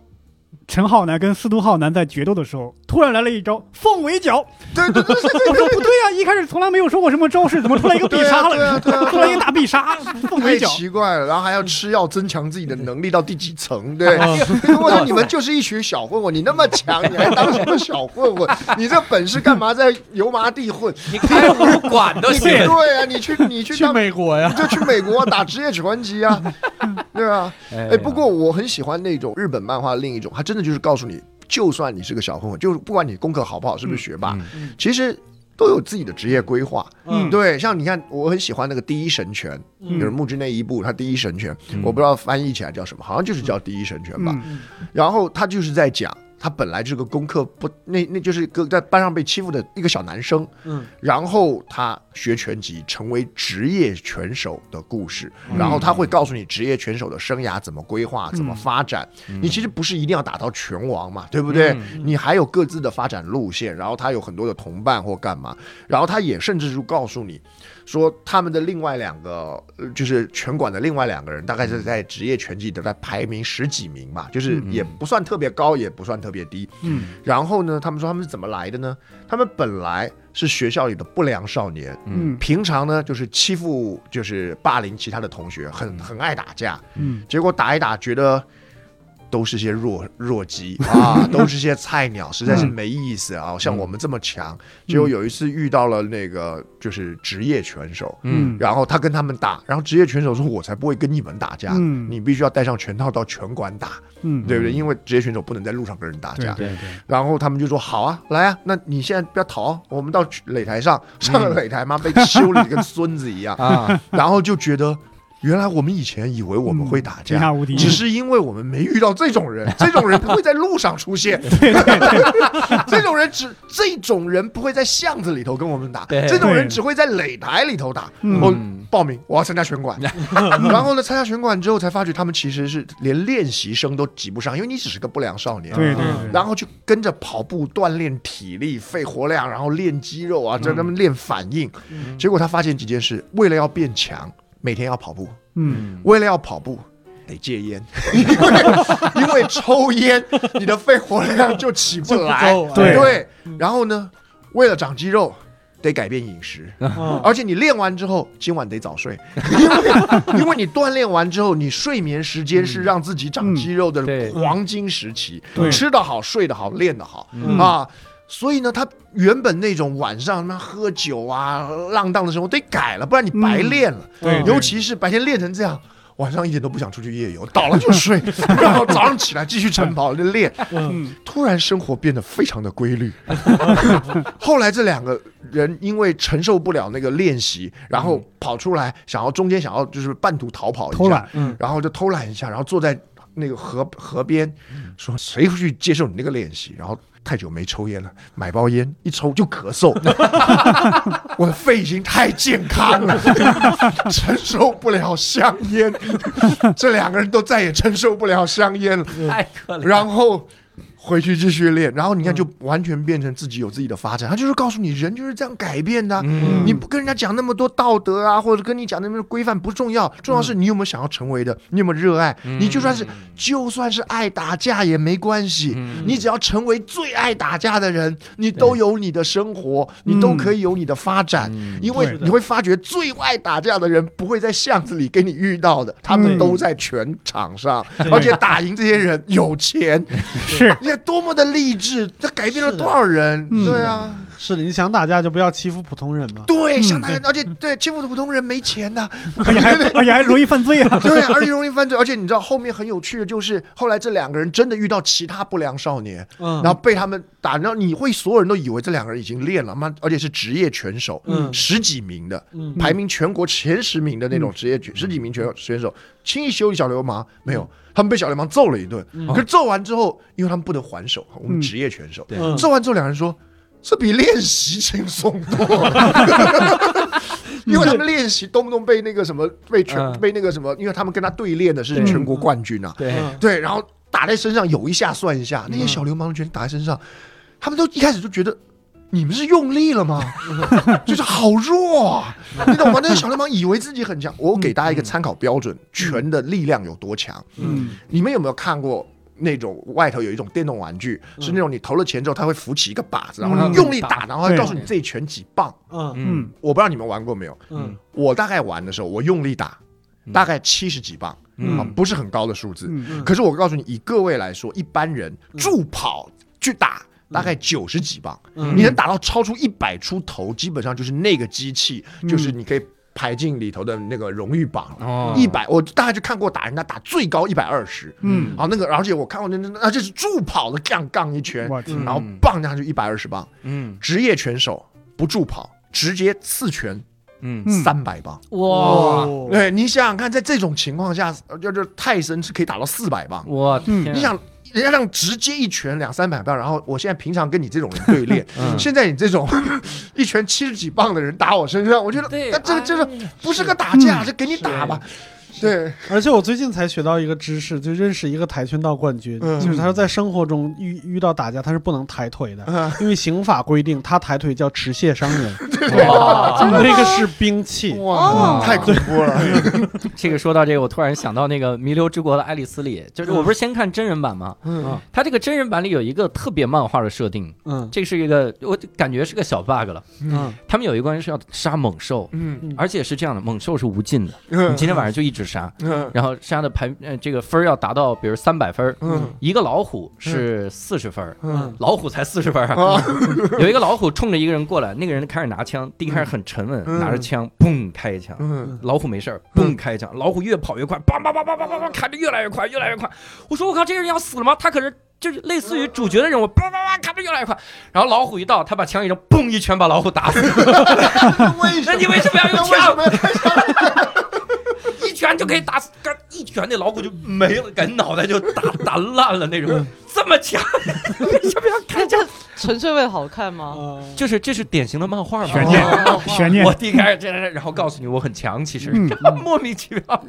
F: 陈浩南跟司徒浩南在决斗的时候，突然来了一招凤尾脚，
D: 对对对对
F: 我说不对啊，一开始从来没有说过什么招式，怎么出来一个必杀
D: 对啊
F: 了？
D: 对啊对啊
F: 出来一个大必杀，凤
D: 太
F: 尾脚。
D: 奇怪了，然后还要吃药增强自己的能力到第几层？对，我说你们就是一群小混混，你那么强，你还当什么小混混？你这本事干嘛在油麻地混？
G: 你开武馆都
D: 你
G: 行。
D: 对啊，你去你去
C: 去
D: 当。
C: 美国呀，
D: 就去美国打职业拳击啊， 对吧？哎，不过我很喜欢那种日本漫画，另一种，它真的就是告诉你，就算你是个小混混，就是不管你功课好不好，是不是学霸，
A: 嗯
D: 其实都有自己的职业规划。
F: 嗯
D: 对，像你看，我很喜欢那个《第一神拳》，
C: 嗯
D: 就是木之内一部，他《第一神拳》
A: 嗯
D: 我不知道翻译起来叫什么，好像就是叫《第一神拳》吧。
F: 嗯
D: 然后他就是在讲，他本来是个功课不，那那就是个在班上被欺负的一个小男生，
C: 嗯
D: 然后他学拳击成为职业拳手的故事，然后他会告诉你职业拳手的生涯怎么规划、怎么发展。
A: 嗯
D: 你其实不是一定要打到拳王嘛，对不对？你还有各自的发展路线，然后他有很多的同伴或干嘛，然后他也甚至就告诉你。说他们的另外两个，呃就是拳馆的另外两个人，大概是在职业拳击的在排名十几名吧，就是也不算特别高，也不算特别低。
F: 嗯，
D: 然后呢，他们说他们是怎么来的呢？他们本来是学校里的不良少年，
F: 嗯
D: 平常呢就是欺负，就是霸凌其他的同学，很很爱打架。
F: 嗯
D: 结果打一打，觉得都是些弱 弱鸡啊，都是些菜鸟，实在是没意思
F: 嗯
D: 啊。像我们这么强，结果有一次遇到了那个就是职业拳手，
A: 嗯
D: 然后他跟他们打，然后职业拳手说：“我才不会跟你们打架，
F: 嗯
D: 你必须要带上拳套到拳馆打，
F: 嗯，
D: 对不对？因为职业选手不能在路上跟人打
F: 对
D: 架。”
F: 对对，
D: 然后他们就说：“好啊，来啊，那你现在不要逃啊，我们到擂台上，上了擂台，妈被修理得跟孙子 一样。
A: 啊，
D: 然后就觉得，原来我们以前以为我们会打
F: 天
D: 架，
F: 下无敌。
D: 只是因为我们没遇到这种人，这种人不会在路上出现， 这种人只这种人不会在巷子里头跟我们打，
A: 对
D: 这种人
F: 对
D: 只会在擂台里头打。
F: 嗯
A: 哦
D: 我报名，我要参加拳馆。然后呢，参加拳馆之后才发觉他们其实是连练习生都及不上，因为你只是个不良少年。
F: 对对对，
D: 然后就跟着跑步锻炼体力、肺活量，然后练肌肉啊，在他们练反应。结果他发现几件事：为了要变强，每天要跑步；
F: 嗯
D: 为了要跑步，得戒烟， 因为因为抽烟，你的肺活量就起不来。
C: 就不够
F: 嗯对
D: 然后呢，为了长肌肉，得改变饮食。
F: 啊
C: 嗯
D: 而且你练完之后，今晚得早睡，因为因为你锻炼完之后，你睡眠时间是让自己长肌肉的
A: 嗯对
D: 黄金时期，
F: 对
D: 吃得好，睡得好，练得好、
F: 嗯
D: 啊。所以呢，他原本那种晚上他妈喝酒啊、浪荡的生活得改了，不然你白练了。
F: 嗯对，
D: 尤其是白天练成这样。晚上一点都不想出去夜游，倒了就睡， 然后早上起来继续晨跑就练，
F: 嗯
D: 突然生活变得非常的 规律。后来这两个人因为承受不了那个练习，然后跑出来，想要中间想要就是半途逃
F: 嗯
D: 跑
F: 偷
D: 一下，
F: 懒，
C: 嗯
D: 然后就偷懒一下，然后坐在那个河河边，
F: 嗯
D: 说谁会去接受你那个练习？然后太久没抽烟了，买包烟一抽就 咳嗽，我的肺已经太健康了， 承受不了香烟。这两个人都再也承受不了香烟了。
G: 太可 怜。
D: 然后回去继续练，然后你看就完全变成自己有自己的发展。他就是告诉你，人就是这样改变的啊、
A: 嗯
D: 你不跟人家讲那么多道德啊，或者跟你讲那么多规范不重要，重要是你有没有想要成为的，你有没有热爱。
A: 嗯
D: 你就算是就算是爱打架也没关
A: 嗯
D: 系，你只要成为最爱打架的人，你都有你的生活，你都可以有你的发展。
A: 嗯
D: 因为
F: 对
D: 你会发觉，最爱打架的人不会在巷子里给你遇到的，他们
F: 嗯
D: 都在拳场上，
C: 对
D: 而且打赢这些人有钱，
F: 是
D: 你看多么的励志，他改变了多少人？
F: 嗯
D: 对啊，
C: 是的，你想打架就不要欺负普通人嘛。
D: 对，像大家，而且对欺负普通人没钱呐、
F: 而且 还而哎且还容易犯罪啊！
D: 对，而且容易犯罪，而且你知道后面很有趣的就是，后来这两个人真的遇到其他不良少年，
C: 嗯，
D: 然后被他们打，然后你会所有人都以为这两个人已经练了，妈，而且是职业拳手，
C: 嗯
D: 十几名的，
C: 嗯
D: 排名全国前十名的那种职业拳、十几名拳选手，轻易修理小流氓没有，他们被小流氓揍了一顿，
C: 嗯
D: 可是揍完之后，因为他们不能还手，我
F: 嗯
D: 们职业拳手，
G: 对
C: 嗯
D: 揍完之后，两人说。这比练习轻松多了，
C: 嗯
D: 因为他们练习动不动被那个什么被全、
A: 嗯
D: 被那个什么，因为他们跟他对练的是全国冠军啊，
A: 对，
C: 嗯
D: 对，然后打在身上有一下算一下，那些小流氓觉得打在身上，他们都一开始就觉得。你们是用力了吗？就是好弱、啊，你懂吗？那些小流氓以为自己很强。我给大家一个参考标准：拳的力量有多强？
F: 嗯，
D: 你们有没有看过那种外头有一种电动玩具，是那种你投了钱之后，它会浮起一个靶子，然后
F: 嗯
D: 你用力打，然后它
F: 对
D: 告诉你这一拳几磅？
C: 嗯
A: 嗯
F: 嗯，
D: 我不知道你们玩过没有？
C: 嗯
D: 我大概玩的时候，我用力打，大概七十几磅，
A: 嗯
D: 啊，不是很高的数字。
F: 嗯
D: 可是我告诉你，以各位来说，一般人助跑去打。大概九十几磅，
C: 嗯
D: 你能打到超出一百出头，基本上就是那个机器，
F: 嗯
D: 就是你可以排进里头的那个荣誉榜了。
A: 哦
D: 一百，我大概就看过打人家打最高一百二十，
F: 嗯，
D: 啊，那个，而且我看过那那那就是助跑的杠杠一圈，嗯
F: 我天，
D: 然后棒下去一百二十磅。
A: 嗯
D: 职业拳手不助跑，直接刺拳
A: 嗯
F: 嗯哦
D: 三百磅。
E: 哇，
D: 对，你想想看，在这种情况下，呃就是泰森是可以打到四百磅。
A: 我
F: 嗯
A: 天，
D: 你想，人家让直接一拳两三百磅，然后我现在平常跟你这种人对练，
A: 嗯
D: 现在你这种 一拳七十几磅的人打我身上，我觉得
G: 对
D: 那这个
G: 哎
D: 这个不是个打架，
F: 嗯
D: 这给你打吧。对，
C: 而且我最近才学到一个知识，就认识一个跆拳道冠军，
D: 嗯
C: 就是他说在生活中遇遇到打架，他是不能抬腿的，
D: 嗯
C: 因为刑法规定他抬腿叫持械伤人，
E: 啊
G: 哇，
C: 那个是兵器。
D: 哇，
A: 哦
D: 太恐怖了。
A: 这个说到这个，我突然想到那个《弥留之国的爱丽丝》里，就是我不是先看真人版吗？
D: 嗯
A: 它这个真人版里有一个特别漫画的设定，
C: 嗯
A: 这是一个我感觉是个小 bug 了。
C: 嗯
A: 他们有一关是要杀猛兽，
D: 嗯
A: 而且是这样的，猛兽是无尽的，你
D: 嗯
A: 今天晚上就一直杀，
D: 嗯
A: 然后杀的排呃这个分儿要达到，比如三百分儿，
D: 嗯
A: 一个老虎是四十分儿，
D: 嗯
A: 老虎才四十分儿啊。
D: 啊
A: 有一个老虎冲着一个人过来，那个人开始拿枪，第一开始很沉稳，
D: 嗯
A: 拿着枪，砰开一枪。
D: 嗯
A: 老虎没事儿，砰开一枪，老虎越跑越快，叭叭叭叭叭叭叭，砍得越来越快，越来越快。我说我靠，这个人要死了吗？他可是就是类似于主角的人物，叭叭叭砍得越来越快。然后老虎一到，他把枪一扔，砰一拳把老虎打死。
D: 为
A: 那
D: 什
A: 你
D: 么？
A: 为什么要用
D: 那 为什
A: 枪？
D: 么要开枪？
A: 一拳就可以打死，干一拳那老虎就没了，感觉脑袋就打打烂了那种。这么强， 为什么要开
E: 那
A: 枪？
E: 这纯粹为好看吗？
C: 啊，
A: 就是这是哦典型的漫 画嘛。
F: 悬念， 悬念
A: 我，第一开始这样，然后告诉你我很强，其实、
F: 嗯
A: 莫名其妙。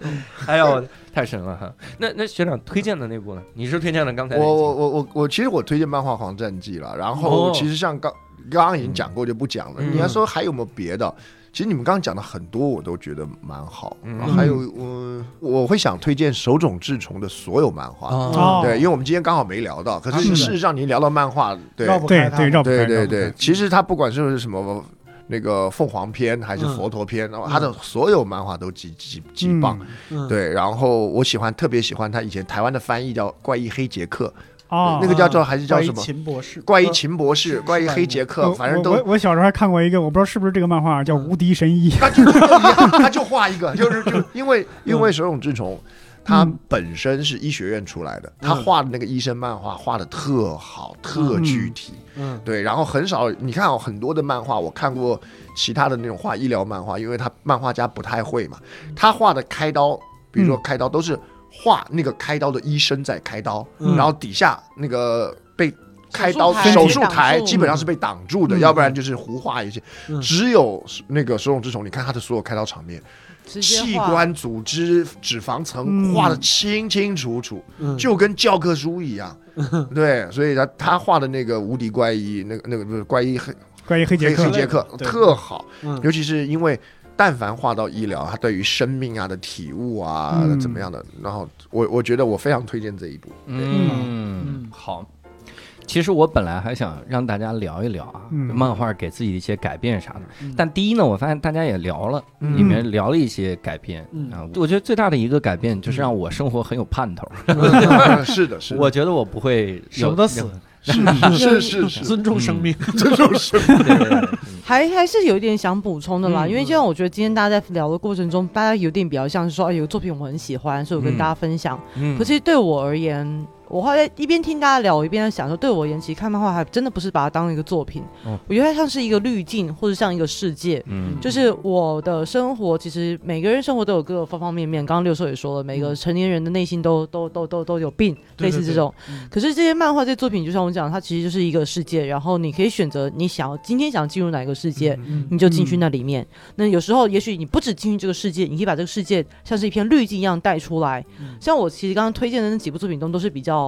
A: 哎呦，太神了哈！那那学长推荐的那部呢？你是推荐的刚才那
D: 我我
A: 集
D: 我我我，其实我推荐漫画《黄战记》了。然
A: 哦
D: 后其实像刚刚刚已经讲过，就不讲了。
A: 嗯
D: 你要说还有没有别的？其实你们刚刚讲的很多，我都觉得蛮好。
A: 嗯
D: 然后还有，嗯，我会想推荐手冢治虫的所有漫画。
A: 哦
D: 对，因为我们今天刚好没聊到，可
F: 啊是
D: 是
F: 的
D: 事实上你聊到漫画，对
C: 绕不
F: 对
C: 开他
F: 对，。绕不开，
D: 对
F: 绕
D: 对
F: 不
D: 对
F: 开，嗯
D: 其实他不管是不是什么。那个凤凰篇还
A: 嗯
D: 是佛陀篇，然后他的所有漫画都极极极棒，，
F: 嗯
C: 嗯，
D: 对。然后我喜欢，特别喜欢他以前台湾的翻译叫《怪异黑杰克》，
F: 哦，
D: 那个叫做还是叫什么？
C: 秦博士，嗯
D: 怪异秦博士、
C: 是
D: 怪异黑杰克，
F: 我
D: 反正都
F: 呃我我我小时候还看过一个，我不知道是不是这个漫画，叫《无敌神医》。
D: 他就他就画一个，就是就因
F: 嗯
D: 为因为手冢治虫。他本身是医学院出来的，
F: 嗯
D: 他画的那个医生漫画画的特好，特具体。
C: 嗯
D: 对，然后很少，你看、哦、很多的漫画，我看过其他的那种画医疗漫画，因为他漫画家不太会嘛，
F: 嗯
D: 他画的开刀，比如说开刀、都是画那个开刀的医生在开刀，
C: 嗯
D: 然后底下那个被开刀
E: 手术台
D: 手
E: 被挡
D: 术台
E: 住
D: 基本上是被挡住的，
F: 嗯
D: 要不然就是胡画一些。
C: 嗯
D: 只有那个手冢治虫，你看他的所有开刀场面，
E: 直
D: 器
E: 接画
D: 官、组织、脂肪层
F: 嗯
D: 画的清清楚楚，
C: 嗯
D: 就跟教科书一 样。对，所以他他画的那个无敌怪医，那个那个不是怪医黑
F: 关于黑杰
D: 黑
F: 克
D: 黑，杰克
F: 对
D: 特好，
C: 嗯
D: 尤其是因为。但凡画到医疗，他对于生命啊的体悟啊、
F: 嗯
D: 怎么样的，然后我我觉得我非常推荐 这一部。
A: 嗯，好。其实我本来还想让大家聊一聊啊，
F: 嗯
A: 漫画给自己的一些改变啥的。但第一呢，我发现大家也聊了，
D: 嗯
A: 里面聊了一些改变、
C: 嗯
A: 啊。我觉得最大的一个改变就是让我生活很有盼头。
D: 是的，是的，
A: 我觉得我不会
C: 舍
A: 有
C: 不得死，
D: 是是是是是，
C: 尊重生命。
D: 这就是
E: 还还是有一点想补充的啦，
A: 嗯
E: 因为就像我觉得今天大家在聊的过程中，大家有点比较像是说，哎，有个作品我很喜欢，所以我跟
A: 嗯
E: 大家分享。
A: 嗯
E: 可是对我而言，我后来一边听大家聊，我一边在想说，对我而言，其实看漫画还真的不是把它当一个作品，
A: 哦
E: 我觉得它像是一个滤镜，或者像一个世界。
A: 嗯
E: 就是我的生活，其实每个人生活都有各个方方面面。刚刚六兽也说了，每个成年人的内心都都都都都有病，
C: 嗯对对嗯
E: 类似这种。可是这些漫画、这些作品，就像我们讲，它其实就是一个世界，然后你可以选择你想要今天想进入哪个世界，
C: 嗯
E: 你就进去那里面。那有时候也许你不止进入这个世界，你可以把这个世界像是一片滤镜一样带出来。
C: 嗯
E: 像我其实刚刚推荐的那几部作品中，都是比较。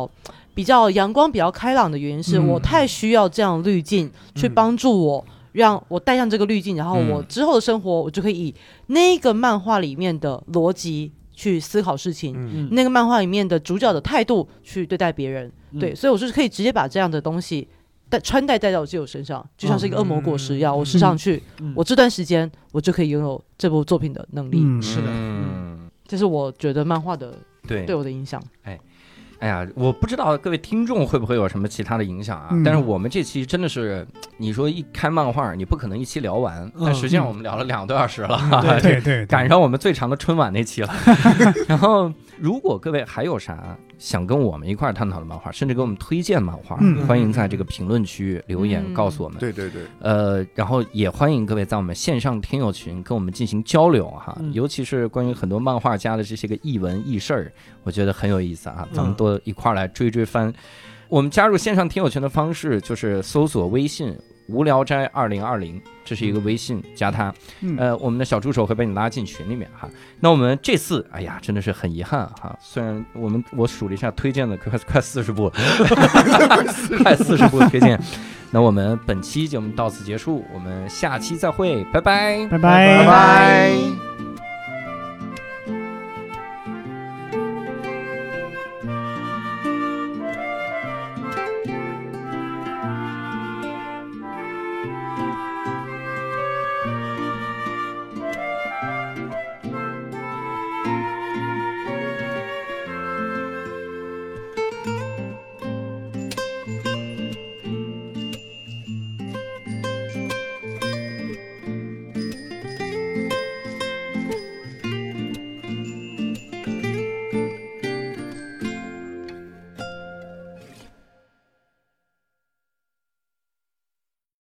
E: 比较阳光、比较开朗的原因是、
A: 嗯
E: 我太需要这样的滤镜去帮助我，让我戴上这个滤镜，然后我
A: 嗯
E: 之后的生活我就可以以那个漫画里面的逻辑去思考事情，
D: 嗯
E: 那个漫画里面的主角的态度去对待别人，
C: 嗯
E: 对，所以我就是可以直接把这样的东西带穿戴带到我自己身上，就像是一个恶魔果实一样，我吃上去，
C: 嗯
E: 我这段时间我就可以拥有这部作品的能力，
F: 嗯，
C: 是的
A: 嗯，
E: 这是我觉得漫画的
A: 对
E: 对我的影响。
A: 哎呀，我不知道各位听众会不会有什么其他的影响啊？
F: 嗯
A: 但是我们这期真的是，你说一开漫画，你不可能一期聊完，但实际上我们聊了两个多小时了，
C: 对
F: 啊对对，
A: 赶上我们最长的春晚那期了。然后，如果各位还有啥想跟我们一块儿探讨的漫画，甚至给我们推荐漫画，
F: 嗯
A: 欢迎在这个评论区留言
E: 嗯
A: 告诉我们。
D: 对对对，
A: 呃，然后也欢迎各位在我们线上听友群跟我们进行交流哈，
C: 嗯
A: 尤其是关于很多漫画家的这些个译文译事儿，我觉得很有意思啊，咱们
C: 嗯
A: 多一块儿来追追番。我们加入线上听友群的方式就是搜索微信“无聊斋二零二零”，这是一个微信，加他。
F: 嗯
A: 呃，我们的小助手会把你拉进群里面哈。那我们这次，哎呀，真的是很遗憾哈。虽然我们我数了一下，推荐了 快快四十 部，快四十部推荐。那我们本期节目到此结束，我们下期再会，拜拜。
F: 拜拜
D: 拜拜。